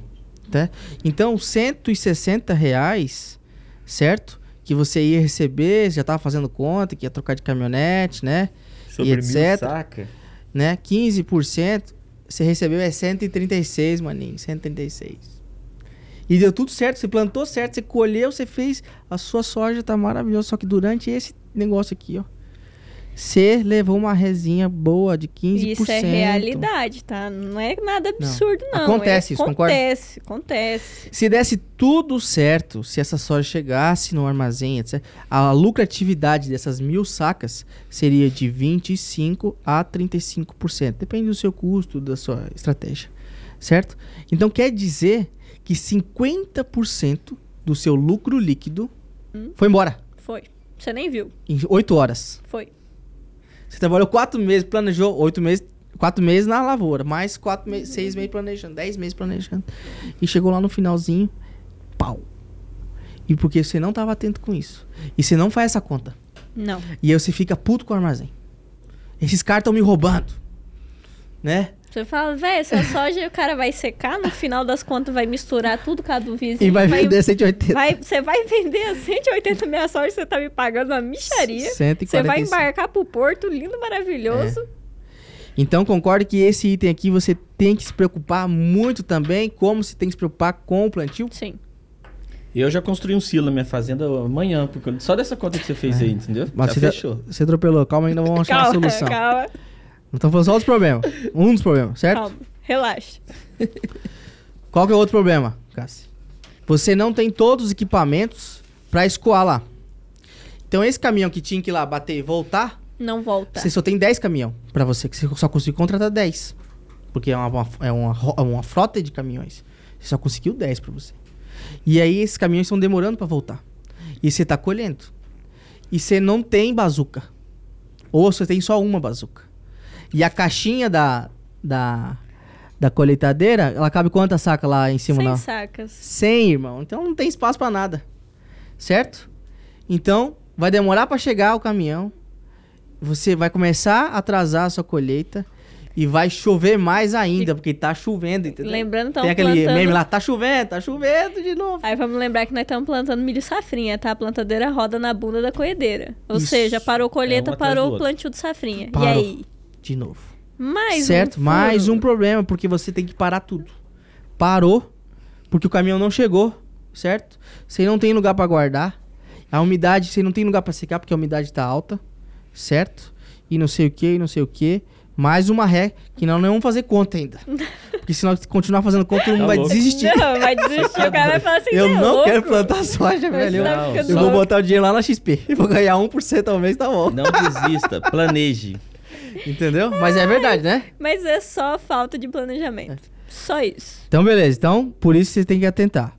Tá? Então, 160 reais, certo? Que você ia receber, já tava fazendo conta, que ia trocar de caminhonete, né? Sobre E mil etc. saca. né? 15%, você recebeu é 136, maninho, 136. E deu tudo certo, você plantou certo, você colheu, você fez, a sua soja tá maravilhosa, só que durante esse negócio aqui, ó, você levou uma resinha boa de 15%. Isso é realidade, tá? Não é nada absurdo, não. Acontece É- isso, concorda? Acontece, acontece. Se desse tudo certo, se essa soja chegasse no armazém, etc., a lucratividade dessas mil sacas seria de 25% a 35%. Depende do seu custo, da sua estratégia. Certo? Então quer dizer que 50% do seu lucro líquido foi embora Foi. Você nem viu. em 8 horas. Foi. Você trabalhou 4 meses, planejou 8 meses. Quatro meses na lavoura, mais quatro meses, seis meses planejando, dez meses planejando. E chegou lá no finalzinho, pau. E porque você não tava atento com isso. E você não faz essa conta. Não. E aí você fica puto com o armazém. Esses caras estão me roubando. Né? Você fala, velho, essa soja o cara vai secar, no final das contas vai misturar tudo com a do vizinho. E vai vender 180. vai- Você vai vender a 180 mil a soja, você tá me pagando uma micharia. 145. Você vai embarcar pro porto, lindo, maravilhoso. É. Então concordo que esse item aqui você tem que se preocupar muito também, como você tem que se preocupar com o plantio. Sim. Eu já construí um silo na minha fazenda amanhã, por conta- só dessa conta que você fez aí, entendeu? É. Mas já você, fechou. você atropelou, calma ainda vamos achar calma, uma solução. calma, Não estamos falando Então, só dos problemas. Um dos problemas, certo? calma. Relaxa. Qual que é o outro problema, Cassi? Você não tem todos os equipamentos pra escoar lá. Então esse caminhão que tinha que ir lá bater e voltar, Não volta. você só tem 10 caminhão pra você, que você só conseguiu contratar 10. Porque é uma, uma- é uma, ro- é uma frota de caminhões. Você só conseguiu 10 pra você. E aí esses caminhões estão demorando pra voltar. E você tá colhendo. E você não tem bazuca. Ou você tem só uma bazuca. E a caixinha da, da, da colheitadeira, ela cabe quantas sacas lá em cima? Sem não? sacas. 100, irmão. Então não tem espaço pra nada. certo? Então, vai demorar para chegar o caminhão. Você vai começar a atrasar a sua colheita e vai chover mais ainda, porque tá chovendo, entendeu? Lembrando, então, Tem aquele plantando... meme lá, tá chovendo, tá chovendo de novo. Aí vamos lembrar que nós estamos plantando milho safrinha, tá? A plantadeira roda na bunda da coedeira. Ou Isso. seja, parou É colheita, um atrás do parou o outro. plantio de safrinha. Parou. E aí? De novo. Mais certo? um. Mais furo. um problema, porque você tem que parar tudo. Parou, porque o caminhão não chegou, certo? Você não tem lugar para guardar. A umidade, você não tem lugar para secar, porque a umidade tá alta, certo? E não sei o que, e não sei o que. Mais uma ré, que não, não vamos fazer conta ainda. Porque se nós continuar fazendo conta, todo mundo Tá vai louco. desistir. Não, vai desistir. o cara vai falar assim, Eu "Você é não louco? quero plantar soja, Mas velho. tá Não, ficando Eu vou louco. botar o dinheiro lá na XP. E vou ganhar 1% ao mês, tá bom. Não desista, planeje. Entendeu? Mas é verdade, né? Mas é só falta de planejamento. Só isso. Então, beleza. Então, por isso vocês têm que atentar,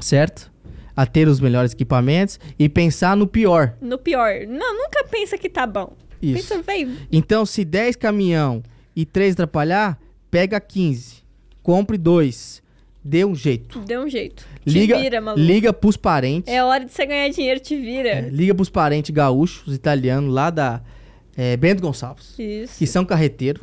certo? A ter os melhores equipamentos e pensar no pior. No pior. Não, nunca pensa que tá bom. Isso. Pensa, véi, Então, se 10 caminhão e 3 atrapalhar, pega 15. Compre dois. Dê um jeito. deu um jeito. Liga, Te vira, maluco. liga pros parentes. É hora de você ganhar dinheiro, te é, vira. Liga pros parentes gaúchos, italianos, lá da é, Bento Gonçalves, Isso. que são carreteiro.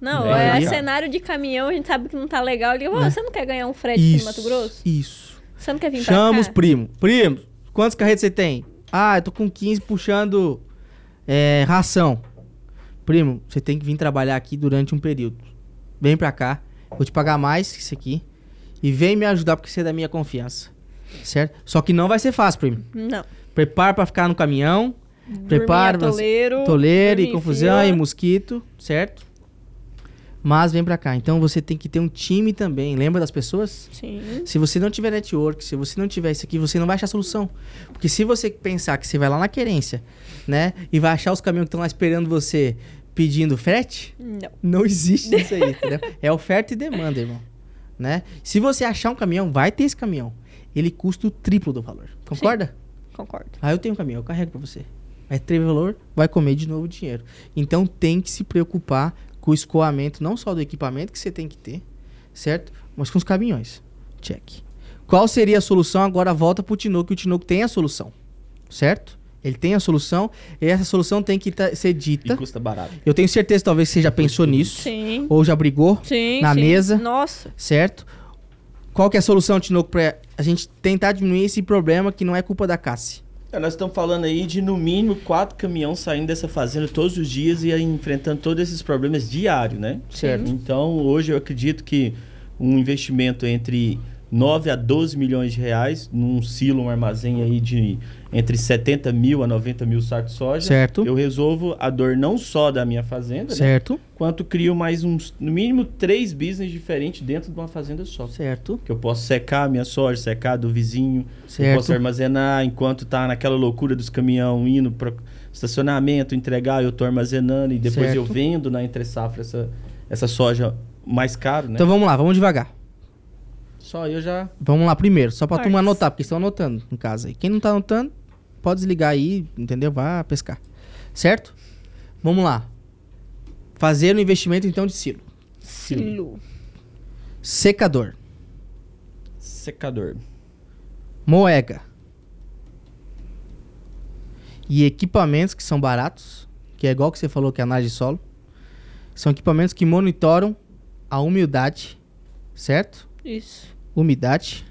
Não, Bem é legal. cenário de caminhão, a gente sabe que não tá legal. Liga, "Ô, você não quer ganhar um frete aqui no É. Isso. Mato Grosso? Isso. Você não quer vir Chama pra os cá? primos. Primos, quantas carretas você tem? Ah, eu tô com 15 puxando é, ração. Primo, você tem que vir trabalhar aqui durante um período. Vem pra cá, vou te pagar mais que isso aqui. E vem me ajudar porque você é da minha confiança. Certo? Só que não vai ser fácil, primo. Não. Prepara pra ficar no caminhão. Prepara. Prepara, pra- toleiro. Toleiro e dormir em confusão fila. e mosquito, certo? Mas vem pra cá. Então você tem que ter um time também. Lembra das pessoas? Sim. Se você não tiver network, se você não tiver isso aqui, você não vai achar solução. Porque se você pensar que você vai lá na querência, né? E vai achar os caminhões que estão lá esperando você pedindo frete, Não. não existe isso aí, entendeu? É oferta e demanda, irmão. Né? Se você achar um caminhão, vai ter esse caminhão. Ele custa o triplo do valor. Concorda? Concordo. Ah, eu tenho um caminhão, eu carrego pra você. Vai ter valor, vai comer de novo dinheiro. Então tem que se preocupar com o escoamento, não só do equipamento que você tem que ter, certo? Mas com os caminhões. Check. Qual seria a solução? Agora volta pro Tinoco, e o Tinoco tem a solução, certo? Ele tem a solução, e essa solução tem que tá- ser E dita. custa barato. Eu tenho certeza, talvez, que você já pensou nisso, Sim. ou já brigou, Sim. Na sim. mesa. Nossa. certo? Qual que é a solução, Tinoco, pra a gente tentar diminuir esse problema que não é culpa da Cassi? É, Nós estamos falando aí de no mínimo quatro caminhões saindo dessa fazenda todos os dias e aí enfrentando todos esses problemas diários, né? Certo. Então, hoje eu acredito que um investimento entre 9 a 12 milhões de reais num silo, um armazém aí de entre 70 mil a 90 mil sacos de soja, Certo? eu resolvo a dor não só da minha fazenda, né? Certo? quanto crio mais uns, no mínimo, três business diferentes dentro de uma fazenda só. Certo? Que eu posso secar a minha soja, secar a do vizinho, eu posso Certo. armazenar enquanto tá naquela loucura dos caminhão indo para estacionamento, entregar, eu tô armazenando e depois Certo. eu vendo na entre safra essa, essa soja mais caro, né? Então vamos lá, vamos devagar. Só eu já Vamos lá primeiro, só pra Partes. turma anotar, porque estão anotando em casa aí. Quem não tá anotando, pode desligar aí, entendeu? Vá pescar. Certo? Vamos lá. Fazer um investimento então de silo. Silo. Secador, secador. moega e equipamentos que são baratos, que é igual que você falou que é a análise de solo. São equipamentos que monitoram a umidade, certo? Isso. umidade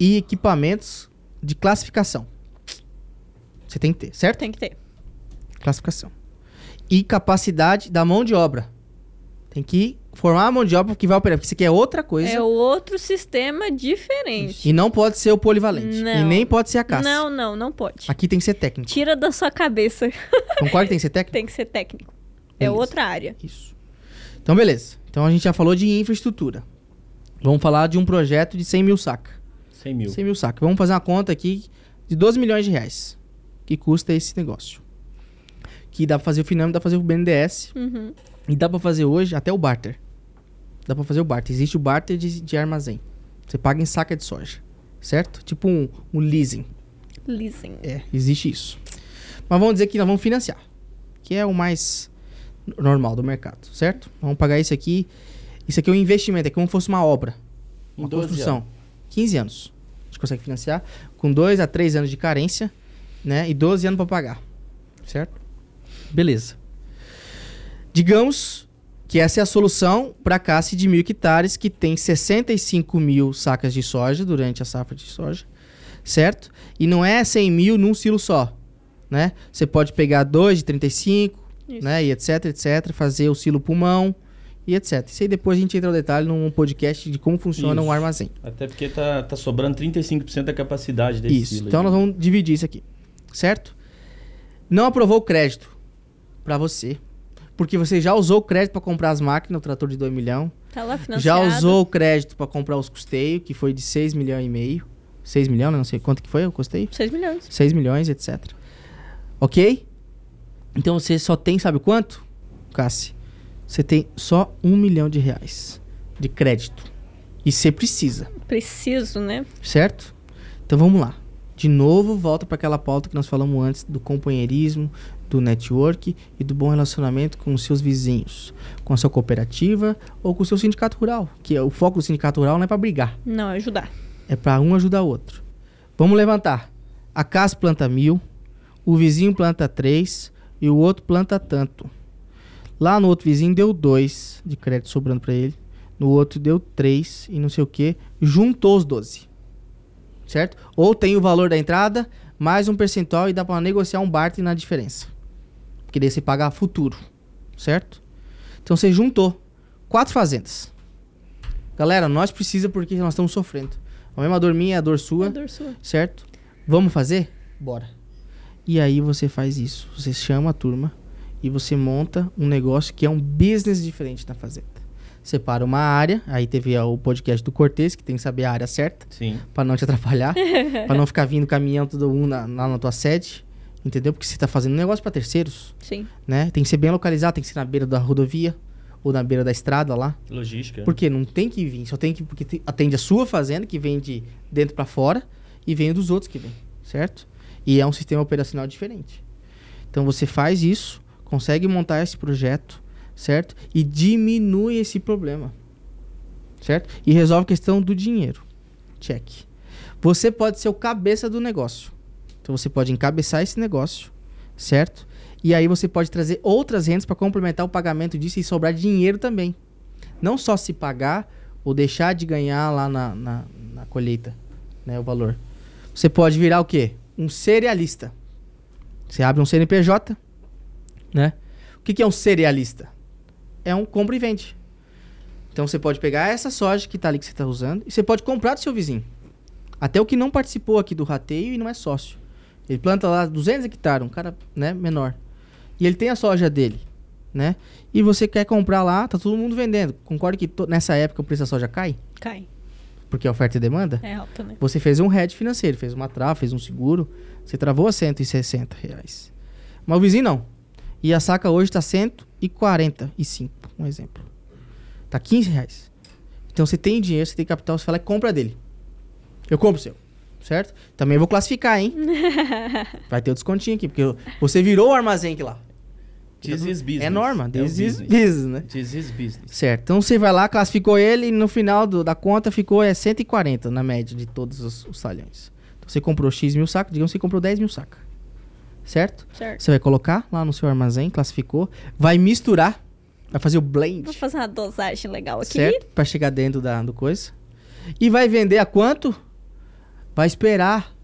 e equipamentos de classificação. Você tem que ter, certo? Tem que ter. Classificação. E capacidade da mão de obra. Tem que formar a mão de obra que vai operar, porque isso aqui é outra coisa. É outro sistema diferente. E não pode ser o polivalente. Não. E nem pode ser a caça. Não, não, não pode. Aqui tem que ser técnico. Tira da sua cabeça. Concorda que tem que ser técnico? Tem que ser técnico. É Beleza. outra área. Isso. Então, beleza. Então, a gente já falou de infraestrutura. Vamos falar de um projeto de 100 mil saca. 100 mil. 100 mil sacos. Vamos fazer uma conta aqui de 12 milhões de reais que custa esse negócio. Que dá pra fazer o Finame, dá pra fazer o BNDES Uhum. e dá pra fazer hoje até o barter. Dá pra fazer o barter. Existe o barter de, de armazém. Você paga em saca de soja, certo? Tipo um, um leasing. Leasing. É, existe isso. Mas vamos dizer que nós vamos financiar, que é o mais normal do mercado, certo? Vamos pagar isso aqui. Isso aqui é um investimento, é como se fosse uma obra, Em uma 12 construção. anos. 15 anos. A gente consegue financiar, com 2 a 3 anos de carência, né? E 12 anos para pagar. Certo? Beleza. Digamos que essa é a solução para a caça de mil hectares, que tem 65 mil sacas de soja durante a safra de soja, certo? E não é 100 mil num silo só, né? Você pode pegar dois de 35, Isso. né? E etc, etc, fazer o silo pulmão e etc. Isso aí depois a gente entra no detalhe num podcast de como funciona Isso. um armazém. Até porque tá, tá sobrando 35% da capacidade desse isso. silo aí. Então nós vamos dividir isso aqui, certo? Não aprovou o crédito para você, porque você já usou o crédito para comprar as máquinas, o trator de 2 milhão, Tá lá financiado. já usou o crédito para comprar os custeios, que foi de 6 milhões e meio. 6 milhões, né? não sei quanto que foi o custeio. 6 milhões. 6 milhões, etc. Ok? Então você só tem, sabe quanto, Cassi? Você tem só um milhão de reais de crédito. E você precisa, Preciso, né? certo? Então vamos lá. De novo, volta para aquela pauta que nós falamos antes do companheirismo, do network e do bom relacionamento com os seus vizinhos, com a sua cooperativa ou com o seu sindicato rural. Que é- o foco do sindicato rural não é para brigar. Não, ajudar. É para um ajudar o outro. Vamos levantar. A casa planta mil, o vizinho planta três e o outro planta tanto. Lá no outro vizinho deu dois de crédito sobrando para ele. No outro deu três e não sei o que. Juntou os 12. Certo? Ou tem o valor da entrada, mais um percentual e dá para negociar um barter na diferença. Porque daí você paga futuro. Certo? Então você juntou quatro fazendas. Galera, nós precisa porque nós estamos sofrendo. A mesma dor minha é a dor sua A dor sua. certo? Vamos fazer? Bora. E aí você faz isso. Você chama a turma e você monta um negócio que é um business diferente na fazenda. Separa uma área, aí teve ah, o podcast do Cortez, que tem que saber a área certa, Sim. pra não te atrapalhar, pra não ficar vindo caminhão todo um na, na, na tua sede, entendeu? Porque você tá fazendo um negócio pra terceiros, Sim. né? Tem que ser bem localizado, tem que ser na beira da rodovia ou na beira da estrada lá. Logística. Porque não tem que vir, só tem que. Porque te- atende a sua fazenda, que vem de dentro pra fora, e vem dos outros que vem, certo? E é um sistema operacional diferente. Então você faz isso, consegue montar esse projeto, certo? E diminui esse problema, certo? E resolve a questão do dinheiro. Check. Você pode ser o cabeça do negócio. Então você pode encabeçar esse negócio, certo? E aí você pode trazer outras rendas para complementar o pagamento disso e sobrar dinheiro também não só se pagar ou deixar de ganhar lá na, na, na colheita, né, o valor. Você pode virar o quê? Um cerealista. Você abre um CNPJ, né? O que, que é um cerealista? É um compra e vende. Então você pode pegar essa soja que tá ali que você está usando e você pode comprar do seu vizinho. Até o que não participou aqui do rateio e não é sócio. Ele planta lá 200 hectares, um cara, né, menor. E ele tem a soja dele, né? E você quer comprar lá, tá todo mundo vendendo. Concorda que to- nessa época o preço da soja cai? Cai. Porque é oferta e demanda? É alta, né? Você fez um hedge financeiro, fez uma trava, fez um seguro, você travou a 160 reais. Mas o vizinho não. E a saca hoje tá está 145, um exemplo. Tá 15 reais. Então você tem dinheiro, você tem capital, você fala, é compra dele. Eu compro o seu, certo? Também vou classificar, hein? Vai ter o descontinho aqui, porque eu- você virou o armazém aqui lá. This is business. É norma, o this is business. business, né? This is business. Certo. Então você vai lá, classificou ele e no final do- da conta ficou é, 140 na média de todos os, os salhões. Então você comprou X mil sacos, digamos que você comprou 10 mil sacos. Certo? Certo. Você vai colocar lá no seu armazém, classificou, vai misturar, vai fazer o blend, Vou fazer uma dosagem legal aqui. certo? Pra chegar dentro da do coisa. E vai vender a quanto? Vai esperar,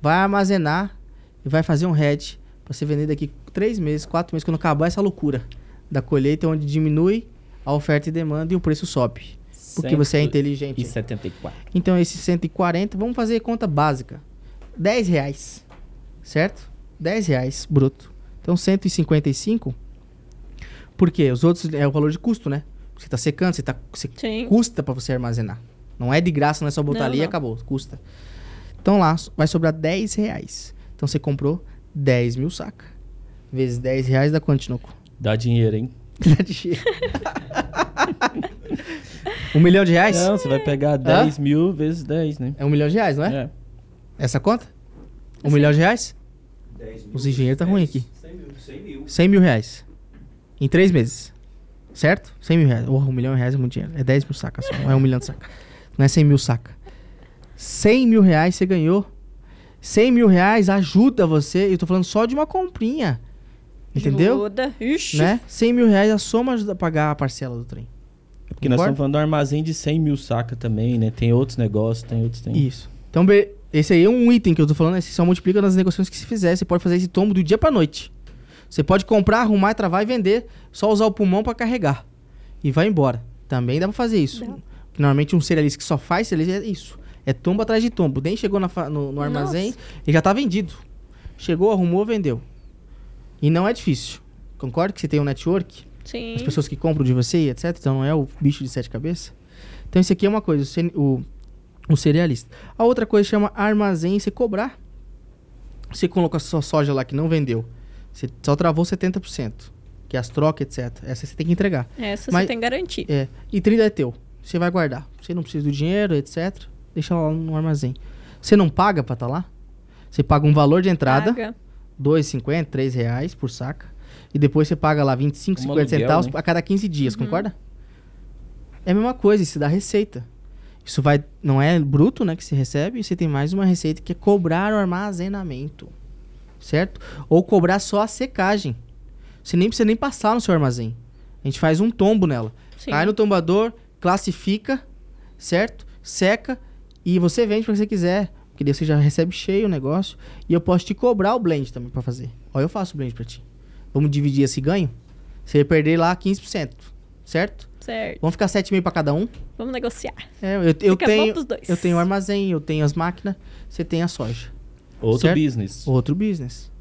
vai armazenar e vai fazer um hedge pra ser vender daqui 3 meses, 4 meses, quando acabar essa loucura da colheita, onde diminui a oferta e demanda e o preço sobe. Porque você é inteligente. E 74. Então, esses 140, vamos fazer conta básica. 10 reais, certo? 10 reais bruto. Então, 155. Por quê? Os outros é o valor de custo, né? Você tá secando, você, tá, você Sim. custa para você armazenar. Não é de graça, não é só botar Não, ali e não. acabou, custa. Então lá so- vai sobrar 10 reais. Então você comprou 10 mil saca. Vezes 10 reais da Quantinoco. Dá dinheiro, hein? um milhão de reais? Não, você vai pegar 10 mil vezes 10, né? É um milhão de reais, não é? É. Essa conta? Um milhão de reais? 10 mil. Os engenheiros tá ruim aqui. 100 mil. 100 mil. 100 mil reais. Em três meses. Certo? 100 mil reais. Porra, um milhão de reais é muito dinheiro. É 10 mil saca só. Não é um milhão de saca. Não é 100 mil saca. 100 mil reais você ganhou. 100 mil reais ajuda você. Eu tô falando só de uma comprinha. Entendeu? Ajuda. Ixi. Né? 100 mil reais a soma ajuda a pagar a parcela do trem. Porque nós Concorda? estamos falando de um armazém de 100 mil saca também, né? Tem outros negócios, tem outros... Tem... Isso. Então, be- esse aí é um item que eu tô falando, né? Você só multiplica nas negociações que se fizer. Você pode fazer esse tombo do dia pra noite. Você pode comprar, arrumar, travar e vender. Só usar o pulmão pra carregar. E vai embora. Também dá pra fazer isso. Dá. Que Normalmente um cerealista que só faz cerealista é isso. É tombo atrás de tombo. Nem chegou na fa- no, no armazém e já tá vendido. Chegou, arrumou, vendeu. E não é difícil. Concorda que você tem um network? Sim. as pessoas que compram de você e etc. Então não é o bicho de sete cabeças. Então isso aqui é uma coisa, o, cene- o, o cerealista. A outra coisa chama armazém e você cobrar. Você colocou a sua soja lá que não vendeu. Você só travou 70%. Que é as trocas, etc. Essa você tem que entregar. Essa Mas- você tem garantia. É, e 30 é teu. Você vai guardar. Você não precisa do dinheiro, etc. Deixa lá no armazém. Você não paga pra estar lá? Você paga um valor de entrada. Paga. 2,50, 3 reais por saca. E depois você paga lá 25, Um 50 aluguel, centavos né? a cada 15 dias, concorda? É a mesma coisa, isso dá receita. Isso vai, não é bruto, né, que se recebe, e você tem mais uma receita que é cobrar o armazenamento. Certo? Ou cobrar só a secagem. Você nem precisa nem passar no seu armazém. A gente faz um tombo nela. Sim. Cai no tombador, classifica, certo? Seca e você vende pra que você quiser. Porque daí você já recebe cheio o negócio. E eu posso te cobrar o blend também pra fazer. Ó, eu faço o blend pra ti. Vamos dividir esse ganho? Você perder lá 15%, certo? Certo. Vamos ficar 7,5 pra cada um? Vamos negociar. É, eu, eu bom tenho. pros dois. Eu tenho o armazém, eu tenho as máquinas, você tem a soja. Outro Certo? business. Outro business.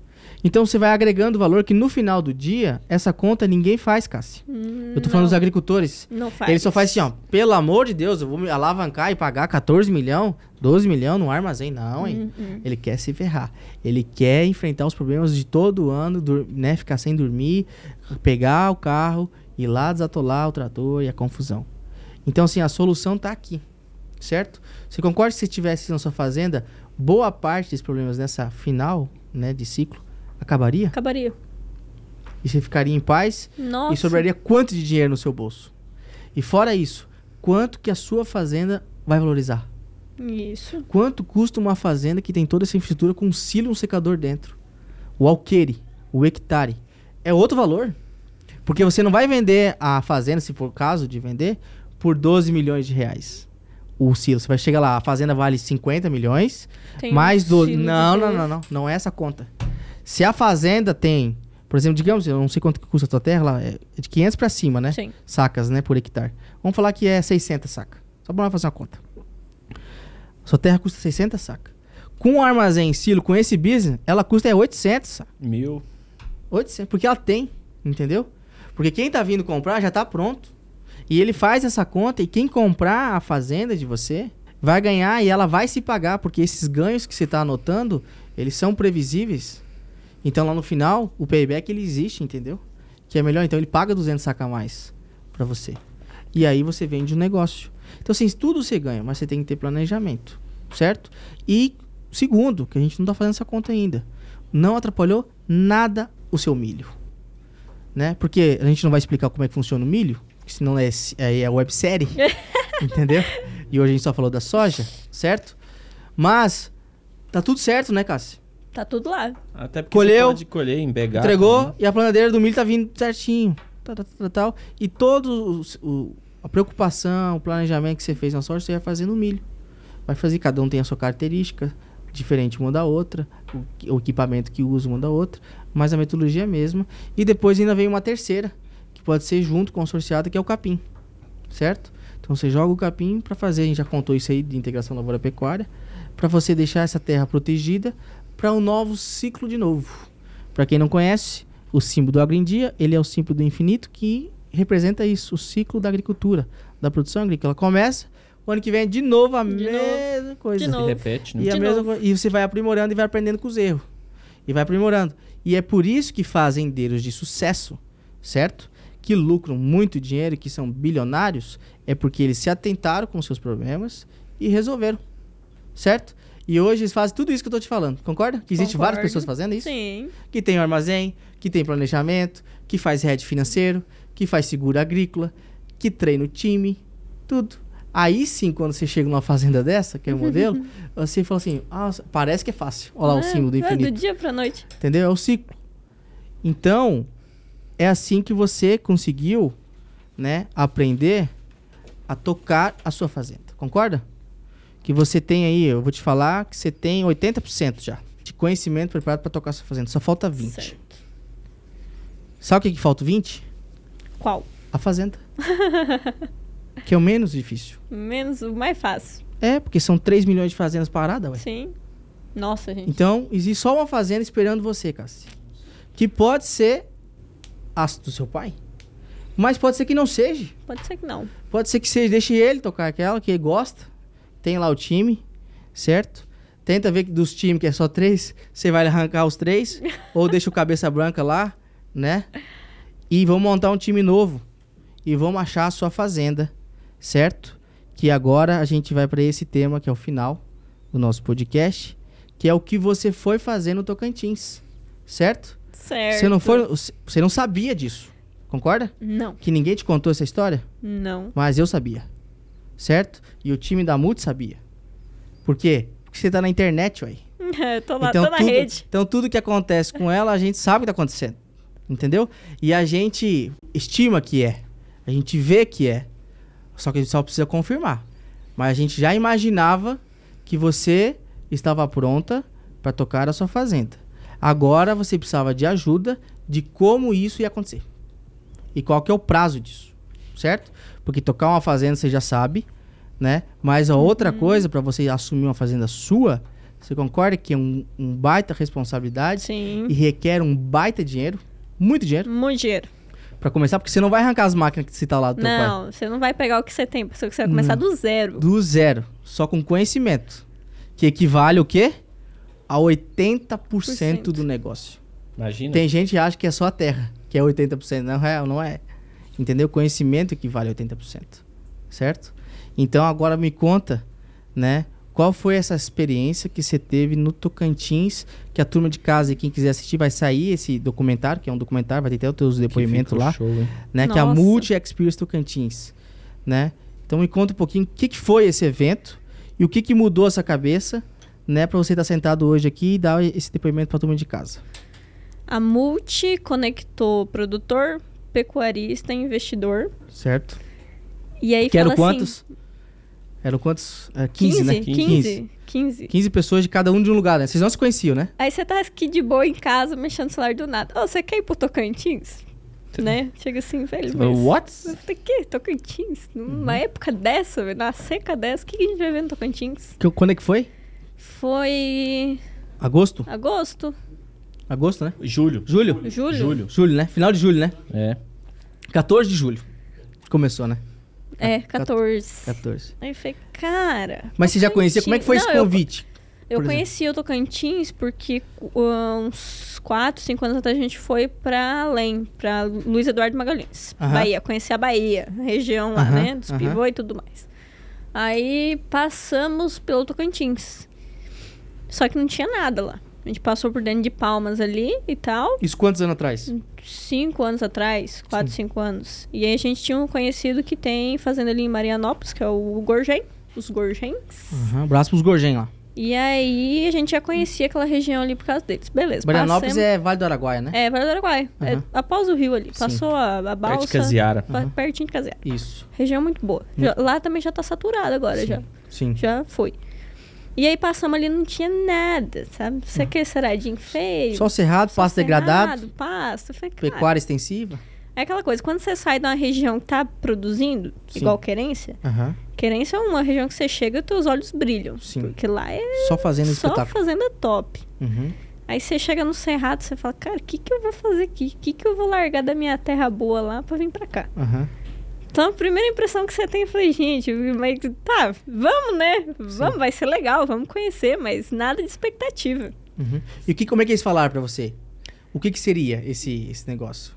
Então você vai agregando valor que no final do dia, essa conta ninguém faz, Cassi. eu tô falando dos agricultores. Hum, Não faz. Ele só faz assim, ó. Pelo amor de Deus, eu vou me alavancar e pagar 14 milhão, 12 milhão no armazém. Não, hein? Uhum. Ele quer se ferrar. Ele quer enfrentar os problemas de todo ano, dur- né? Ficar sem dormir, pegar o carro, ir lá desatolar o trator e a confusão. Então, assim, a solução tá aqui, certo? Você concorda que se tivesse na sua fazenda, boa parte desses problemas nessa final, né, de ciclo, acabaria? Acabaria. E você ficaria em paz Nossa. e sobraria quanto de dinheiro no seu bolso? E fora isso, quanto que a sua fazenda vai valorizar? Isso. Quanto custa uma fazenda que tem toda essa infraestrutura com um silo e um secador dentro? O alqueire, o hectare, é outro valor. Porque você não vai vender a fazenda, se for o caso de vender, por 12 milhões de reais. O silo, você vai chegar lá, a fazenda vale 50 milhões, Tem mais um 12. estilo de Não, não, doze. não, não. Não é essa a conta. Se a fazenda tem, por exemplo, digamos, eu não sei quanto que custa a tua terra lá, é de 500 pra cima, né? Sim. Sacas, né, por hectare. Vamos falar que é 600 saca. Só pra nós fazer uma conta. Sua terra custa 600 saca. Com o armazém em silo, com esse business, ela custa é 800 saca. Mil. 800, porque ela tem, entendeu? Porque quem tá vindo comprar já tá pronto. E ele faz essa conta e quem comprar a fazenda de você vai ganhar e ela vai se pagar, porque esses ganhos que você tá anotando, eles são previsíveis. Então lá no final, o payback ele existe, entendeu? Que é melhor, então ele paga 200 saca a mais pra você. E aí você vende o negócio. Então assim, tudo você ganha, mas você tem que ter planejamento, certo? E segundo, que a gente não tá fazendo essa conta ainda não atrapalhou nada o seu milho. Né? Porque a gente não vai explicar como é que funciona o milho, porque senão é, se- é, é websérie, entendeu? E hoje a gente só falou da soja, certo? Mas tá tudo certo, né, Cássio? Tá tudo lá. Até porque Colheu, você pode colher em BH. Entregou né? e a planadeira do milho tá vindo certinho. tá, Tal, tal, tal, tal. E todo os- o, a preocupação, o planejamento que você fez na soja, você vai fazer no milho. Vai fazer, cada um tem a sua característica, diferente uma da outra, o, que- o equipamento que usa uma da outra, mas a metodologia é a mesma. E depois ainda vem uma terceira, que pode ser junto, consorciada, que é o capim. Certo? Então você joga o capim para fazer, a gente já contou isso aí de integração lavoura-pecuária, para você deixar essa terra protegida para um novo ciclo de novo. Para quem não conhece, o símbolo do Agrindia, ele é o símbolo do infinito que representa isso, o ciclo da agricultura, da produção agrícola. Começa, o ano que vem é de novo a De novo. mesma coisa. De Se novo. repete, né? E, a De mesma novo. coi- e você vai aprimorando e vai aprendendo com os erros. E vai aprimorando. E é por isso que fazendeiros de sucesso, certo? Que lucram muito dinheiro, que são bilionários, é porque eles se atentaram com seus problemas e resolveram. Certo? E hoje eles fazem tudo isso que eu tô te falando, concorda? Que existe várias Concordo. pessoas fazendo isso? Sim. que tem armazém, que tem planejamento, que faz head financeiro, que faz seguro agrícola, que treina o time, tudo. Aí sim, quando você chega numa fazenda dessa, que é o modelo, você fala assim: ah, parece que é fácil. Olha lá o É, símbolo do é, infinito. Do dia pra noite. Entendeu? É o ciclo. Então, é assim que você conseguiu, né, aprender a tocar a sua fazenda. Concorda? Que você tem aí, eu vou te falar que você tem 80% já de conhecimento preparado para tocar a sua fazenda. Só falta 20. Certo. Sabe o que que falta 20? Qual? A fazenda. que é o menos difícil. Menos o mais fácil. É, porque são 3 milhões de fazendas paradas, ué. Sim. Nossa, gente. Então, existe só uma fazenda esperando você, Cassi. Que pode ser a do seu pai. Mas pode ser que não seja. Pode ser que não. Pode ser que seja, deixe ele tocar aquela que ele gosta. Tem lá o time, certo? Tenta ver que dos times que é só três, você vai arrancar os três. ou deixa o cabeça branca lá, né? E vamos montar um time novo. E vamos achar a sua fazenda, certo? Que agora a gente vai para esse tema que é o final do nosso podcast, que é o que você foi fazer no Tocantins, certo? Certo. Você não foi, você não sabia disso, concorda? Não. Que ninguém te contou essa história? Não. Mas eu sabia. Certo? E o time da Multi sabia. Por quê? Porque você tá na internet, ué. tô lá, tô na tudo, rede. então tudo que acontece com ela, a gente sabe o que tá acontecendo. Entendeu? E a gente estima que é. A gente vê que é. Só que a gente só precisa confirmar. Mas a gente já imaginava que você estava pronta para tocar a sua fazenda. Agora você precisava de ajuda de como isso ia acontecer. E qual que é o prazo disso, certo? Porque tocar uma fazenda você já sabe, né? Mas a outra Uhum. coisa, para você assumir uma fazenda sua, você concorda que é um, um baita responsabilidade Sim. e requer um baita dinheiro, muito dinheiro, Muito dinheiro. para começar, porque você não vai arrancar as máquinas que você tá lá do teu pai. Não, você não vai pegar o que você tem, porque você vai começar do zero. Do zero, só com conhecimento, que equivale o quê? A 80% do negócio. Imagina. Tem gente que acha que é só a terra, que é 80%. Não é, não é. Entendeu? Conhecimento equivale a 80%. Certo? Então agora me conta, né? Qual foi essa experiência que você teve no Tocantins? Que a turma de casa e quem quiser assistir vai sair esse documentário, que é um documentário, vai ter até os teus Que depoimentos fica o lá, show, hein? né? Que é a Nossa. Multi Experience Tocantins, né? Então me conta um pouquinho o que, que foi esse evento e o que, que mudou essa cabeça, né? Para você estar sentado hoje aqui e dar esse depoimento para a turma de casa. A Multi conectou produtor, pecuarista, investidor. Certo? E aí Que eram fala assim, quantos? Eram quantos? É, 15, 15, né? 15, 15. 15. 15 pessoas de cada um de um lugar, né? Vocês não se conheciam, né? Aí você tá aqui de boa em casa, mexendo no celular do nada. Ô, você quer ir pro Tocantins? Tá Né? Chega assim, velho. Você Mas... fala, What? Eu falei, que? Tocantins? Uhum. Numa época dessa, velho, numa seca dessa, o que, que a gente vai ver no Tocantins? Que- quando é que foi? Foi Agosto? agosto, Agosto, né? Julho. Julho? julho? Julho. Julho, né? Final de julho, né? É. 14 de julho. Começou, né? É, 14. 14. Aí eu falei, cara. Mas você já conhecia? Como é que foi esse Não, eu- convite? Eu por exemplo? conheci o Tocantins porque uh, uns 4, 5 anos atrás a gente foi pra além, pra Luiz Eduardo Magalhães, Aham. Bahia. Conheci a Bahia, a região lá, Aham, né? Dos aham. pivô e tudo mais. Aí passamos pelo Tocantins. Só que não tinha nada lá. A gente passou por dentro de Palmas ali e tal, Isso quantos anos atrás? Uhum. cinco anos atrás, quatro, cinco anos. E aí a gente tinha um conhecido que tem fazenda ali em Marianópolis, que é o Gorgem, os Gorgens. Aham, Uhum. abraço pros Gorgem lá. E aí a gente já conhecia aquela região ali por causa deles. Beleza. Barianópolis passemos- é Vale do Araguaia, né? É, Vale do Araguaia. É Aham. após o rio ali. Sim. Passou a, a balsa. Perto de Casiara. pa- Pertinho de Casiara. Isso. Região muito boa. Já- lá também já tá saturado agora, já. Sim. Já foi. E aí passamos ali não tinha nada, sabe? Você quer seradinho feio? Só cerrado, só pasto degradado, cerrado, Pasto. Eu falei, cara, pecuária extensiva. É aquela coisa, quando você sai de uma região que tá produzindo, Sim. igual querência, Aham. querência é uma região que você chega e teus olhos brilham. Sim. Porque lá é Só fazendo só espetáculo. fazenda top. Uhum. Aí você chega no Cerrado, você fala, cara, o que, que eu vou fazer aqui? O que, que eu vou largar da minha terra boa lá pra vir pra cá? Aham. Então a primeira impressão que você tem foi, gente, mas tá, vamos, né? Vamos, vai ser legal, vamos conhecer, mas nada de expectativa. Uhum. E o que, como é que eles falaram pra você? O que, que seria esse, esse negócio?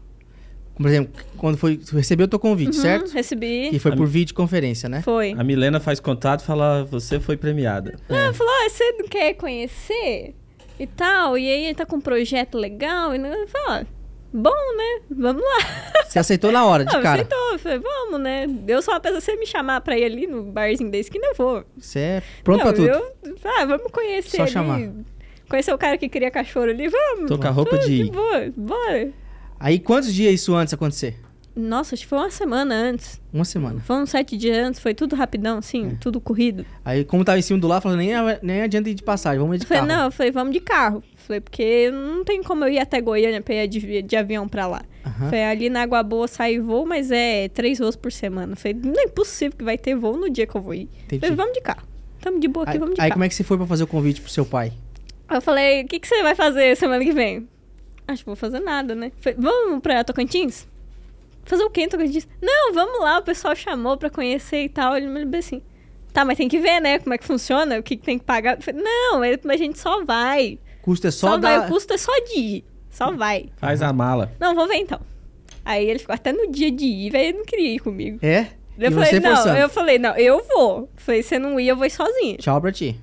Por exemplo, quando foi, tu recebeu o teu convite, Uhum, certo? Recebi. Que foi A por videoconferência, né? Foi. A Milena faz contato e fala, você foi premiada. é. Ah, falou, ah, você não quer conhecer? E tal, e aí ele tá com um projeto legal, e não- eu falei, ó, Bom, né? Vamos lá. Você aceitou na hora, Tá de Ah, cara. aceitou. Eu falei, vamos, né? Eu sou uma pessoa, se você me chamar pra ir ali no barzinho da esquina, eu vou. Você é pronto não, pra tudo. Eu, ah, vamos conhecer Só ali. chamar. Conhecer o cara que cria cachorro ali, vamos. Tô com a roupa Tô de ir. boa, bora. Aí quantos dias isso antes acontecer? Nossa, acho que foi uma semana antes. Uma semana. Foi uns sete dias antes, foi tudo rapidão, É. assim, tudo corrido. Aí, como tava em cima do lá, falou: nem, nem adianta ir de passagem, vamos ir de Eu falei, carro. não, eu falei, vamos de carro. Eu Falei, porque não tem como eu ir até Goiânia pra ir de, de avião pra lá. Aham. Falei, ali na Água Boa sai voo, mas é três voos por semana. Falei, não é possível que vai ter voo no dia que eu vou ir. Entendi. Falei, vamos de carro. Tamo de boa aqui, Aí, vamos de aí carro. como é que você foi pra fazer o convite pro seu pai? Aí eu falei, o que, que você vai fazer semana que vem? Acho que vou fazer nada, né? Falei, vamos pra Tocantins? Fazer o quê em Tocantins? Não, vamos lá, o pessoal chamou pra conhecer e tal. Ele me olhou assim, tá, mas tem que ver, né? Como é que funciona, o que, que tem que pagar. Eu Falei, não, é- mas a gente só vai. Custo é Só, só, vai, da. o custo é só de ir. Só vai. Faz a mala. Não, vou ver então. Aí ele ficou até no dia de ir, velho, ele não queria ir comigo. É? Eu e falei, você não, forçando. eu falei, não, eu vou. Falei, se você não ir, eu vou ir sozinha. Tchau pra ti.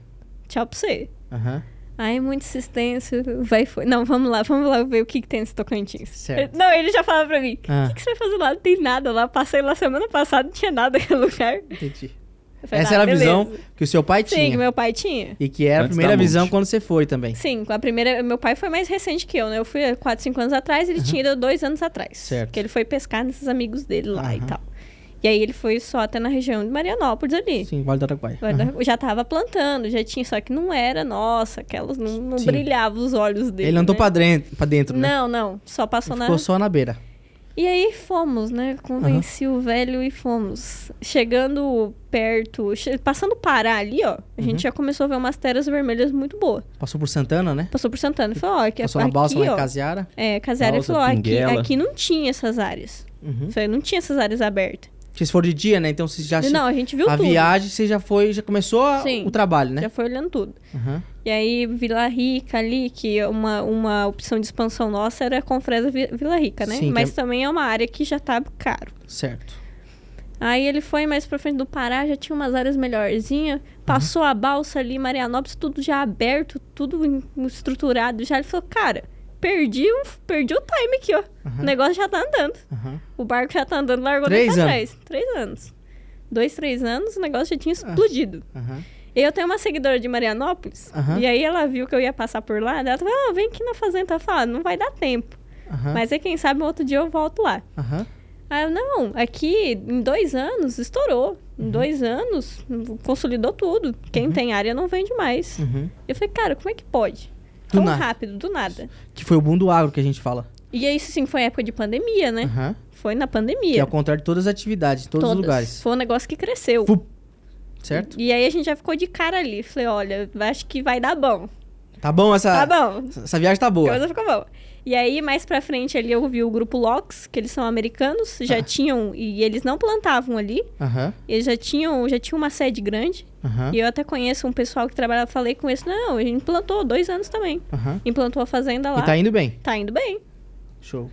Tchau pra você. Aham. Ai, muita insistência. Vai foi. Não, vamos lá, vamos lá ver o que, que tem nesse Tocantins. Certo. Ele- Não, ele já falava pra mim: o Ah. que, que você vai fazer lá? Não tem nada lá. Passei lá semana passada, não tinha nada naquele lugar. Eu Entendi. falei, Essa "Ah, era a beleza." visão que o seu pai Sim, que tinha. meu pai tinha. E que era a Antes primeira da visão multi. quando você foi também. Sim, com a primeira. Meu pai foi mais recente que eu, né? Eu fui há 4, 5 anos atrás, ele tinha ido dois anos atrás. Uhum. Certo. Porque ele foi pescar nesses amigos dele lá e Aham. tal. E aí ele foi só até na região de Marianópolis ali. Sim, Vale do Araguaia. Ah. Agora, Já tava plantando, já tinha, só que não era, nossa, aquelas não, não Sim. brilhavam os olhos dele. Ele andou né? pra, dentro, pra dentro, né? Não, não, só passou na. Ficou só na beira. E aí fomos, né? Convenci o velho e fomos. Chegando perto, che- passando Pará ali, ó, a Uhum. gente já começou a ver umas terras vermelhas muito boas. Passou por Santana, né? Passou por Santana e falou: ó, aqui, Passou aqui, na balsa lá ó, em Casiara. É, Caseara Balsa, falou: ó, aqui, Pinguela. aqui não tinha essas áreas. Uhum. Falei, não tinha essas áreas abertas. Vocês foram de dia, né? Então vocês já. Não, a gente viu a tudo. viagem você já foi, já começou a- Sim. o trabalho, né? Já foi olhando tudo. Aham. E aí, Vila Rica ali, que é uma, uma opção de expansão nossa era Confresa Vi- Vila Rica, né? Sim, que Mas é- também é uma área que já tá caro. Certo. Aí ele foi mais pra frente do Pará, já tinha umas áreas melhorzinhas. Passou a balsa ali, Marianópolis, tudo já aberto, tudo em- estruturado. Já ele falou, cara, perdi, um, perdi o time aqui, ó. O negócio já tá andando. Aham. O barco já tá andando, largou Três pra anos. trás. Três anos. Dois, três anos, o negócio já tinha Ah. explodido. Aham. E eu tenho uma seguidora de Marianópolis, Aham. e aí ela viu que eu ia passar por lá, daí ela falou, ah, vem aqui na fazenda. Ela falou, ah, não vai dar tempo. Aham. Mas aí, quem sabe, um outro dia eu volto lá. Aham. Aí eu, não, aqui em dois anos estourou. Uhum. Em dois anos consolidou tudo. Quem tem área não vende mais. Uhum. Eu falei, cara, como é que pode? Do Tão nada. rápido, do nada. Que foi o boom do agro que a gente fala. E aí, isso sim foi época de pandemia, né? Aham. Foi na Uhum. Que é pandemia. ao contrário de todas as atividades, todos os Todas. lugares. Foi um negócio que cresceu. Fu- Certo? E aí a gente já ficou de cara ali. Falei, olha, acho que vai dar bom. Tá bom essa. Tá bom. Essa viagem tá boa. Coisa ficou boa. E aí, mais pra frente ali, eu vi o grupo Lox, que eles são americanos, já tinham. E eles não plantavam ali. Aham. Eles já tinham, já tinham uma sede grande. Aham. E eu até conheço um pessoal que trabalha, falei com eles, não, a gente implantou dois anos também. Aham. Implantou a fazenda lá. E tá indo bem. Tá indo bem. Show.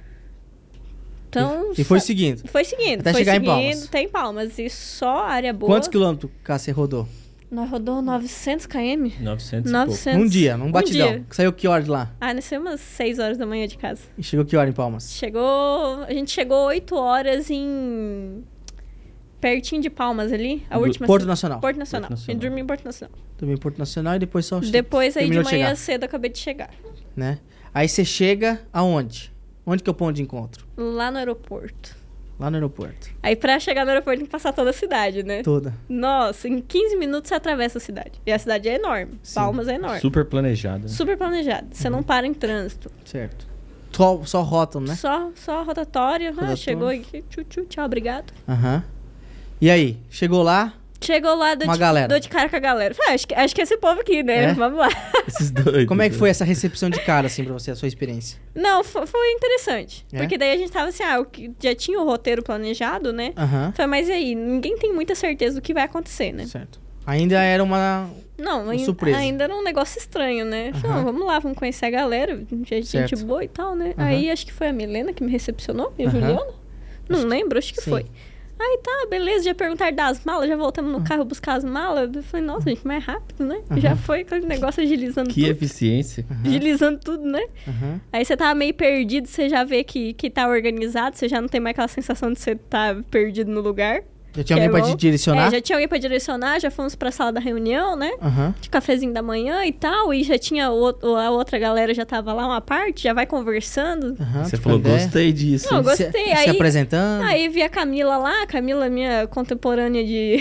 Então. E foi sa- seguindo. foi seguindo. até foi chegar em seguindo, Palmas. Tem palmas. E só área boa. Quantos quilômetros, Cá, você rodou? Nós rodou 900 km? 900 e pouco. 900. Um dia, num batidão. Um dia. Saiu que hora de lá? Ah, nasceu umas 6 horas da manhã de casa. E chegou que hora em Palmas? Chegou. A gente chegou 8 horas em. Pertinho de Palmas ali. A Do- última Porto ci- Nacional. Porto Nacional. Porto A Nacional. gente dormiu em Porto Nacional. Também Porto Nacional e depois só Depois aí de terminou manhã chegar, cedo eu acabei de chegar. né? Aí você chega aonde? Onde que é o ponto de encontro? Lá no aeroporto. Lá no aeroporto. Aí pra chegar no aeroporto tem que passar toda a cidade, né? Toda. Nossa, em 15 minutos você atravessa a cidade. E a cidade é enorme. Sim. Palmas é enorme. Super planejado. né? Super planejado. Você não para em trânsito. Certo. Só, só rótulo, né? Só, só rotatória. Ah, Rotatória. chegou aqui. Tchu, tchu, tchau, obrigado. Aham. E aí? Chegou lá, Chegou lá, dou Uma de, galera. dou de cara com a galera. Falei, ah, acho, que, acho que é esse povo aqui, né? É? Vamos lá. Esses né? dois. como é que foi essa recepção de cara, assim, pra você, a sua experiência? Não, fo- foi, interessante. É? Porque daí a gente tava assim, ah, o que- já tinha o roteiro planejado, né? Aham. Falei, mas e aí? Ninguém tem muita certeza do que vai acontecer, né? Certo. Ainda era uma. Não, Uma ainda, surpresa. ainda era um negócio estranho, né? Falei, Aham. Não, vamos lá, vamos conhecer a galera, gente, gente Certo. boa e tal, né? Aham. Aí acho que foi a Milena que me recepcionou, e a Aham. Juliana. Não lembro, acho que sim. foi. Aí tá, beleza, já perguntaram das malas, já voltamos no carro buscar as malas. Eu falei, nossa, gente, mais rápido, né? Já foi aquele negócio agilizando Que é- tudo. eficiência. Agilizando tudo, né? Aham. Aí você tá meio perdido, você já vê que, que tá organizado, você já não tem mais aquela sensação de você tá perdido no lugar. Já tinha alguém Que é pra bom. te direcionar? É, já tinha alguém pra direcionar, já fomos pra sala da reunião, né? Aham. De cafezinho da manhã e tal, e já tinha o, o- a outra galera já tava lá uma parte, já vai conversando. aham, Você trocando falou, ideia. gostei disso. Não, hein? gostei, Se, se aí- Ah, apresentando. Aí vi a Camila lá, a Camila, minha contemporânea de,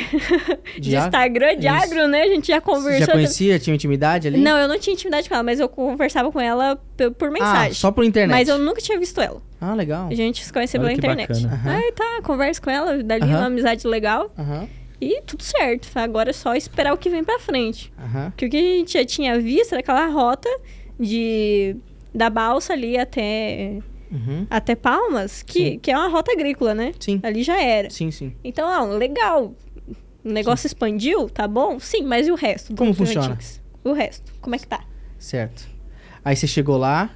de, De agro? Instagram, de Isso. agro, né? A gente já Você conversou. já conhecia? Tinha intimidade ali? Ah, Não, eu não tinha intimidade com ela, mas eu conversava com ela p- por mensagem. Ah, só por internet. Mas eu nunca tinha visto ela. Ah, legal. A gente se conheceu Olha pela que internet. bacana. Aham. Aí tá, converso com ela, dali Aham. uma amizade legal Aham. e tudo certo. Agora é só esperar o que vem pra frente. Aham. Porque o que a gente já tinha visto era aquela rota de da balsa ali até Uhum. até Palmas, que, Sim. que é uma rota agrícola, né? Sim. Ali já era. Sim, sim. Então, ah, legal. O negócio expandiu, tá bom? Sim, mas e o resto? Como Dos funciona? antigos? O resto, como é que tá? Certo. Aí você chegou lá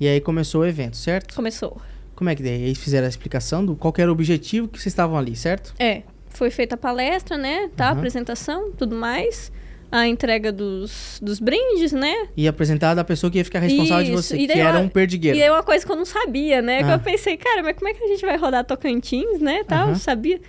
e aí começou o evento, certo? Começou. Como é que daí? Eles fizeram a explicação do qual que era o objetivo que vocês estavam ali, certo? É, foi feita a palestra, né? Tá, Aham. apresentação, tudo mais. A entrega dos, dos brindes, né? E apresentado a pessoa que ia ficar responsável de Isso. você, E daí que era uma- um perdigueiro. E é uma coisa que eu não sabia, né? Que Ah. eu pensei, cara, mas como é que a gente vai rodar Tocantins, né? Tal, Aham. sabia?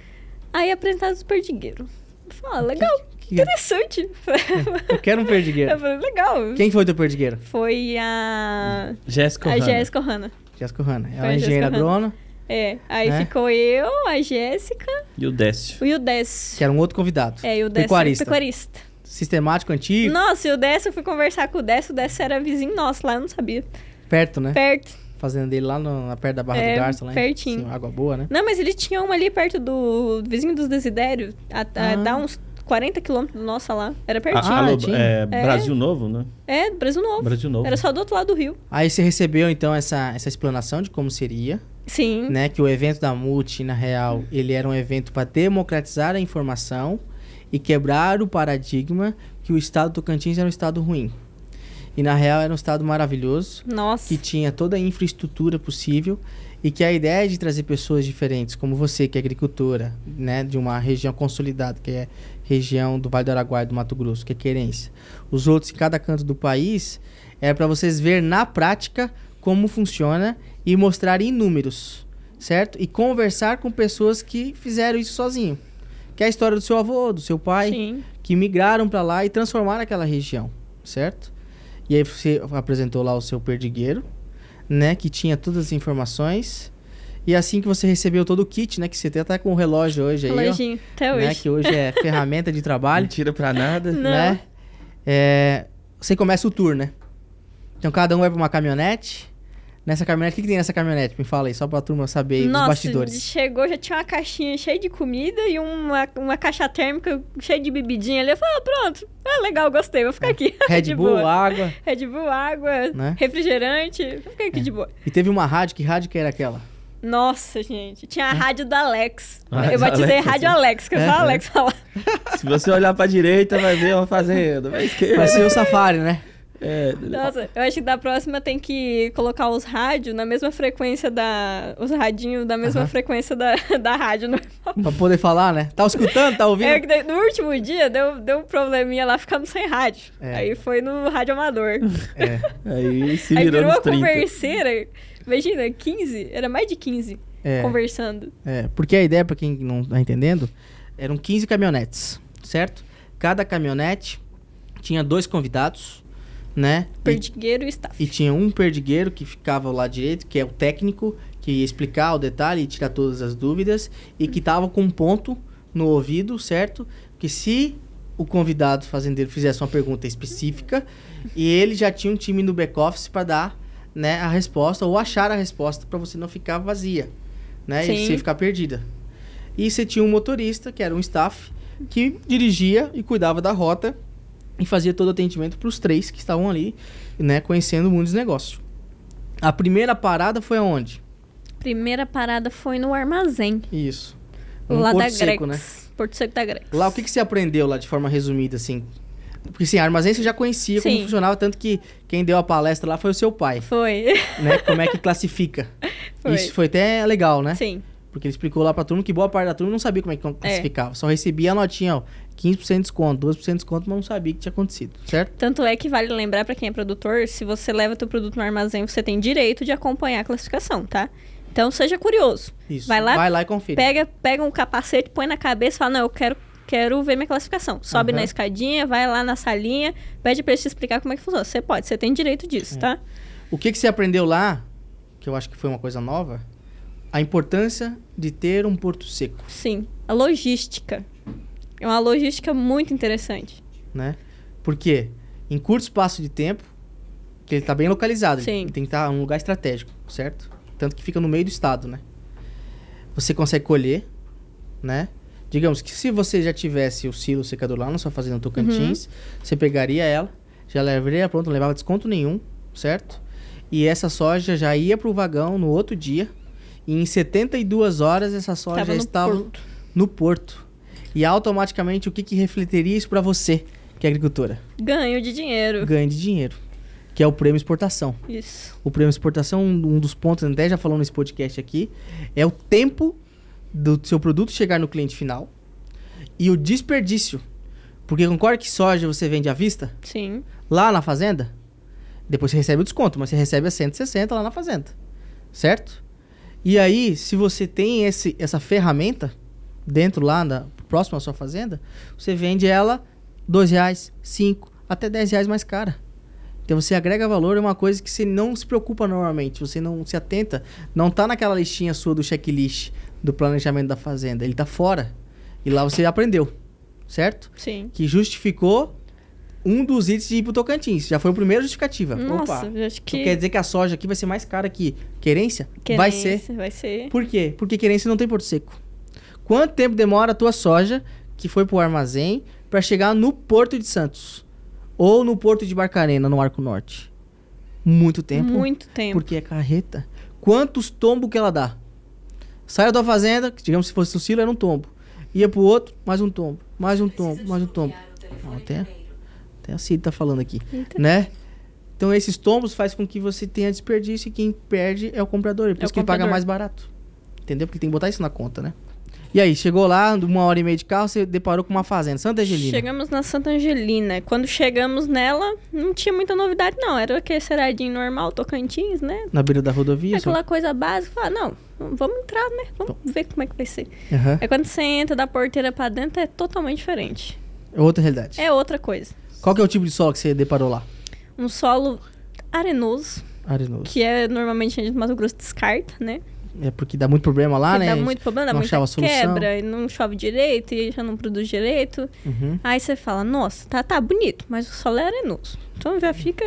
Aí apresentaram os perdigueiros. Eu falei, ah, legal, Que- interessante. Eu quero um eu perdigueiro. falei, legal. Quem foi teu perdigueiro? Foi a, Jéssica a Ohana. é Jéssica Hanna. Jéssica Hanna. Ela Foi é a engenheira Jéssica Ohana. agrônoma, É, aí É? ficou eu, a Jéssica E o Décio. e o Décio. que era um outro convidado. É, e o Décio Pecuarista. pecuarista. Sistemático, antigo, Nossa, e o Décio, eu fui conversar com o Décio, o Décio era vizinho nosso lá, eu não sabia. perto, né? Perto. Fazenda dele lá no- na perto da Barra É, do Garça, lá em- pertinho. sim, água boa, né? Não, mas ele tinha uma ali perto do vizinho dos Desidérios, a, a- Ah. dá uns 40 quilômetros do nosso lá. Era pertinho. Ah, alô, tinha. é, É. Brasil Novo, né? É, do Brasil Novo. Brasil Novo. Era só do outro lado do rio. Aí você recebeu, então, essa, essa explanação de como seria, Sim. né? Que o evento da MUT, na real, ele era um evento para democratizar a informação e quebrar o paradigma que o estado do Tocantins era um estado ruim. E, na real, era um estado maravilhoso, Nossa. que tinha toda a infraestrutura possível e que a ideia é de trazer pessoas diferentes, como você, que é agricultora, né, de uma região consolidada, que é região do Vale do Araguaia, do Mato Grosso, que é querência, os outros em cada canto do país, é para vocês ver na prática como funciona e mostrar em números, certo? E conversar com pessoas que fizeram isso sozinho. Que é a história do seu avô, do seu pai, Sim. que migraram para lá e transformaram aquela região, certo? E aí você apresentou lá o seu perdigueiro, né, que tinha todas as informações. E assim que você recebeu todo o kit, né, que você tem até com o relógio hoje aí, ó, Reloginho, até né, hoje. que hoje é ferramenta de trabalho, Mentira pra nada. Não. né? É, você começa o tour, né? Então cada um vai para uma caminhonete. Nessa caminhonete, o que, que tem nessa caminhonete? Me fala aí, só pra turma saber aí, dos Nossa, bastidores. chegou, já tinha uma caixinha cheia de comida e uma, uma caixa térmica cheia de bebidinha ali. Eu falei, ah, pronto, ah, legal, gostei, vou ficar aqui. É. Red de Bull, boa. água. Red Bull, água, Né? É. refrigerante, vou ficar aqui de boa. E teve uma rádio, que rádio que era aquela? Nossa, gente, tinha a Né? rádio do Alex. Ah, eu do batizei Alex, rádio né? Alex, que eu É, só é. Alex falar. Se você olhar pra direita, vai ver uma fazenda. Vai esquerda. Vai ser o Safari, né? É, Nossa, eu acho que da próxima tem que colocar os rádios na mesma frequência da. Os radinhos da mesma Aham. frequência da, da rádio normal. Pra poder falar, né? Tá escutando, tá ouvindo? É que daí, no último dia deu, deu um probleminha lá, ficamos sem rádio. É. Aí foi no rádio amador. É. aí se Aí virou virou nos uma 30. converseira. Imagina, 15, era mais de 15 É, conversando. é, porque a ideia, pra quem não tá entendendo, eram 15 caminhonetes, certo? Cada caminhonete tinha dois convidados, né? E, Perdigueiro e staff. e tinha um perdigueiro que ficava ao lado direito, que é o técnico, que ia explicar o detalhe e tirar todas as dúvidas, e que tava com um ponto no ouvido, certo? Que se o convidado fazendeiro fizesse uma pergunta específica, e ele já tinha um time no back-office para dar né, a resposta, ou achar a resposta para você não ficar vazia, né? E Sim. você ficar perdida. E você tinha um motorista, que era um staff, que dirigia e cuidava da rota e fazia todo o atendimento para os três que estavam ali, né, conhecendo o mundo dos negócios. A primeira parada foi aonde? Primeira parada foi no armazém, Isso. No lá da Porto Grex. Seco, né? Porto Seco da Grex. Lá, o que, que você aprendeu lá de forma resumida, assim? Porque, assim, armazém você já conhecia como Sim. funcionava, tanto que quem deu a palestra lá foi o seu pai, Foi. né? Como é que classifica. Foi. Isso foi até legal, né? Sim. Porque ele explicou lá pra turma que boa parte da turma não sabia como é que classificava. Só recebia a notinha, ó, 15% de desconto, 12% de desconto, mas não sabia o que tinha acontecido, certo? Tanto é que vale lembrar pra quem é produtor, se você leva teu produto no armazém, você tem direito de acompanhar a classificação, tá? Então seja curioso. Isso. Vai lá, e confere. Pega, pega um capacete, põe na cabeça e fala: Não, eu quero, quero ver minha classificação. Sobe Aham. na escadinha, vai lá na salinha, pede pra eles te explicar como é que funciona. Você pode, você tem direito disso, tá? O que, que você aprendeu lá, que eu acho que foi uma coisa nova, a importância de ter um porto seco, Sim. A logística. É uma logística muito interessante. né? Porque em curto espaço de tempo, que ele tá bem localizado, ele Sim. tem que estar em um lugar estratégico, certo? Tanto que fica no meio do estado, né? Você consegue colher, né? Digamos que se você já tivesse o silo secador lá na sua fazenda Tocantins, você pegaria ela, já levaria pronto, não levava desconto nenhum, certo? E essa soja já ia pro vagão no outro dia. E em 72 horas essa soja Tava já no estava no porto. E automaticamente o que, que refletiria isso para você, que é agricultora? Ganho de dinheiro. Ganho de dinheiro, que é o prêmio exportação. Isso. O prêmio exportação, um um dos pontos, até já falou nesse podcast aqui, é o tempo do seu produto chegar no cliente final e o desperdício. Porque concorda que soja você vende à vista? Sim. lá na fazenda, depois você recebe o desconto, mas você recebe a 160 lá na fazenda, certo? E aí, se você tem esse, essa ferramenta dentro lá, na, próximo à sua fazenda, você vende ela dois reais, cinco, até 10 reais mais cara. Então você agrega valor, é uma coisa que você não se preocupa normalmente, você não se atenta, não tá naquela listinha sua do checklist do planejamento da fazenda, ele tá fora. E lá você aprendeu, certo? Sim. que justificou um dos itens de ir pro Tocantins. Já foi a primeira justificativa. Opa, Nossa, eu acho então que. quer dizer que a soja aqui vai ser mais cara que querência? Vai ser. querência, Vai ser. Por quê? Porque querência não tem porto seco. Quanto tempo demora a tua soja que foi pro armazém para chegar no Porto de Santos? Ou no Porto de Barcarena, no Arco Norte? Muito tempo. Muito tempo. Porque é carreta. Quantos tombos que ela dá? Saia da fazenda, que digamos se fosse o silo, era um tombo. Ia pro outro, mais um tombo, mais um tombo, mais um tombo. Não, até, até a Cid tá falando aqui, Eita. né? Então esses tombos faz com que você tenha desperdício e quem perde é o comprador. e Por É isso o que ele paga comprador. mais barato. Entendeu? Porque tem que botar isso na conta, né? E aí, chegou lá, uma hora e meia de carro, você deparou com uma fazenda. Santa Angelina. Chegamos na Santa Angelina. Quando chegamos nela, não tinha muita novidade, não. Era aquele ceradinho normal, Tocantins, né? Na beira da rodovia. só- Aquela coisa básica. Falar, não, vamos entrar, né? Vamos ver como é que vai ser. Aham. Aí quando você entra da porteira pra dentro, é totalmente diferente. É outra realidade. É outra coisa. Qual que é o tipo de solo que você deparou lá? Um solo arenoso, Arenoso. que é normalmente a gente do Mato Grosso descarta, né? É porque dá muito problema lá, Porque né? dá muito problema, dá não achava muita solução. quebra, e não chove direito, e já não produz direito. Uhum. Aí você fala, nossa, tá, tá bonito, mas o solo é arenoso. Então já fica.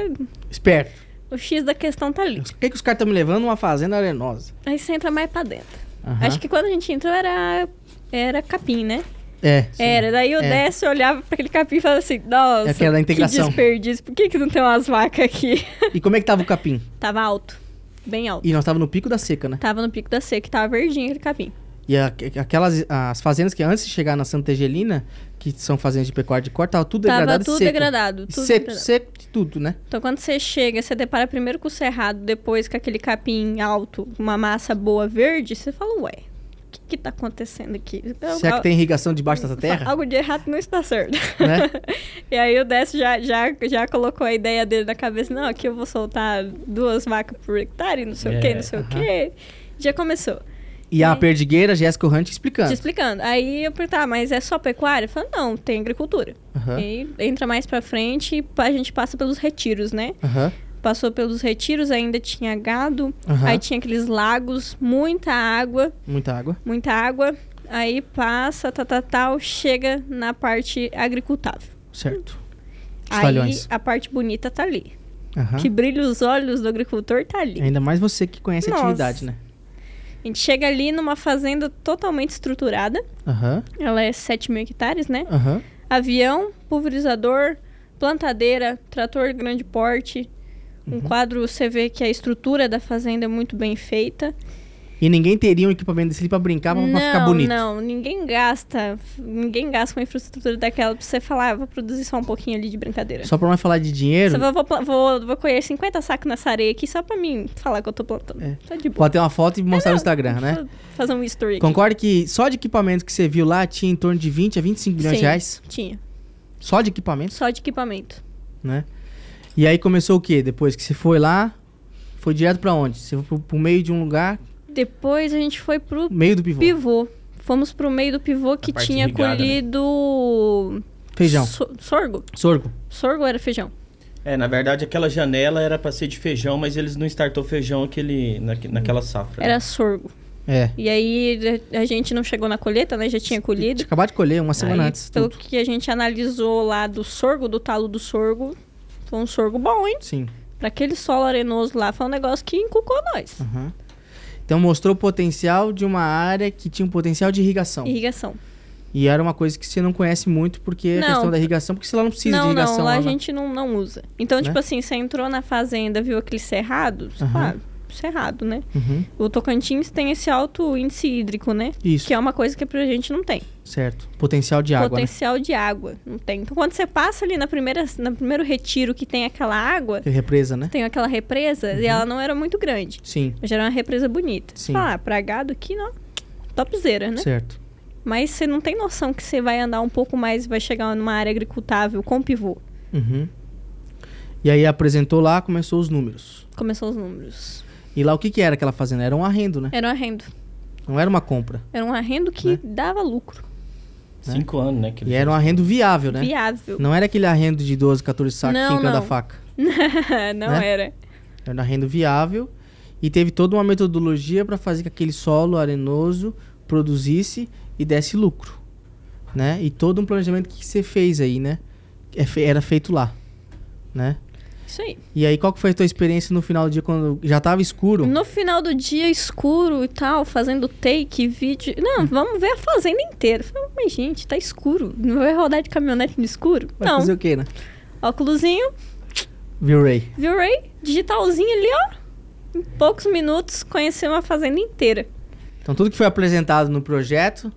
Esperto. O X da questão tá ali. Por que, que os caras estão me levando uma fazenda arenosa? Aí você entra mais pra dentro. Aham. Acho que quando a gente entrou era. Era capim, né? É. sim. Era. Daí eu É. desce, eu olhava pra aquele capim e falava assim: nossa, É aquela integração. que desperdício, por que, que não tem umas vacas aqui? E como é que tava o capim? tava alto, bem alto. E nós tava no pico da seca, né? Tava no pico da seca, e tava verdinho aquele capim. E a- aquelas as fazendas que antes de chegar na Santa Angelina, que são fazendas de pecuária de corte, tava tudo tava degradado e tudo seco. degradado, tudo seco, degradado. seco de tudo, né? Então quando você chega, você depara primeiro com o cerrado, depois com aquele capim alto, uma massa boa verde, você fala, ué, o que que tá acontecendo aqui? Então, Será é que al- tem irrigação debaixo dessa terra? Algo de errado não está certo. Né? e aí o Décio já, já, já colocou a ideia dele na cabeça, não, aqui eu vou soltar duas vacas por hectare, não sei o quê, É, não sei aham. o quê. Já começou. E a perdigueira, Jéssica Hunt, explicando. Te explicando. Aí eu perguntava, mas é só pecuária? Eu falei, não, tem agricultura. Aham. E aí entra mais pra frente e a gente passa pelos retiros, né? Aham. Passou pelos retiros, ainda tinha gado, Aham. aí tinha aqueles lagos, muita água, Muita água. muita água. Aí passa, tal, tal, tal, chega na parte agricultável. Certo. Os Aí talhões. a parte bonita tá ali. Aham. Que brilha os olhos do agricultor tá ali. Ainda mais você que conhece a Nossa. atividade, né? A gente chega ali numa fazenda totalmente estruturada. Aham. Ela é 7 mil hectares, né? Aham. avião, pulverizador, plantadeira, trator de grande Uhum. porte. Um quadro, você vê que a estrutura da fazenda é muito bem feita. E ninguém teria um equipamento desse ali pra brincar, pra, pra não, ficar bonito. Não, ninguém gasta. Ninguém gasta com a infraestrutura daquela pra você falar, "Ah, vou produzir só um pouquinho ali de brincadeira. Só pra não falar de dinheiro, Só vou, vou, pla- vou, vou colher 50 sacos nessa areia aqui só pra mim falar que eu tô plantando. É. Tá de boa. pode ter uma foto e mostrar É, no não, Instagram, né? Vou Fazer um story aqui. Concorda que só de equipamento que você viu lá tinha em torno de 20 a 25 milhões de Sim. reais? Tinha. Só de equipamento, Só de equipamento. né? E aí começou o quê? Depois que você foi lá, foi direto pra onde? Você foi pro, pro meio de um lugar, Depois a gente foi pro meio do pivô. pivô. Fomos pro meio do pivô que parte tinha irrigada, né? colhido. Feijão, so- sorgo. sorgo. Sorgo era feijão. É, na verdade, aquela janela era pra ser de feijão, mas eles não startou feijão aquele, naque- naquela safra. né? Era sorgo. É. E aí a gente não chegou na colheita, né? Já tinha colhido. Tinha acabado de colher uma semana Aí, antes. pelo tudo. que a gente analisou lá do sorgo, do talo do sorgo, foi um sorgo bom, hein? Sim. Pra aquele solo arenoso lá, foi um negócio que encucou nós. aham. Então mostrou o potencial de uma área que tinha um potencial de irrigação. Irrigação. E era uma coisa que você não conhece muito, porque a Não. questão da irrigação, porque você lá não precisa de não, irrigação. não, lá a na- gente não, não usa. Então, Né? tipo assim, você entrou na fazenda, viu aquele cerrado? Você Aham. fala, "Ah, cerrado, né? Uhum, O Tocantins tem esse alto índice hídrico, né? Isso, Que é uma coisa que pra gente não tem. certo. Potencial de água, né? Potencial de água. Não tem. Então, quando você passa ali na primeira, no primeiro retiro que tem aquela água, Que é Represa, né? tem aquela represa, e ela não era muito grande. Sim, Mas era uma represa bonita. Uhum. Sim. Você fala, ah, pra gado aqui, não. Topzera, né? certo. Mas você não tem noção que você vai andar um pouco mais e vai chegar numa área agricultável com pivô. Uhum. E aí apresentou lá, começou os números. Começou os números. E lá o que, que era aquela fazenda? Era um arrendo, né? Era um arrendo. Não era uma compra. Era um arrendo que Né? dava lucro. Cinco anos, né? que eles- E era um arrendo viável, né? Viável. Não era aquele arrendo de 12, 14 sacos, Não, cinco em cada não. faca. não Né? era. Era um arrendo viável. E teve toda uma metodologia para fazer que aquele solo arenoso produzisse e desse lucro. Né? E todo um planejamento que você fez aí, né? É fe- Era feito lá. Né? Isso aí. E aí, qual que foi a tua experiência no final do dia quando já tava escuro? No final do dia, escuro e tal, fazendo take, vídeo. Hum. Não, vamos ver a fazenda inteira. Eu Falei, mas gente, tá escuro. Não vai rodar de caminhonete no escuro? Vai não. fazer o quê, né? Óculosinho, Viu, Ray? viu, Ray? Digitalzinho ali, ó. Em poucos minutos, conheceu uma fazenda inteira. Então, tudo que foi apresentado no projeto,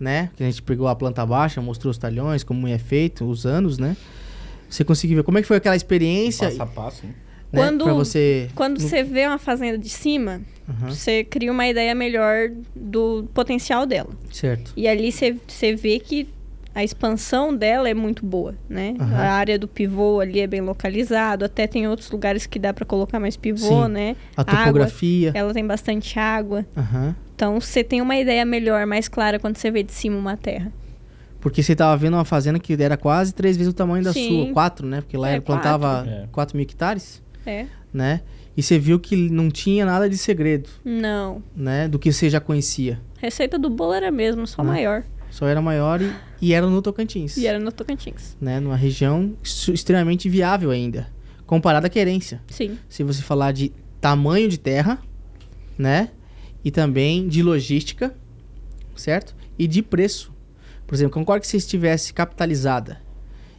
né? Que a gente pegou a planta baixa, mostrou os talhões, como é feito, os anos, né? Você conseguiu ver como é que foi aquela experiência Passo a passo, né? né? Quando- pra você... Quando você vê uma fazenda de cima, Hum. Aham, você cria uma ideia melhor do potencial dela. certo. E ali você- você vê que a expansão dela é muito boa, né? Aham. A área do pivô ali é bem localizado, até tem outros lugares que dá pra colocar mais pivô, Sim. né? A Água. topografia. Ela tem bastante água. Aham. Então você tem uma ideia melhor, mais clara quando você vê de cima uma terra. Porque você tava vendo uma fazenda que era quase três vezes o tamanho da Sim. sua. Quatro, né? Porque lá É, era- plantava quatro. É. 4 mil hectares, É. né? E você viu que não tinha nada de segredo, Não. né? Do que você já conhecia. Receita do bolo era a mesma, só Né? maior. Só era maior e, e era no Tocantins. E era no Tocantins. Né? Numa região su- extremamente viável ainda. Comparada à querência. Sim. Se você falar de tamanho de terra, né? E também de logística, certo? E de preço. Por exemplo, concordo que se estivesse capitalizada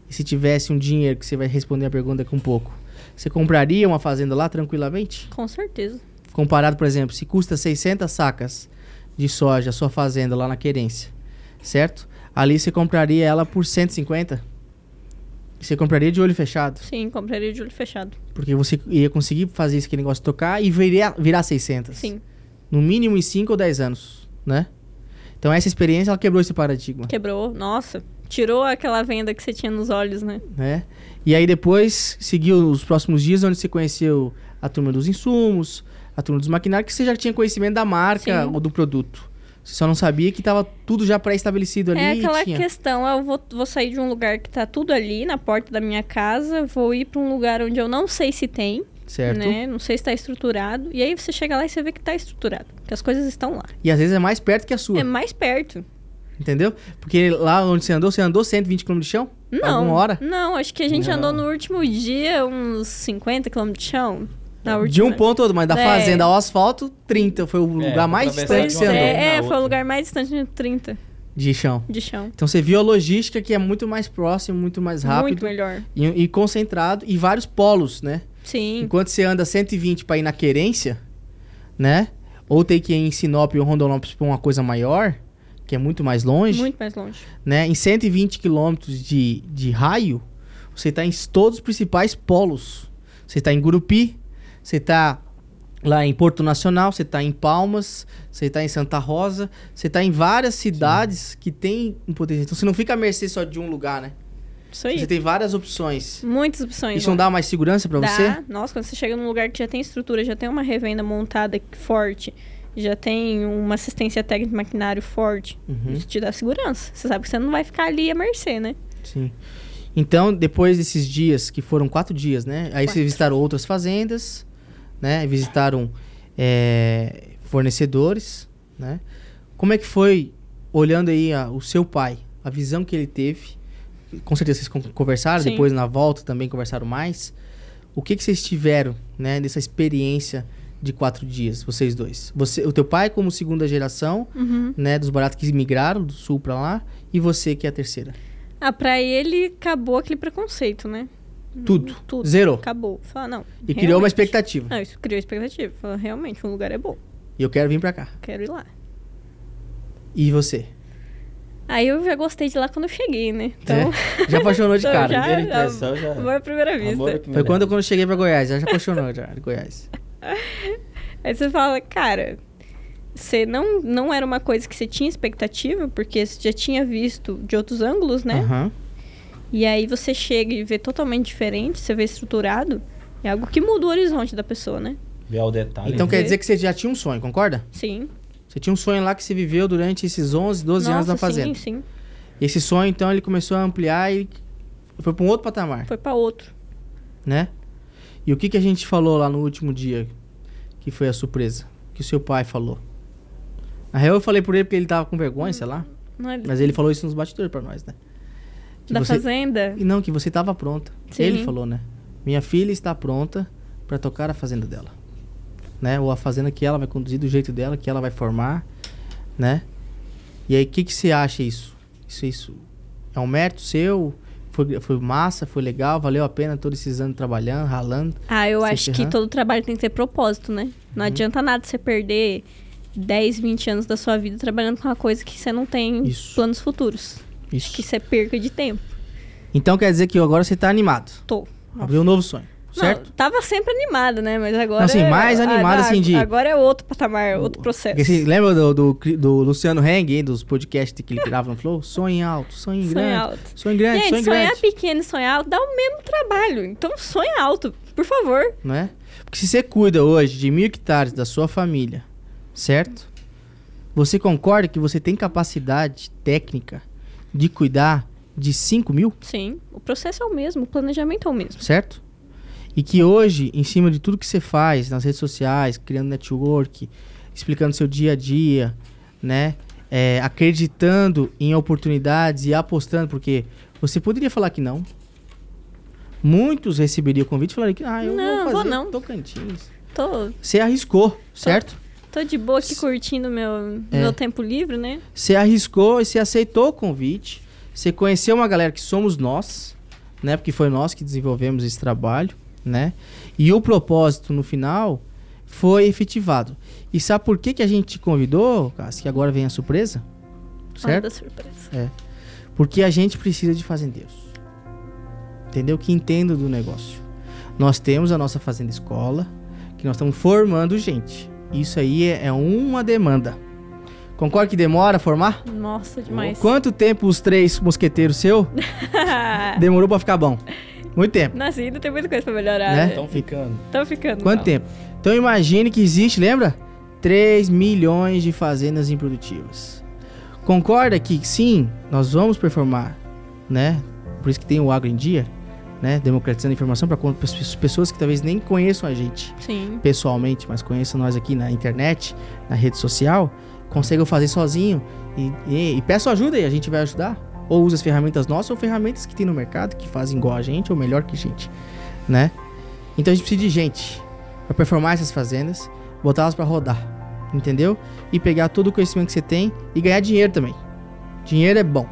e se tivesse um dinheiro que você vai responder a pergunta com pouco, você compraria uma fazenda lá tranquilamente? Com certeza. Comparado, por exemplo, se custa 600 sacas de soja a sua fazenda lá na querência, certo? Ali você compraria ela por 150. Você compraria de olho fechado, Sim, compraria de olho fechado. porque você ia conseguir fazer esse negócio tocar e viria, virar 600. Sim. No mínimo em 5 ou 10 anos, né? Então essa experiência ela quebrou esse paradigma, Quebrou. Nossa. Tirou aquela venda que você tinha nos olhos, né? né? E aí depois seguiu os próximos dias onde você conheceu a turma dos insumos, a turma dos maquinários, que você já tinha conhecimento da marca Sim. ou do produto. Você só não sabia que estava tudo já pré-estabelecido ali É e aquela tinha. questão, eu vou, vou sair de um lugar que tá tudo ali na porta da minha casa, vou ir pra um lugar onde eu não sei se tem, Certo? né? Não sei se tá estruturado. E aí você chega lá e você vê que tá estruturado, que as coisas estão lá. E às vezes é mais perto que a sua, É mais perto. entendeu? Porque lá onde você andou, você andou 120 km de chão? Não. Alguma hora? Não, acho que a gente Não. andou no último dia uns 50 quilômetros de chão. Na última. De um ponto ao outro, mas da É. fazenda ao asfalto, 30. Foi o É, lugar mais atravessar distante que Pois você de uma andou vez. é, na é, foi outra. o lugar mais distante de 30 de chão. de chão. Então você viu a logística que é muito mais próximo, muito mais rápido Muito melhor. e, e concentrado e vários polos, né? Sim. Enquanto você anda 120 para ir na querência, né? ou ter que ir em Sinop ou Rondonópolis para uma coisa maior, que é muito mais longe, Muito mais longe. né? Em 120 quilômetros de, de raio, você está em todos os principais polos. Você está em Gurupi, você está lá em Porto Nacional, você está em Palmas, você está em Santa Rosa, você está em várias cidades que tem um potencial. Então você não fica à mercê só de um lugar, né? Isso aí. Você tem várias opções. Muitas opções. Isso é um não lá. dá mais segurança para Dá. você? Nossa, quando você chega num lugar que já tem estrutura, já tem uma revenda montada forte, já tem uma assistência técnica de maquinário forte, Uhum. isso te dá segurança. Você sabe que você não vai ficar ali à mercê, né? Sim. Então, depois desses dias, que foram quatro dias, né? Aí vocês Quatro. visitaram outras fazendas, né? Visitaram é, fornecedores, né? Como é que foi, olhando aí a- o seu pai, a visão que ele teve? Com certeza vocês con- conversaram, Sim. depois na volta também conversaram mais. O que, que vocês tiveram, né? Dessa experiência de quatro dias, vocês dois. Você, o teu pai como segunda geração, Uhum. né? Dos baratos que migraram do sul pra lá. E você que é a terceira. Ah, pra ele acabou aquele preconceito, né? Tudo. Tudo. Zerou. Acabou. Fala, não. E criou uma realmente. É. expectativa. Não, isso criou expectativa. Fala, realmente, o lugar é bom. E eu quero vir pra cá. Quero ir lá. E você? Aí eu já gostei de lá quando eu cheguei, né? Então, Já apaixonou de Então, cara. já- Primeira impressão É. já. amor à primeira vista. Amor à primeira Foi quando, quando eu cheguei pra Goiás. Já já apaixonou já, de Goiás. Aí você fala, cara, você não, não era uma coisa que você tinha expectativa, porque você já tinha visto de outros ângulos, né? Aham. E aí você chega e vê totalmente diferente, você vê estruturado, é algo que muda o horizonte da pessoa, né? Vê o detalhe. né? Então que- quer dizer que você já tinha um sonho, concorda? Sim. Você tinha um sonho lá que você viveu durante esses 11, 12 anos na Nossa, fazenda. Sim, sim. Esse sonho, então, ele começou a ampliar e foi pra um outro patamar, Foi pra outro. né? E o que, que a gente falou lá no último dia, que foi a surpresa? Que o seu pai falou. Na real, eu falei por ele porque ele tava com vergonha, sei lá. Não é Mas ele falou isso nos bastidores pra nós, né? Que da você- fazenda. E não, que você estava pronta. Sim. Ele falou, né? Minha filha está pronta para tocar a fazenda dela. Né? Ou a fazenda que ela vai conduzir do jeito dela, que ela vai formar, né? E aí, o que, que você acha isso? Isso, isso é um mérito seu? Foi, foi massa, foi legal, valeu a pena todos esses anos trabalhando, ralando. Ah, eu Você acho que ferrar. Uhum. todo trabalho tem que ter propósito, né? Não adianta nada você perder 10, 20 anos da sua vida trabalhando com uma coisa que você não tem Isso. planos futuros. Isso. Que você perca de tempo. Então quer dizer que agora você tá animado. Tô. Abriu um novo sonho, Não, certo? tava sempre animada, né? Mas agora. Não, assim, é- mais animada, ah, assim, de- Agora é outro patamar, outro processo. Porque você lembra do, do, Cri- do Luciano Heng, hein, dos podcasts que ele grava no Flow? Sonho alto, sonho Sonho grande. alto. Sonho grande, Gente, sonho sonhar grande. pequeno e sonhar alto dá o mesmo trabalho. Então sonha alto, por favor. não é? Porque se você cuida hoje de mil hectares da sua família, certo? Você concorda que você tem capacidade técnica de cuidar de 5 mil, Sim, o processo é o mesmo, o planejamento é o mesmo. certo? E que hoje, em cima de tudo que você faz nas redes sociais, criando network, explicando seu dia a dia, né? É, acreditando em oportunidades e apostando, porque você poderia falar que não. Muitos receberiam o convite e falariam que ah, eu Não, vou vou fazer assim. não. Tocantins. Tô, Você arriscou, certo? tô de boa aqui curtindo meu, É. meu tempo livre, né? Você arriscou e você aceitou o convite. Você conheceu uma galera que somos nós, né? Porque foi nós que desenvolvemos esse trabalho, né? E o propósito no final foi efetivado. E sabe por que, que a gente te convidou, Cássio? Que agora vem a surpresa? Hora Certo? da surpresa. Porque a gente precisa de fazendeiros. Entendeu? Que entendo do negócio. Nós temos a nossa fazenda escola, que nós estamos formando gente. Isso aí é é uma demanda. Concorda que demora a formar? Nossa, demais. Quanto tempo os três mosqueteiros seu demorou pra ficar bom? Muito tempo, Nossa, ainda tem muita coisa pra melhorar, Né? né? Estão Então ficando. Tô ficando. quanto mal. tempo? Então imagine que existe, lembra? 3 milhões de fazendas improdutivas. Concorda que sim, nós vamos performar, né? Por isso que tem o Agro em Dia, né? Democratizando a informação para pessoas que talvez nem conheçam a gente. Sim. pessoalmente, mas conheçam nós aqui na internet, na rede social, conseguem fazer sozinho e, e, e peço ajuda e a gente vai ajudar. Ou usa as ferramentas nossas ou ferramentas que tem no mercado que fazem igual a gente ou melhor que a gente, né? Então a gente precisa de gente para performar essas fazendas, botá-las para rodar, entendeu? E pegar todo o conhecimento que você tem e ganhar dinheiro também. Dinheiro é bom.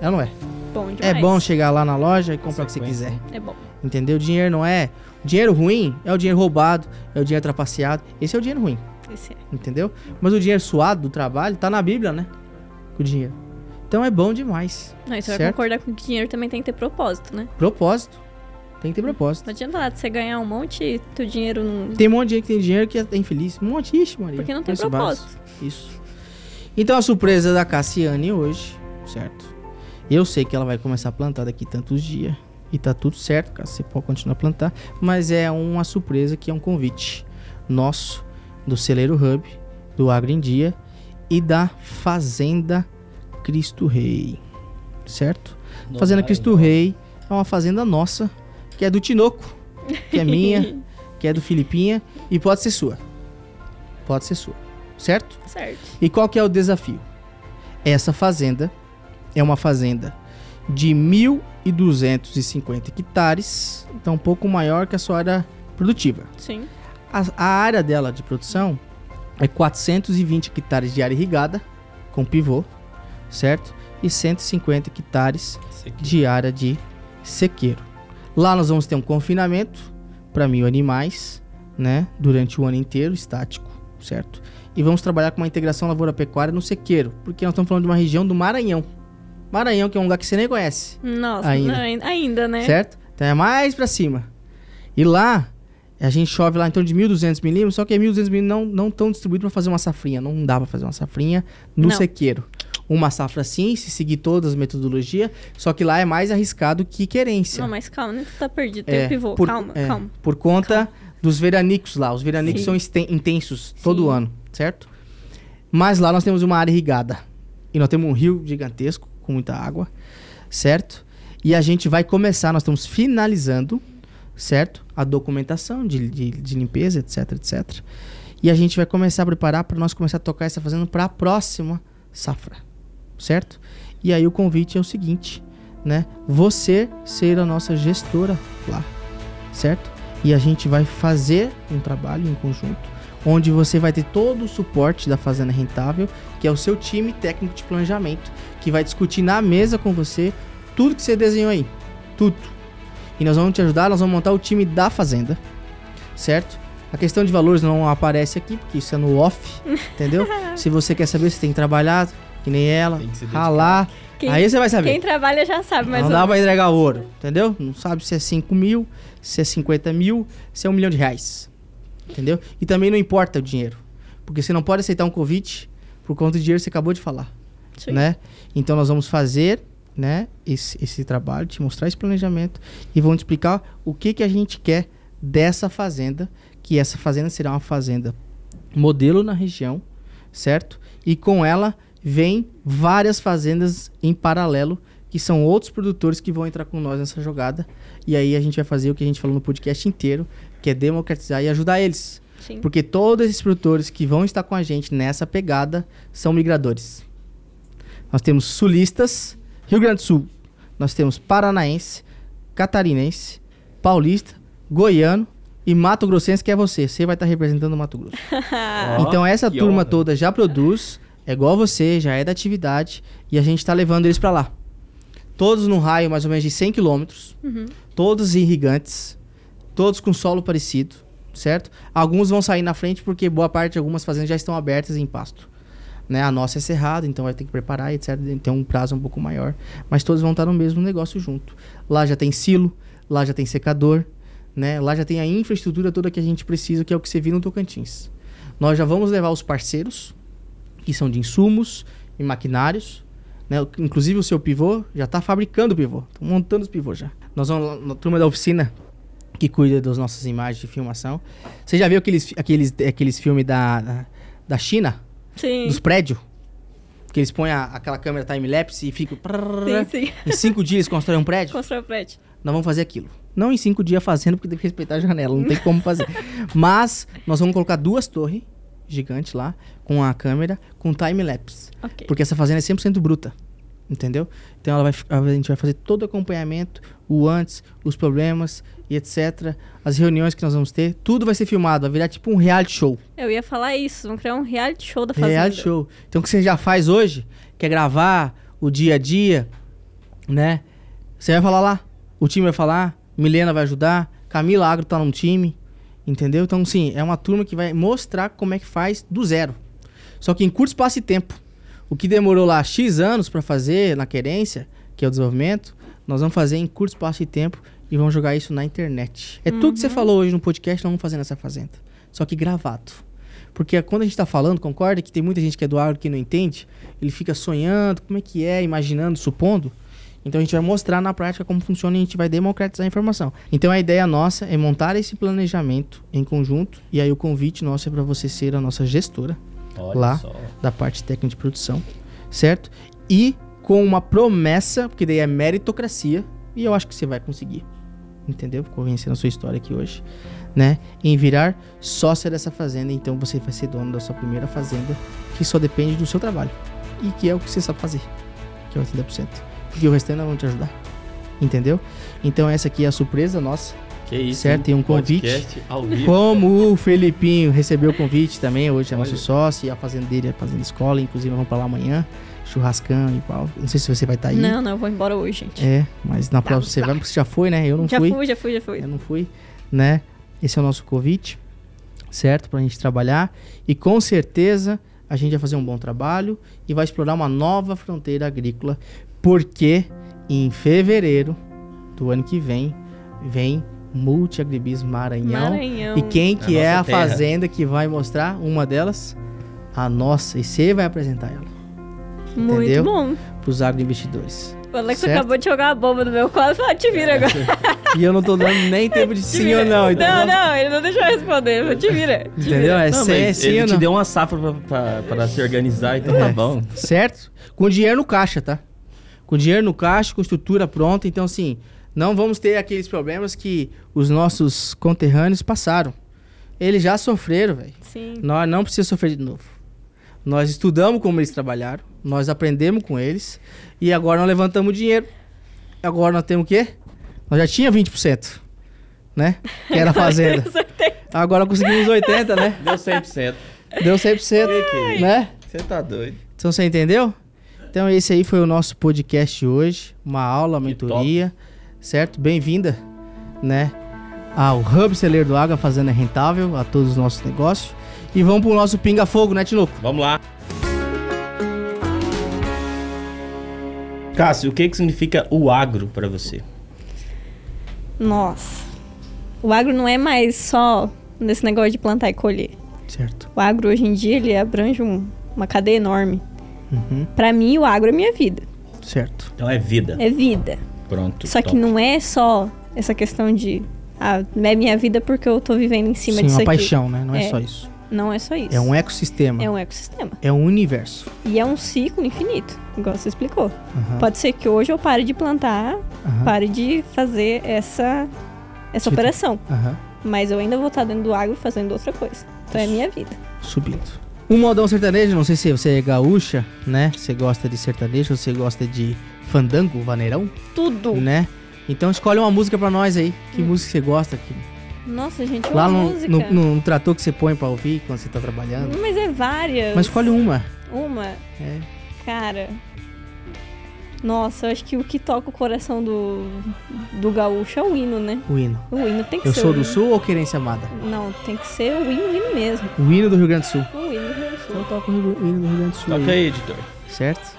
É ou não é? Bom demais. É bom chegar lá na loja e comprar o que você Consequência. quiser. É bom. Entendeu? Dinheiro não é. Dinheiro ruim é o dinheiro roubado, é o dinheiro trapaceado. Esse é o dinheiro ruim. Esse é. Entendeu? Mas o dinheiro suado do trabalho tá na Bíblia, né? O dinheiro. Então é bom demais. Não, e você vai Certo. concordar com que dinheiro também tem que ter propósito, né? Propósito. Tem que ter propósito. Não adianta nada você ganhar um monte e teu dinheiro não. Tem um monte de gente que tem dinheiro que é infeliz. Um monte, ixi, Maria. Porque não tem Conheço vários. propósito. Isso. Então a surpresa da Cassiane hoje, certo? Eu sei que ela vai começar a plantar daqui tantos dias. E tá tudo certo, Cassi, você pode continuar a plantar. Mas é uma surpresa que é um convite nosso, do Celeiro Hub, do Agro em Dia e da Fazenda Cristo Rei. Certo? Fazenda tá Cristo Rei é uma fazenda nossa, que é do Tinoco, que é minha, que é do Filipinha e pode ser sua. Pode ser sua. Certo? Certo. E qual que é o desafio? Essa fazenda é uma fazenda de 1.250 hectares, então um pouco maior que a sua área produtiva. Sim. A, a área dela de produção é 420 hectares de área irrigada, com pivô, certo? E 150 hectares de área de sequeiro. Lá nós vamos ter um confinamento para mil animais, né? Durante o ano inteiro, estático, certo? E vamos trabalhar com uma integração lavoura-pecuária no sequeiro, porque nós estamos falando de uma região do Maranhão. Maranhão, que é um lugar que você nem conhece Nossa, Ainda. ainda, ainda né? certo? Então é mais pra cima. E lá, a gente chove lá então de 1.200 milímetros, só que é 1.200 milímetros não, não tão distribuído pra fazer uma safrinha. Não dá pra fazer uma safrinha no Não. sequeiro. Uma safra sim, se seguir todas as metodologias, só que lá é mais arriscado que querência. Não, mas calma, nem tu tá perdido. É, Tem o pivô. por- calma, é, calma. Por conta dos veranicos lá. Os veranicos Sim. são esten- intensos todo Sim. ano, certo? Mas lá nós temos uma área irrigada. E nós temos um rio gigantesco com muita água, certo? E a gente vai começar, nós estamos finalizando, certo? A documentação de, de, de limpeza, etc, etc. E a gente vai começar a preparar para nós começar a tocar essa fazenda para a próxima safra, certo? E aí o convite é o seguinte, né? Você ser a nossa gestora lá, certo? E a gente vai fazer um trabalho em conjunto, onde você vai ter todo o suporte da Fazenda Rentável, que é o seu time técnico de planejamento, que vai discutir na mesa com você tudo que você desenhou aí, tudo. E nós vamos te ajudar, nós vamos montar o time da Fazenda, certo? A questão de valores não aparece aqui, porque isso é no off, entendeu? Se você quer saber, você tem que trabalhar, que nem ela, Tem que se dedicar. ralar, Quem, aí você vai saber. quem trabalha já sabe, mas. não o- dá pra entregar ouro, entendeu? Não sabe se é 5 mil, se é 50 mil, se é um milhão de reais. Entendeu? E também não importa o dinheiro. Porque você não pode aceitar um convite por conta do dinheiro que você acabou de falar. Sim. Né? Então nós vamos fazer né, esse, esse trabalho, te mostrar esse planejamento e vamos te explicar o que, que a gente quer dessa fazenda, que essa fazenda será uma fazenda modelo na região, certo? E com ela vem várias fazendas em paralelo, que são outros produtores que vão entrar com nós nessa jogada. E aí a gente vai fazer o que a gente falou no podcast inteiro, que é democratizar e ajudar eles. Sim. Porque todos esses produtores que vão estar com a gente nessa pegada são migradores. Nós temos sulistas, Rio Grande do Sul. Nós temos paranaense, catarinense, paulista, goiano e Mato Grossense, que é você. Você vai estar representando o Mato Grosso. Ó, Então essa que turma honra. toda já produz, é igual você, já é da atividade e a gente tá levando eles pra lá. Todos num raio mais ou menos de 100 quilômetros, todos irrigantes, todos com solo parecido, certo? Alguns vão sair na frente porque boa parte de algumas fazendas já estão abertas em pasto. Né? A nossa é cerrada, então vai ter que preparar, etc. Tem um prazo um pouco maior. Mas todos vão estar no mesmo negócio junto. Lá já tem silo, lá já tem secador, né? lá já tem a infraestrutura toda que a gente precisa, que é o que você viu no Tocantins. Nós já vamos levar os parceiros, que são de insumos e maquinários. Né? O- Inclusive o seu pivô já está fabricando o pivô, tá montando os pivôs já. Nós vamos lá na turma da oficina que cuida das nossas imagens de filmação. Você já viu aqueles, fi- aqueles, aqueles filmes da, da, da China, Sim. dos prédios? Que eles põem a- aquela câmera time-lapse e ficam... né? Sim, sim. Em cinco dias eles constroem um prédio? Constrói o prédio. nós vamos fazer aquilo. Não em cinco dias fazendo, porque tem que respeitar a janela, não tem como fazer. Mas nós vamos colocar duas torres gigantes lá, com a câmera, com time-lapse. Ok. Porque essa fazenda é 100% bruta. Entendeu? Então ela vai, fi- a gente vai fazer todo o acompanhamento, o antes, os problemas e etc. As reuniões que nós vamos ter, tudo vai ser filmado, vai virar tipo um reality show. Eu ia falar isso. Vão criar um reality show da fazenda. Reality show. Então o que você já faz hoje, que é gravar o dia a dia, né? Você vai falar lá. O time vai falar, Milena vai ajudar, Camila Agro tá num time, Entendeu? Então, sim, é uma turma que vai mostrar como é que faz do zero. Só que em curto espaço e tempo. O que demorou lá X anos para fazer na querência, que é o desenvolvimento, nós vamos fazer em curto espaço e tempo e vamos jogar isso na internet. É tudo que você falou hoje no podcast, nós vamos fazer nessa fazenda. Só que gravado. Porque quando a gente tá falando, concorda que tem muita gente que é do agro que não entende, ele fica sonhando, como é que é, imaginando, supondo. Então a gente vai mostrar na prática como funciona e a gente vai democratizar a informação. Então a ideia nossa é montar esse planejamento em conjunto e aí o convite nosso é para você ser a nossa gestora Olha Lá. só. da parte técnica de produção, certo? E com uma promessa, porque daí é meritocracia, e eu acho que você vai conseguir, entendeu? Convencendo a sua história aqui hoje, né? Em virar sócia dessa fazenda, então você vai ser dono da sua primeira fazenda, que só depende do seu trabalho, e que é o que você sabe fazer, que é 80%, porque o restante não vão te ajudar, entendeu? Então essa aqui é a surpresa nossa, Que isso. Certo, e hein? um convite. Podcast ao vivo. como o Felipinho recebeu o convite também, hoje é nosso Olha. sócio, e a fazenda dele é a fazenda escola, inclusive vamos pra lá amanhã, churrascão e pau. Não sei se você vai estar aí. Não, não, eu vou embora hoje, gente. É, mas na próxima você vai, porque você já foi, né? Eu não já fui. É já fui, já fui. Eu não fui, né? Esse é o nosso convite, certo? Pra gente trabalhar. E com certeza a gente vai fazer um bom trabalho e vai explorar uma nova fronteira agrícola, porque em fevereiro do ano que vem, vem Multiagribis Maranhão. Maranhão. E quem que A é Então, nossa a terra. fazenda que vai mostrar uma delas? A nossa. E você vai apresentar ela Muito entendeu? bom. pros agroinvestidores. O Alex Certo. acabou de jogar a bomba no meu quadro e falou, "Ah, te vira agora. E eu não tô dando nem tempo de sim ou não. Então Não, não, ele não deixou eu responder. Falou, te vira. Te Entendeu? vira. É Não, sim, é mas sim ele ou te não. deu uma safra pra, pra- pra se organizar, então tá É. bom. Certo? Com dinheiro no caixa, tá? Com dinheiro no caixa, com estrutura pronta. Então, assim, não vamos ter aqueles problemas que os nossos conterrâneos passaram. Eles já sofreram, velho. Sim. Nós não precisamos sofrer de novo. Nós estudamos como eles trabalharam, nós aprendemos com eles e agora nós levantamos dinheiro. Agora nós temos o quê? Nós já tinha 20%, né? Que era a fazenda. Agora conseguimos 80, né? Deu 100%. Deu Que 100%, que- né? Você tá doido. Então você entendeu? Então esse aí foi o nosso podcast hoje, uma aula, uma Que top. mentoria, certo? Bem-vinda, né? Ao Hub Celeiro do Água, Fazenda é Rentável, a todos os nossos negócios. E vamos pro nosso Pinga Fogo, né, Tinoco? Vamos lá. Cássio, o que, que significa o agro pra você? Nossa. O agro não é mais só nesse negócio de plantar e colher. Certo. O agro hoje em dia ele abrange um- uma cadeia enorme. Uhum, Pra mim, o agro é minha vida. certo. Então é vida. É vida. Pronto. Só que top. não é só essa questão de ah, é minha vida porque eu tô vivendo em cima Sim, disso uma aqui. paixão, né? Não é, É. só isso. Não é só isso. É um ecossistema. É É um, um ecossistema. universo. E é um ciclo infinito, igual você explicou. Aham, Pode ser que hoje eu pare de plantar, aham, pare de fazer essa, essa Tipo- operação. aham. Mas eu ainda vou estar dentro do agro fazendo outra coisa. Então é minha vida. subindo. Um modão sertanejo, não sei se você é gaúcha, né? Você gosta de sertanejo, você gosta de fandango, vaneirão, Tudo. né? Então escolhe uma música pra nós aí. Que música você gosta? Que... Nossa, gente, uma Lá no, música. no, no- no trator que você põe pra ouvir quando você tá trabalhando. Mas é várias. Mas escolhe uma. Uma, É. cara. Nossa, eu acho que o que toca o coração do, do gaúcho é o hino, né? O hino. O hino tem que Eu ser. sou o do hino. sul ou querência amada? Não, tem que ser o hino, o hino mesmo. O hino do Rio Grande do Sul. O hino do Rio Grande do Sul. Então toca o hino do Rio Grande do Sul. Toca aí, aí, editor. Certo?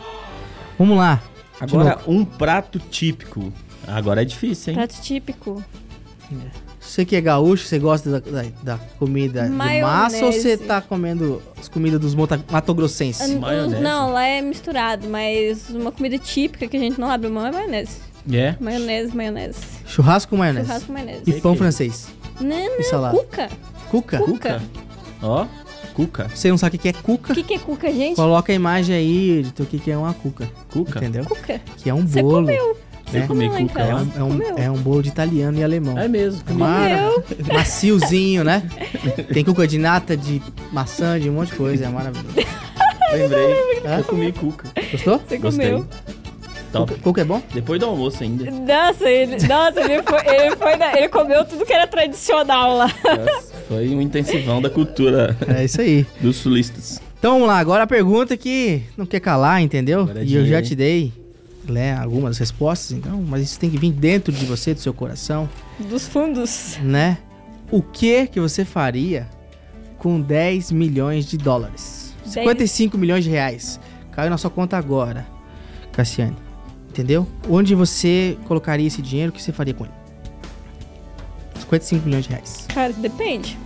Vamos lá. Agora, um prato típico. Agora é difícil, hein? Prato típico. Você que é gaúcho, você gosta da, da- da comida de massa ou você Maionese. tá comendo as comidas dos mota- matogrossenses? Maionese. Os- Hum, Não, lá é misturado, mas uma comida típica que a gente não abre mão é maionese. É? Maionese, maionese. Churrasco com maionese. Churrasco com maionese. E pão Que- francês. Não, E não, salada. cuca. Cuca? Cuca. Ó, cuca. Você não sabe o que que é cuca? O que, que é cuca, gente? Coloca a imagem aí, editor, o que que é uma cuca. Cuca. Entendeu? Cuca. Que é um Você bolo. comeu. Você né? comeu Comi lá cuca, É em casa. um, é, um, Comeu. é um bolo de italiano e alemão. É mesmo. É Maciozinho, né? Tem cuca de nata, de maçã, de um monte de coisa. É maravilhoso. Lembrei. Hã? Eu comi cuca. Gostou? Você Gostei. comeu. Top. Cuca, cuca é bom? Depois do almoço ainda. Nossa, ele, nossa, ele foi, ele foi na- ele comeu tudo que era tradicional lá. Nossa, Foi um intensivão da cultura É isso aí. dos sulistas. Então vamos lá, agora a pergunta que não quer calar, entendeu? Agora é e eu já dinheiro, te dei né, algumas respostas, então, mas isso tem que vir dentro de você, do seu coração, Dos fundos. né? O que que você faria com 10 milhões de dólares? 55 milhões de reais. Caiu na sua conta agora, Cassiane. Entendeu? Onde você colocaria esse dinheiro? O que você faria com ele? 55 milhões de reais. Cara, depende.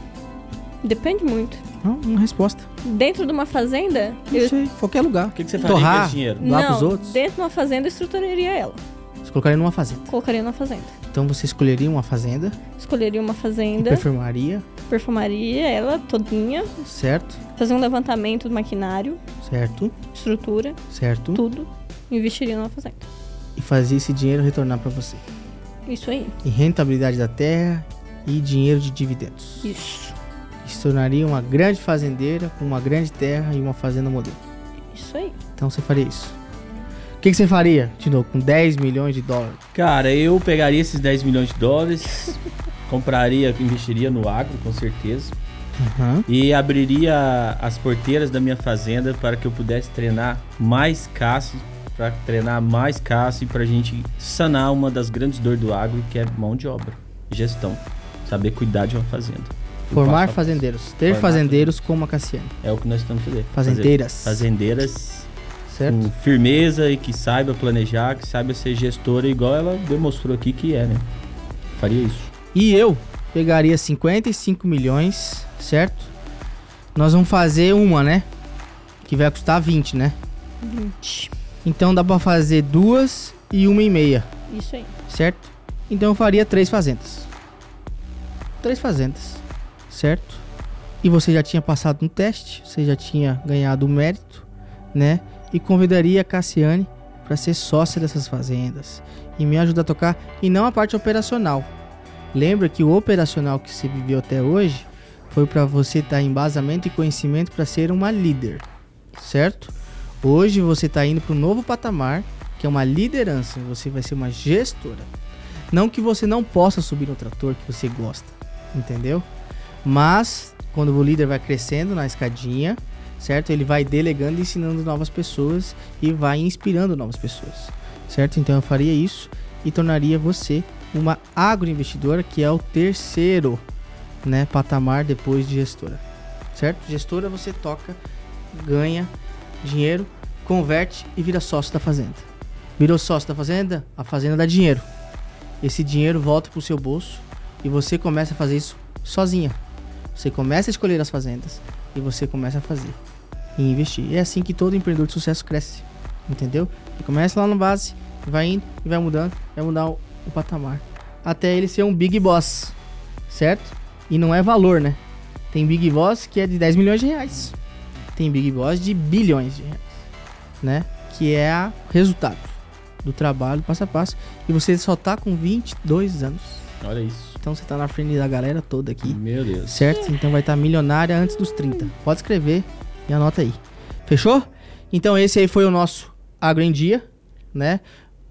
Depende muito. Não, uma resposta. Dentro de uma fazenda, Não eu. sei, qualquer lugar. O que, que você faria com Torrar. esse dinheiro? Lá não, pros outros? dentro de uma fazenda, eu estruturaria ela. Você colocaria numa fazenda. Colocaria numa fazenda. Então você escolheria uma fazenda, Escolheria uma e fazenda, perfumaria, perfumaria ela todinha, certo? fazer um levantamento do maquinário, Certo? estrutura, Certo? tudo. Investiria numa fazenda. E fazia esse dinheiro retornar pra você. Isso aí. E rentabilidade da terra e dinheiro de dividendos. Isso. E se tornaria uma grande fazendeira com uma grande terra e uma fazenda modelo. Isso aí. Então você faria isso. O que, que você faria, de novo, com 10 milhões de dólares? Cara, eu pegaria esses 10 milhões de dólares, compraria, investiria no agro, com certeza, Aham. e abriria as porteiras da minha fazenda para que eu pudesse treinar mais caça, para treinar mais caça e para a gente sanar uma das grandes dores do agro, que é mão de obra, gestão, saber cuidar de uma fazenda. Eu Uhum. Formar passo a- fazendeiros. Ter Formar fazendeiros como a Cassiane. É o que nós estamos fazendo. Fazendeiras. Fazendeiras Certo? com firmeza e que saiba planejar, que saiba ser gestora, igual ela demonstrou aqui que é, né? Faria isso. E eu pegaria 55 milhões, certo? Nós vamos fazer uma, né? Que vai custar 20, né? 20. Então dá pra fazer duas e uma e meia, Isso aí. certo? Então eu faria três fazendas. Três fazendas, certo? E você já tinha passado no teste, você já tinha ganhado o mérito, né? E convidaria a Cassiane para ser sócia dessas fazendas e me ajudar a tocar, e não a parte operacional. Lembra que o operacional que você viveu até hoje foi para você dar embasamento e conhecimento para ser uma líder, certo? Hoje você está indo para um novo patamar, que é uma liderança, você vai ser uma gestora. Não que você não possa subir no trator que você gosta, entendeu? Mas quando o líder vai crescendo na escadinha, certo? Ele vai delegando e ensinando novas pessoas e vai inspirando novas pessoas, certo? Então eu faria isso e tornaria você uma agroinvestidora, que é o terceiro, né, patamar depois de gestora. Certo? Gestora você toca, ganha dinheiro, converte e vira sócio da fazenda. Virou sócio da fazenda? A fazenda dá dinheiro. Esse dinheiro volta pro seu bolso e você começa a fazer isso sozinha. Você começa a escolher as fazendas e você começa a fazer e investir. É assim que todo empreendedor de sucesso cresce, entendeu? Ele começa lá no base, vai indo e vai mudando, vai mudar o, o patamar até ele ser um big boss, certo? E não é valor, né? Tem big boss que é de 10 milhões de reais tem Big Boss de bilhões de reais, né? Que é a resultado do trabalho passo a passo. E você só tá com 22 anos. Olha isso. Então você tá na frente da galera toda aqui, Meu Deus. certo? Então vai estar milionária antes dos 30. Pode escrever e anota aí. Fechou? Então esse aí foi o nosso Agro em Dia, né?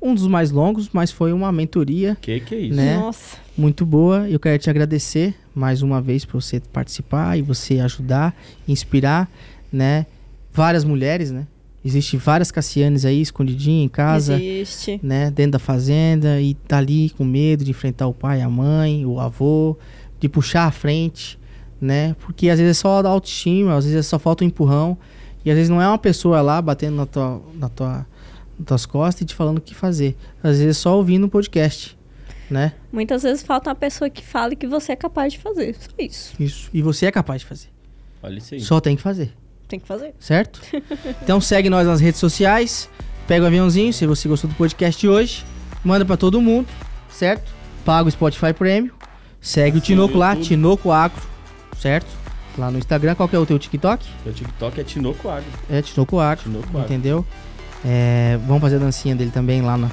Um dos mais longos, mas foi uma mentoria Que que é isso? Né? Nossa. muito boa. Eu quero te agradecer mais uma vez por você participar e você ajudar, inspirar, né? Várias mulheres, né? Existe várias Cassianes aí escondidinha em casa, Existe. né? Dentro da fazenda e tá ali com medo de enfrentar o pai, a mãe, o avô, de puxar a frente, né? Porque às vezes é só da autoestima, às vezes é só falta um empurrão e às vezes não é uma pessoa lá batendo na tua, na tua, nas tuas costas e te falando o que fazer. Às vezes é só ouvindo um podcast, né? Muitas vezes falta uma pessoa que fale que você é capaz de fazer. Só isso. Isso. E você é capaz de fazer. Olha isso aí. Só tem que fazer, Tem que fazer. certo? então segue nós nas redes sociais, pega o aviãozinho, se você gostou do podcast de hoje, manda pra todo mundo, certo? Paga o Spotify Premium, segue o Assina Tinoco o lá, YouTube. Tinoco Acro, certo? Lá no Instagram, qual que é o teu TikTok? Meu TikTok é Tinoco Agro. É Tinoco Acro, Tinoco Agro. entendeu? É, vamos fazer a dancinha dele também lá na-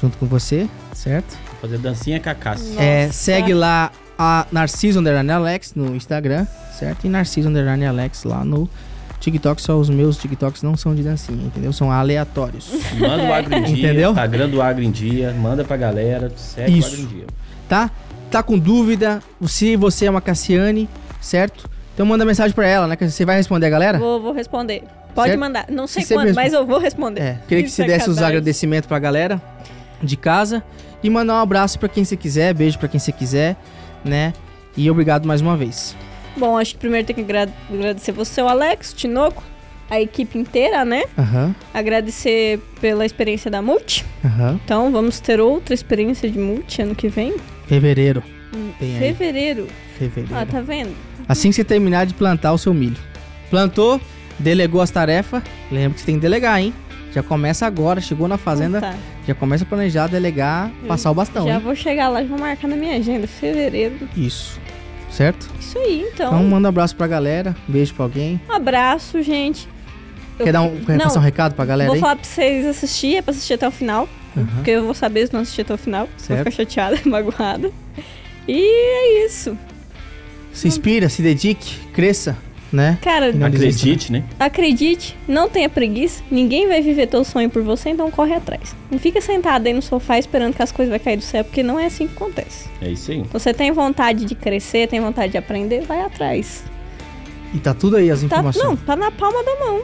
junto com você, certo? Vou Fazer dancinha com a Cássia. É, Nossa. segue lá a Narciso Underline Alex no Instagram, certo? E Narciso Underline Alex lá no TikTok. Só os meus TikToks não são de dancinha, entendeu? São aleatórios. Manda o Agro em Dia. Entendeu? Instagram do Agro em Dia. Manda pra galera. Segue Isso. o Agro em Dia. tá? Tá com dúvida? Se você é uma Cassiane, certo? Então manda mensagem pra ela, né? Que você vai responder a galera? Vou, vou responder. Pode Certo? mandar. Não sei Se você quando, mesmo- mas eu vou responder. É, queria que Isso você é desse os capaz. agradecimentos pra galera de casa e mandar um abraço pra quem você quiser, beijo pra quem você quiser, né? E obrigado mais uma vez. Bom, acho que primeiro tem que agra- agradecer você, o Alex, o Tinoco, a equipe inteira, né? Aham, Agradecer pela experiência da Multi. aham. Então, vamos ter outra experiência de Multi ano que vem. Fevereiro. Em Hum, Tem aí. fevereiro. Fevereiro. Ah, tá vendo? Assim que você terminar de plantar o seu milho. Plantou, delegou as tarefas. Lembra que você tem que delegar, hein? Já começa agora, chegou na fazenda, Tá. já começa a planejar, delegar, passar o bastão. Hum, já hein? vou chegar lá e vou marcar na minha agenda. Fevereiro. Isso. Certo? Isso aí, então. Então manda um abraço pra galera, um beijo pra alguém. Um abraço, gente. Eu- Quer dar um, quer Não, passar um recado pra galera Vou aí? falar pra vocês assistir, é pra assistir até o final. Aham. Porque eu vou saber se não assistir até o final. Vou Certo. ficar chateada, magoada. E é isso. Se inspira, se dedique, cresça, né? Cara, E não desista, Acredite, né? acredite, não tenha preguiça. Ninguém vai viver teu sonho por você, então corre atrás. Não fica sentado aí no sofá esperando que as coisas vai cair do céu, porque não é assim que acontece. É isso aí. Você tem vontade de crescer, tem vontade de aprender, vai atrás. E tá tudo aí as Tá, não, informações. tá na palma da mão.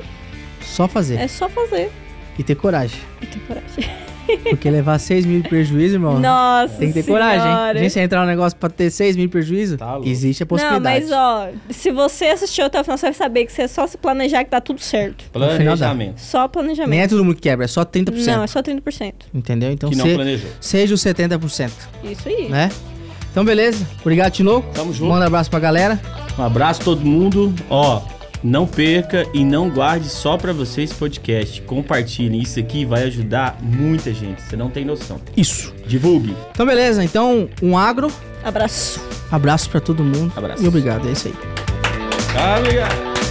Só fazer. É só fazer. E ter coragem. E ter coragem. Porque levar 6 mil de prejuízo, irmão. Nossa Tem que ter senhora. coragem, hein? Gente, se entrar no negócio pra ter 6 mil de prejuízo, Tá louco. existe a Não, possibilidade. mas ó, se você assistiu até o final, você vai saber que você é só se planejar que tá tudo certo. final dá. Planejamento. Só planejamento. Nem é todo mundo que quebra, é só 30%. Não, é só 30%. Entendeu? Então Que não se- planejou. seja os 70%, Isso aí. né? Então beleza. Obrigado, Tinoco. Tamo junto. Manda um abraço pra galera. Um abraço a todo mundo. Ó, não perca e não guarde só pra você esse podcast. Compartilhem. Isso aqui vai ajudar muita gente. Você não tem noção. Isso. Divulgue. Então beleza. Então, um agro. Abraço. Abraço pra todo mundo. Abraço. E obrigado. É isso aí. Tá, obrigado.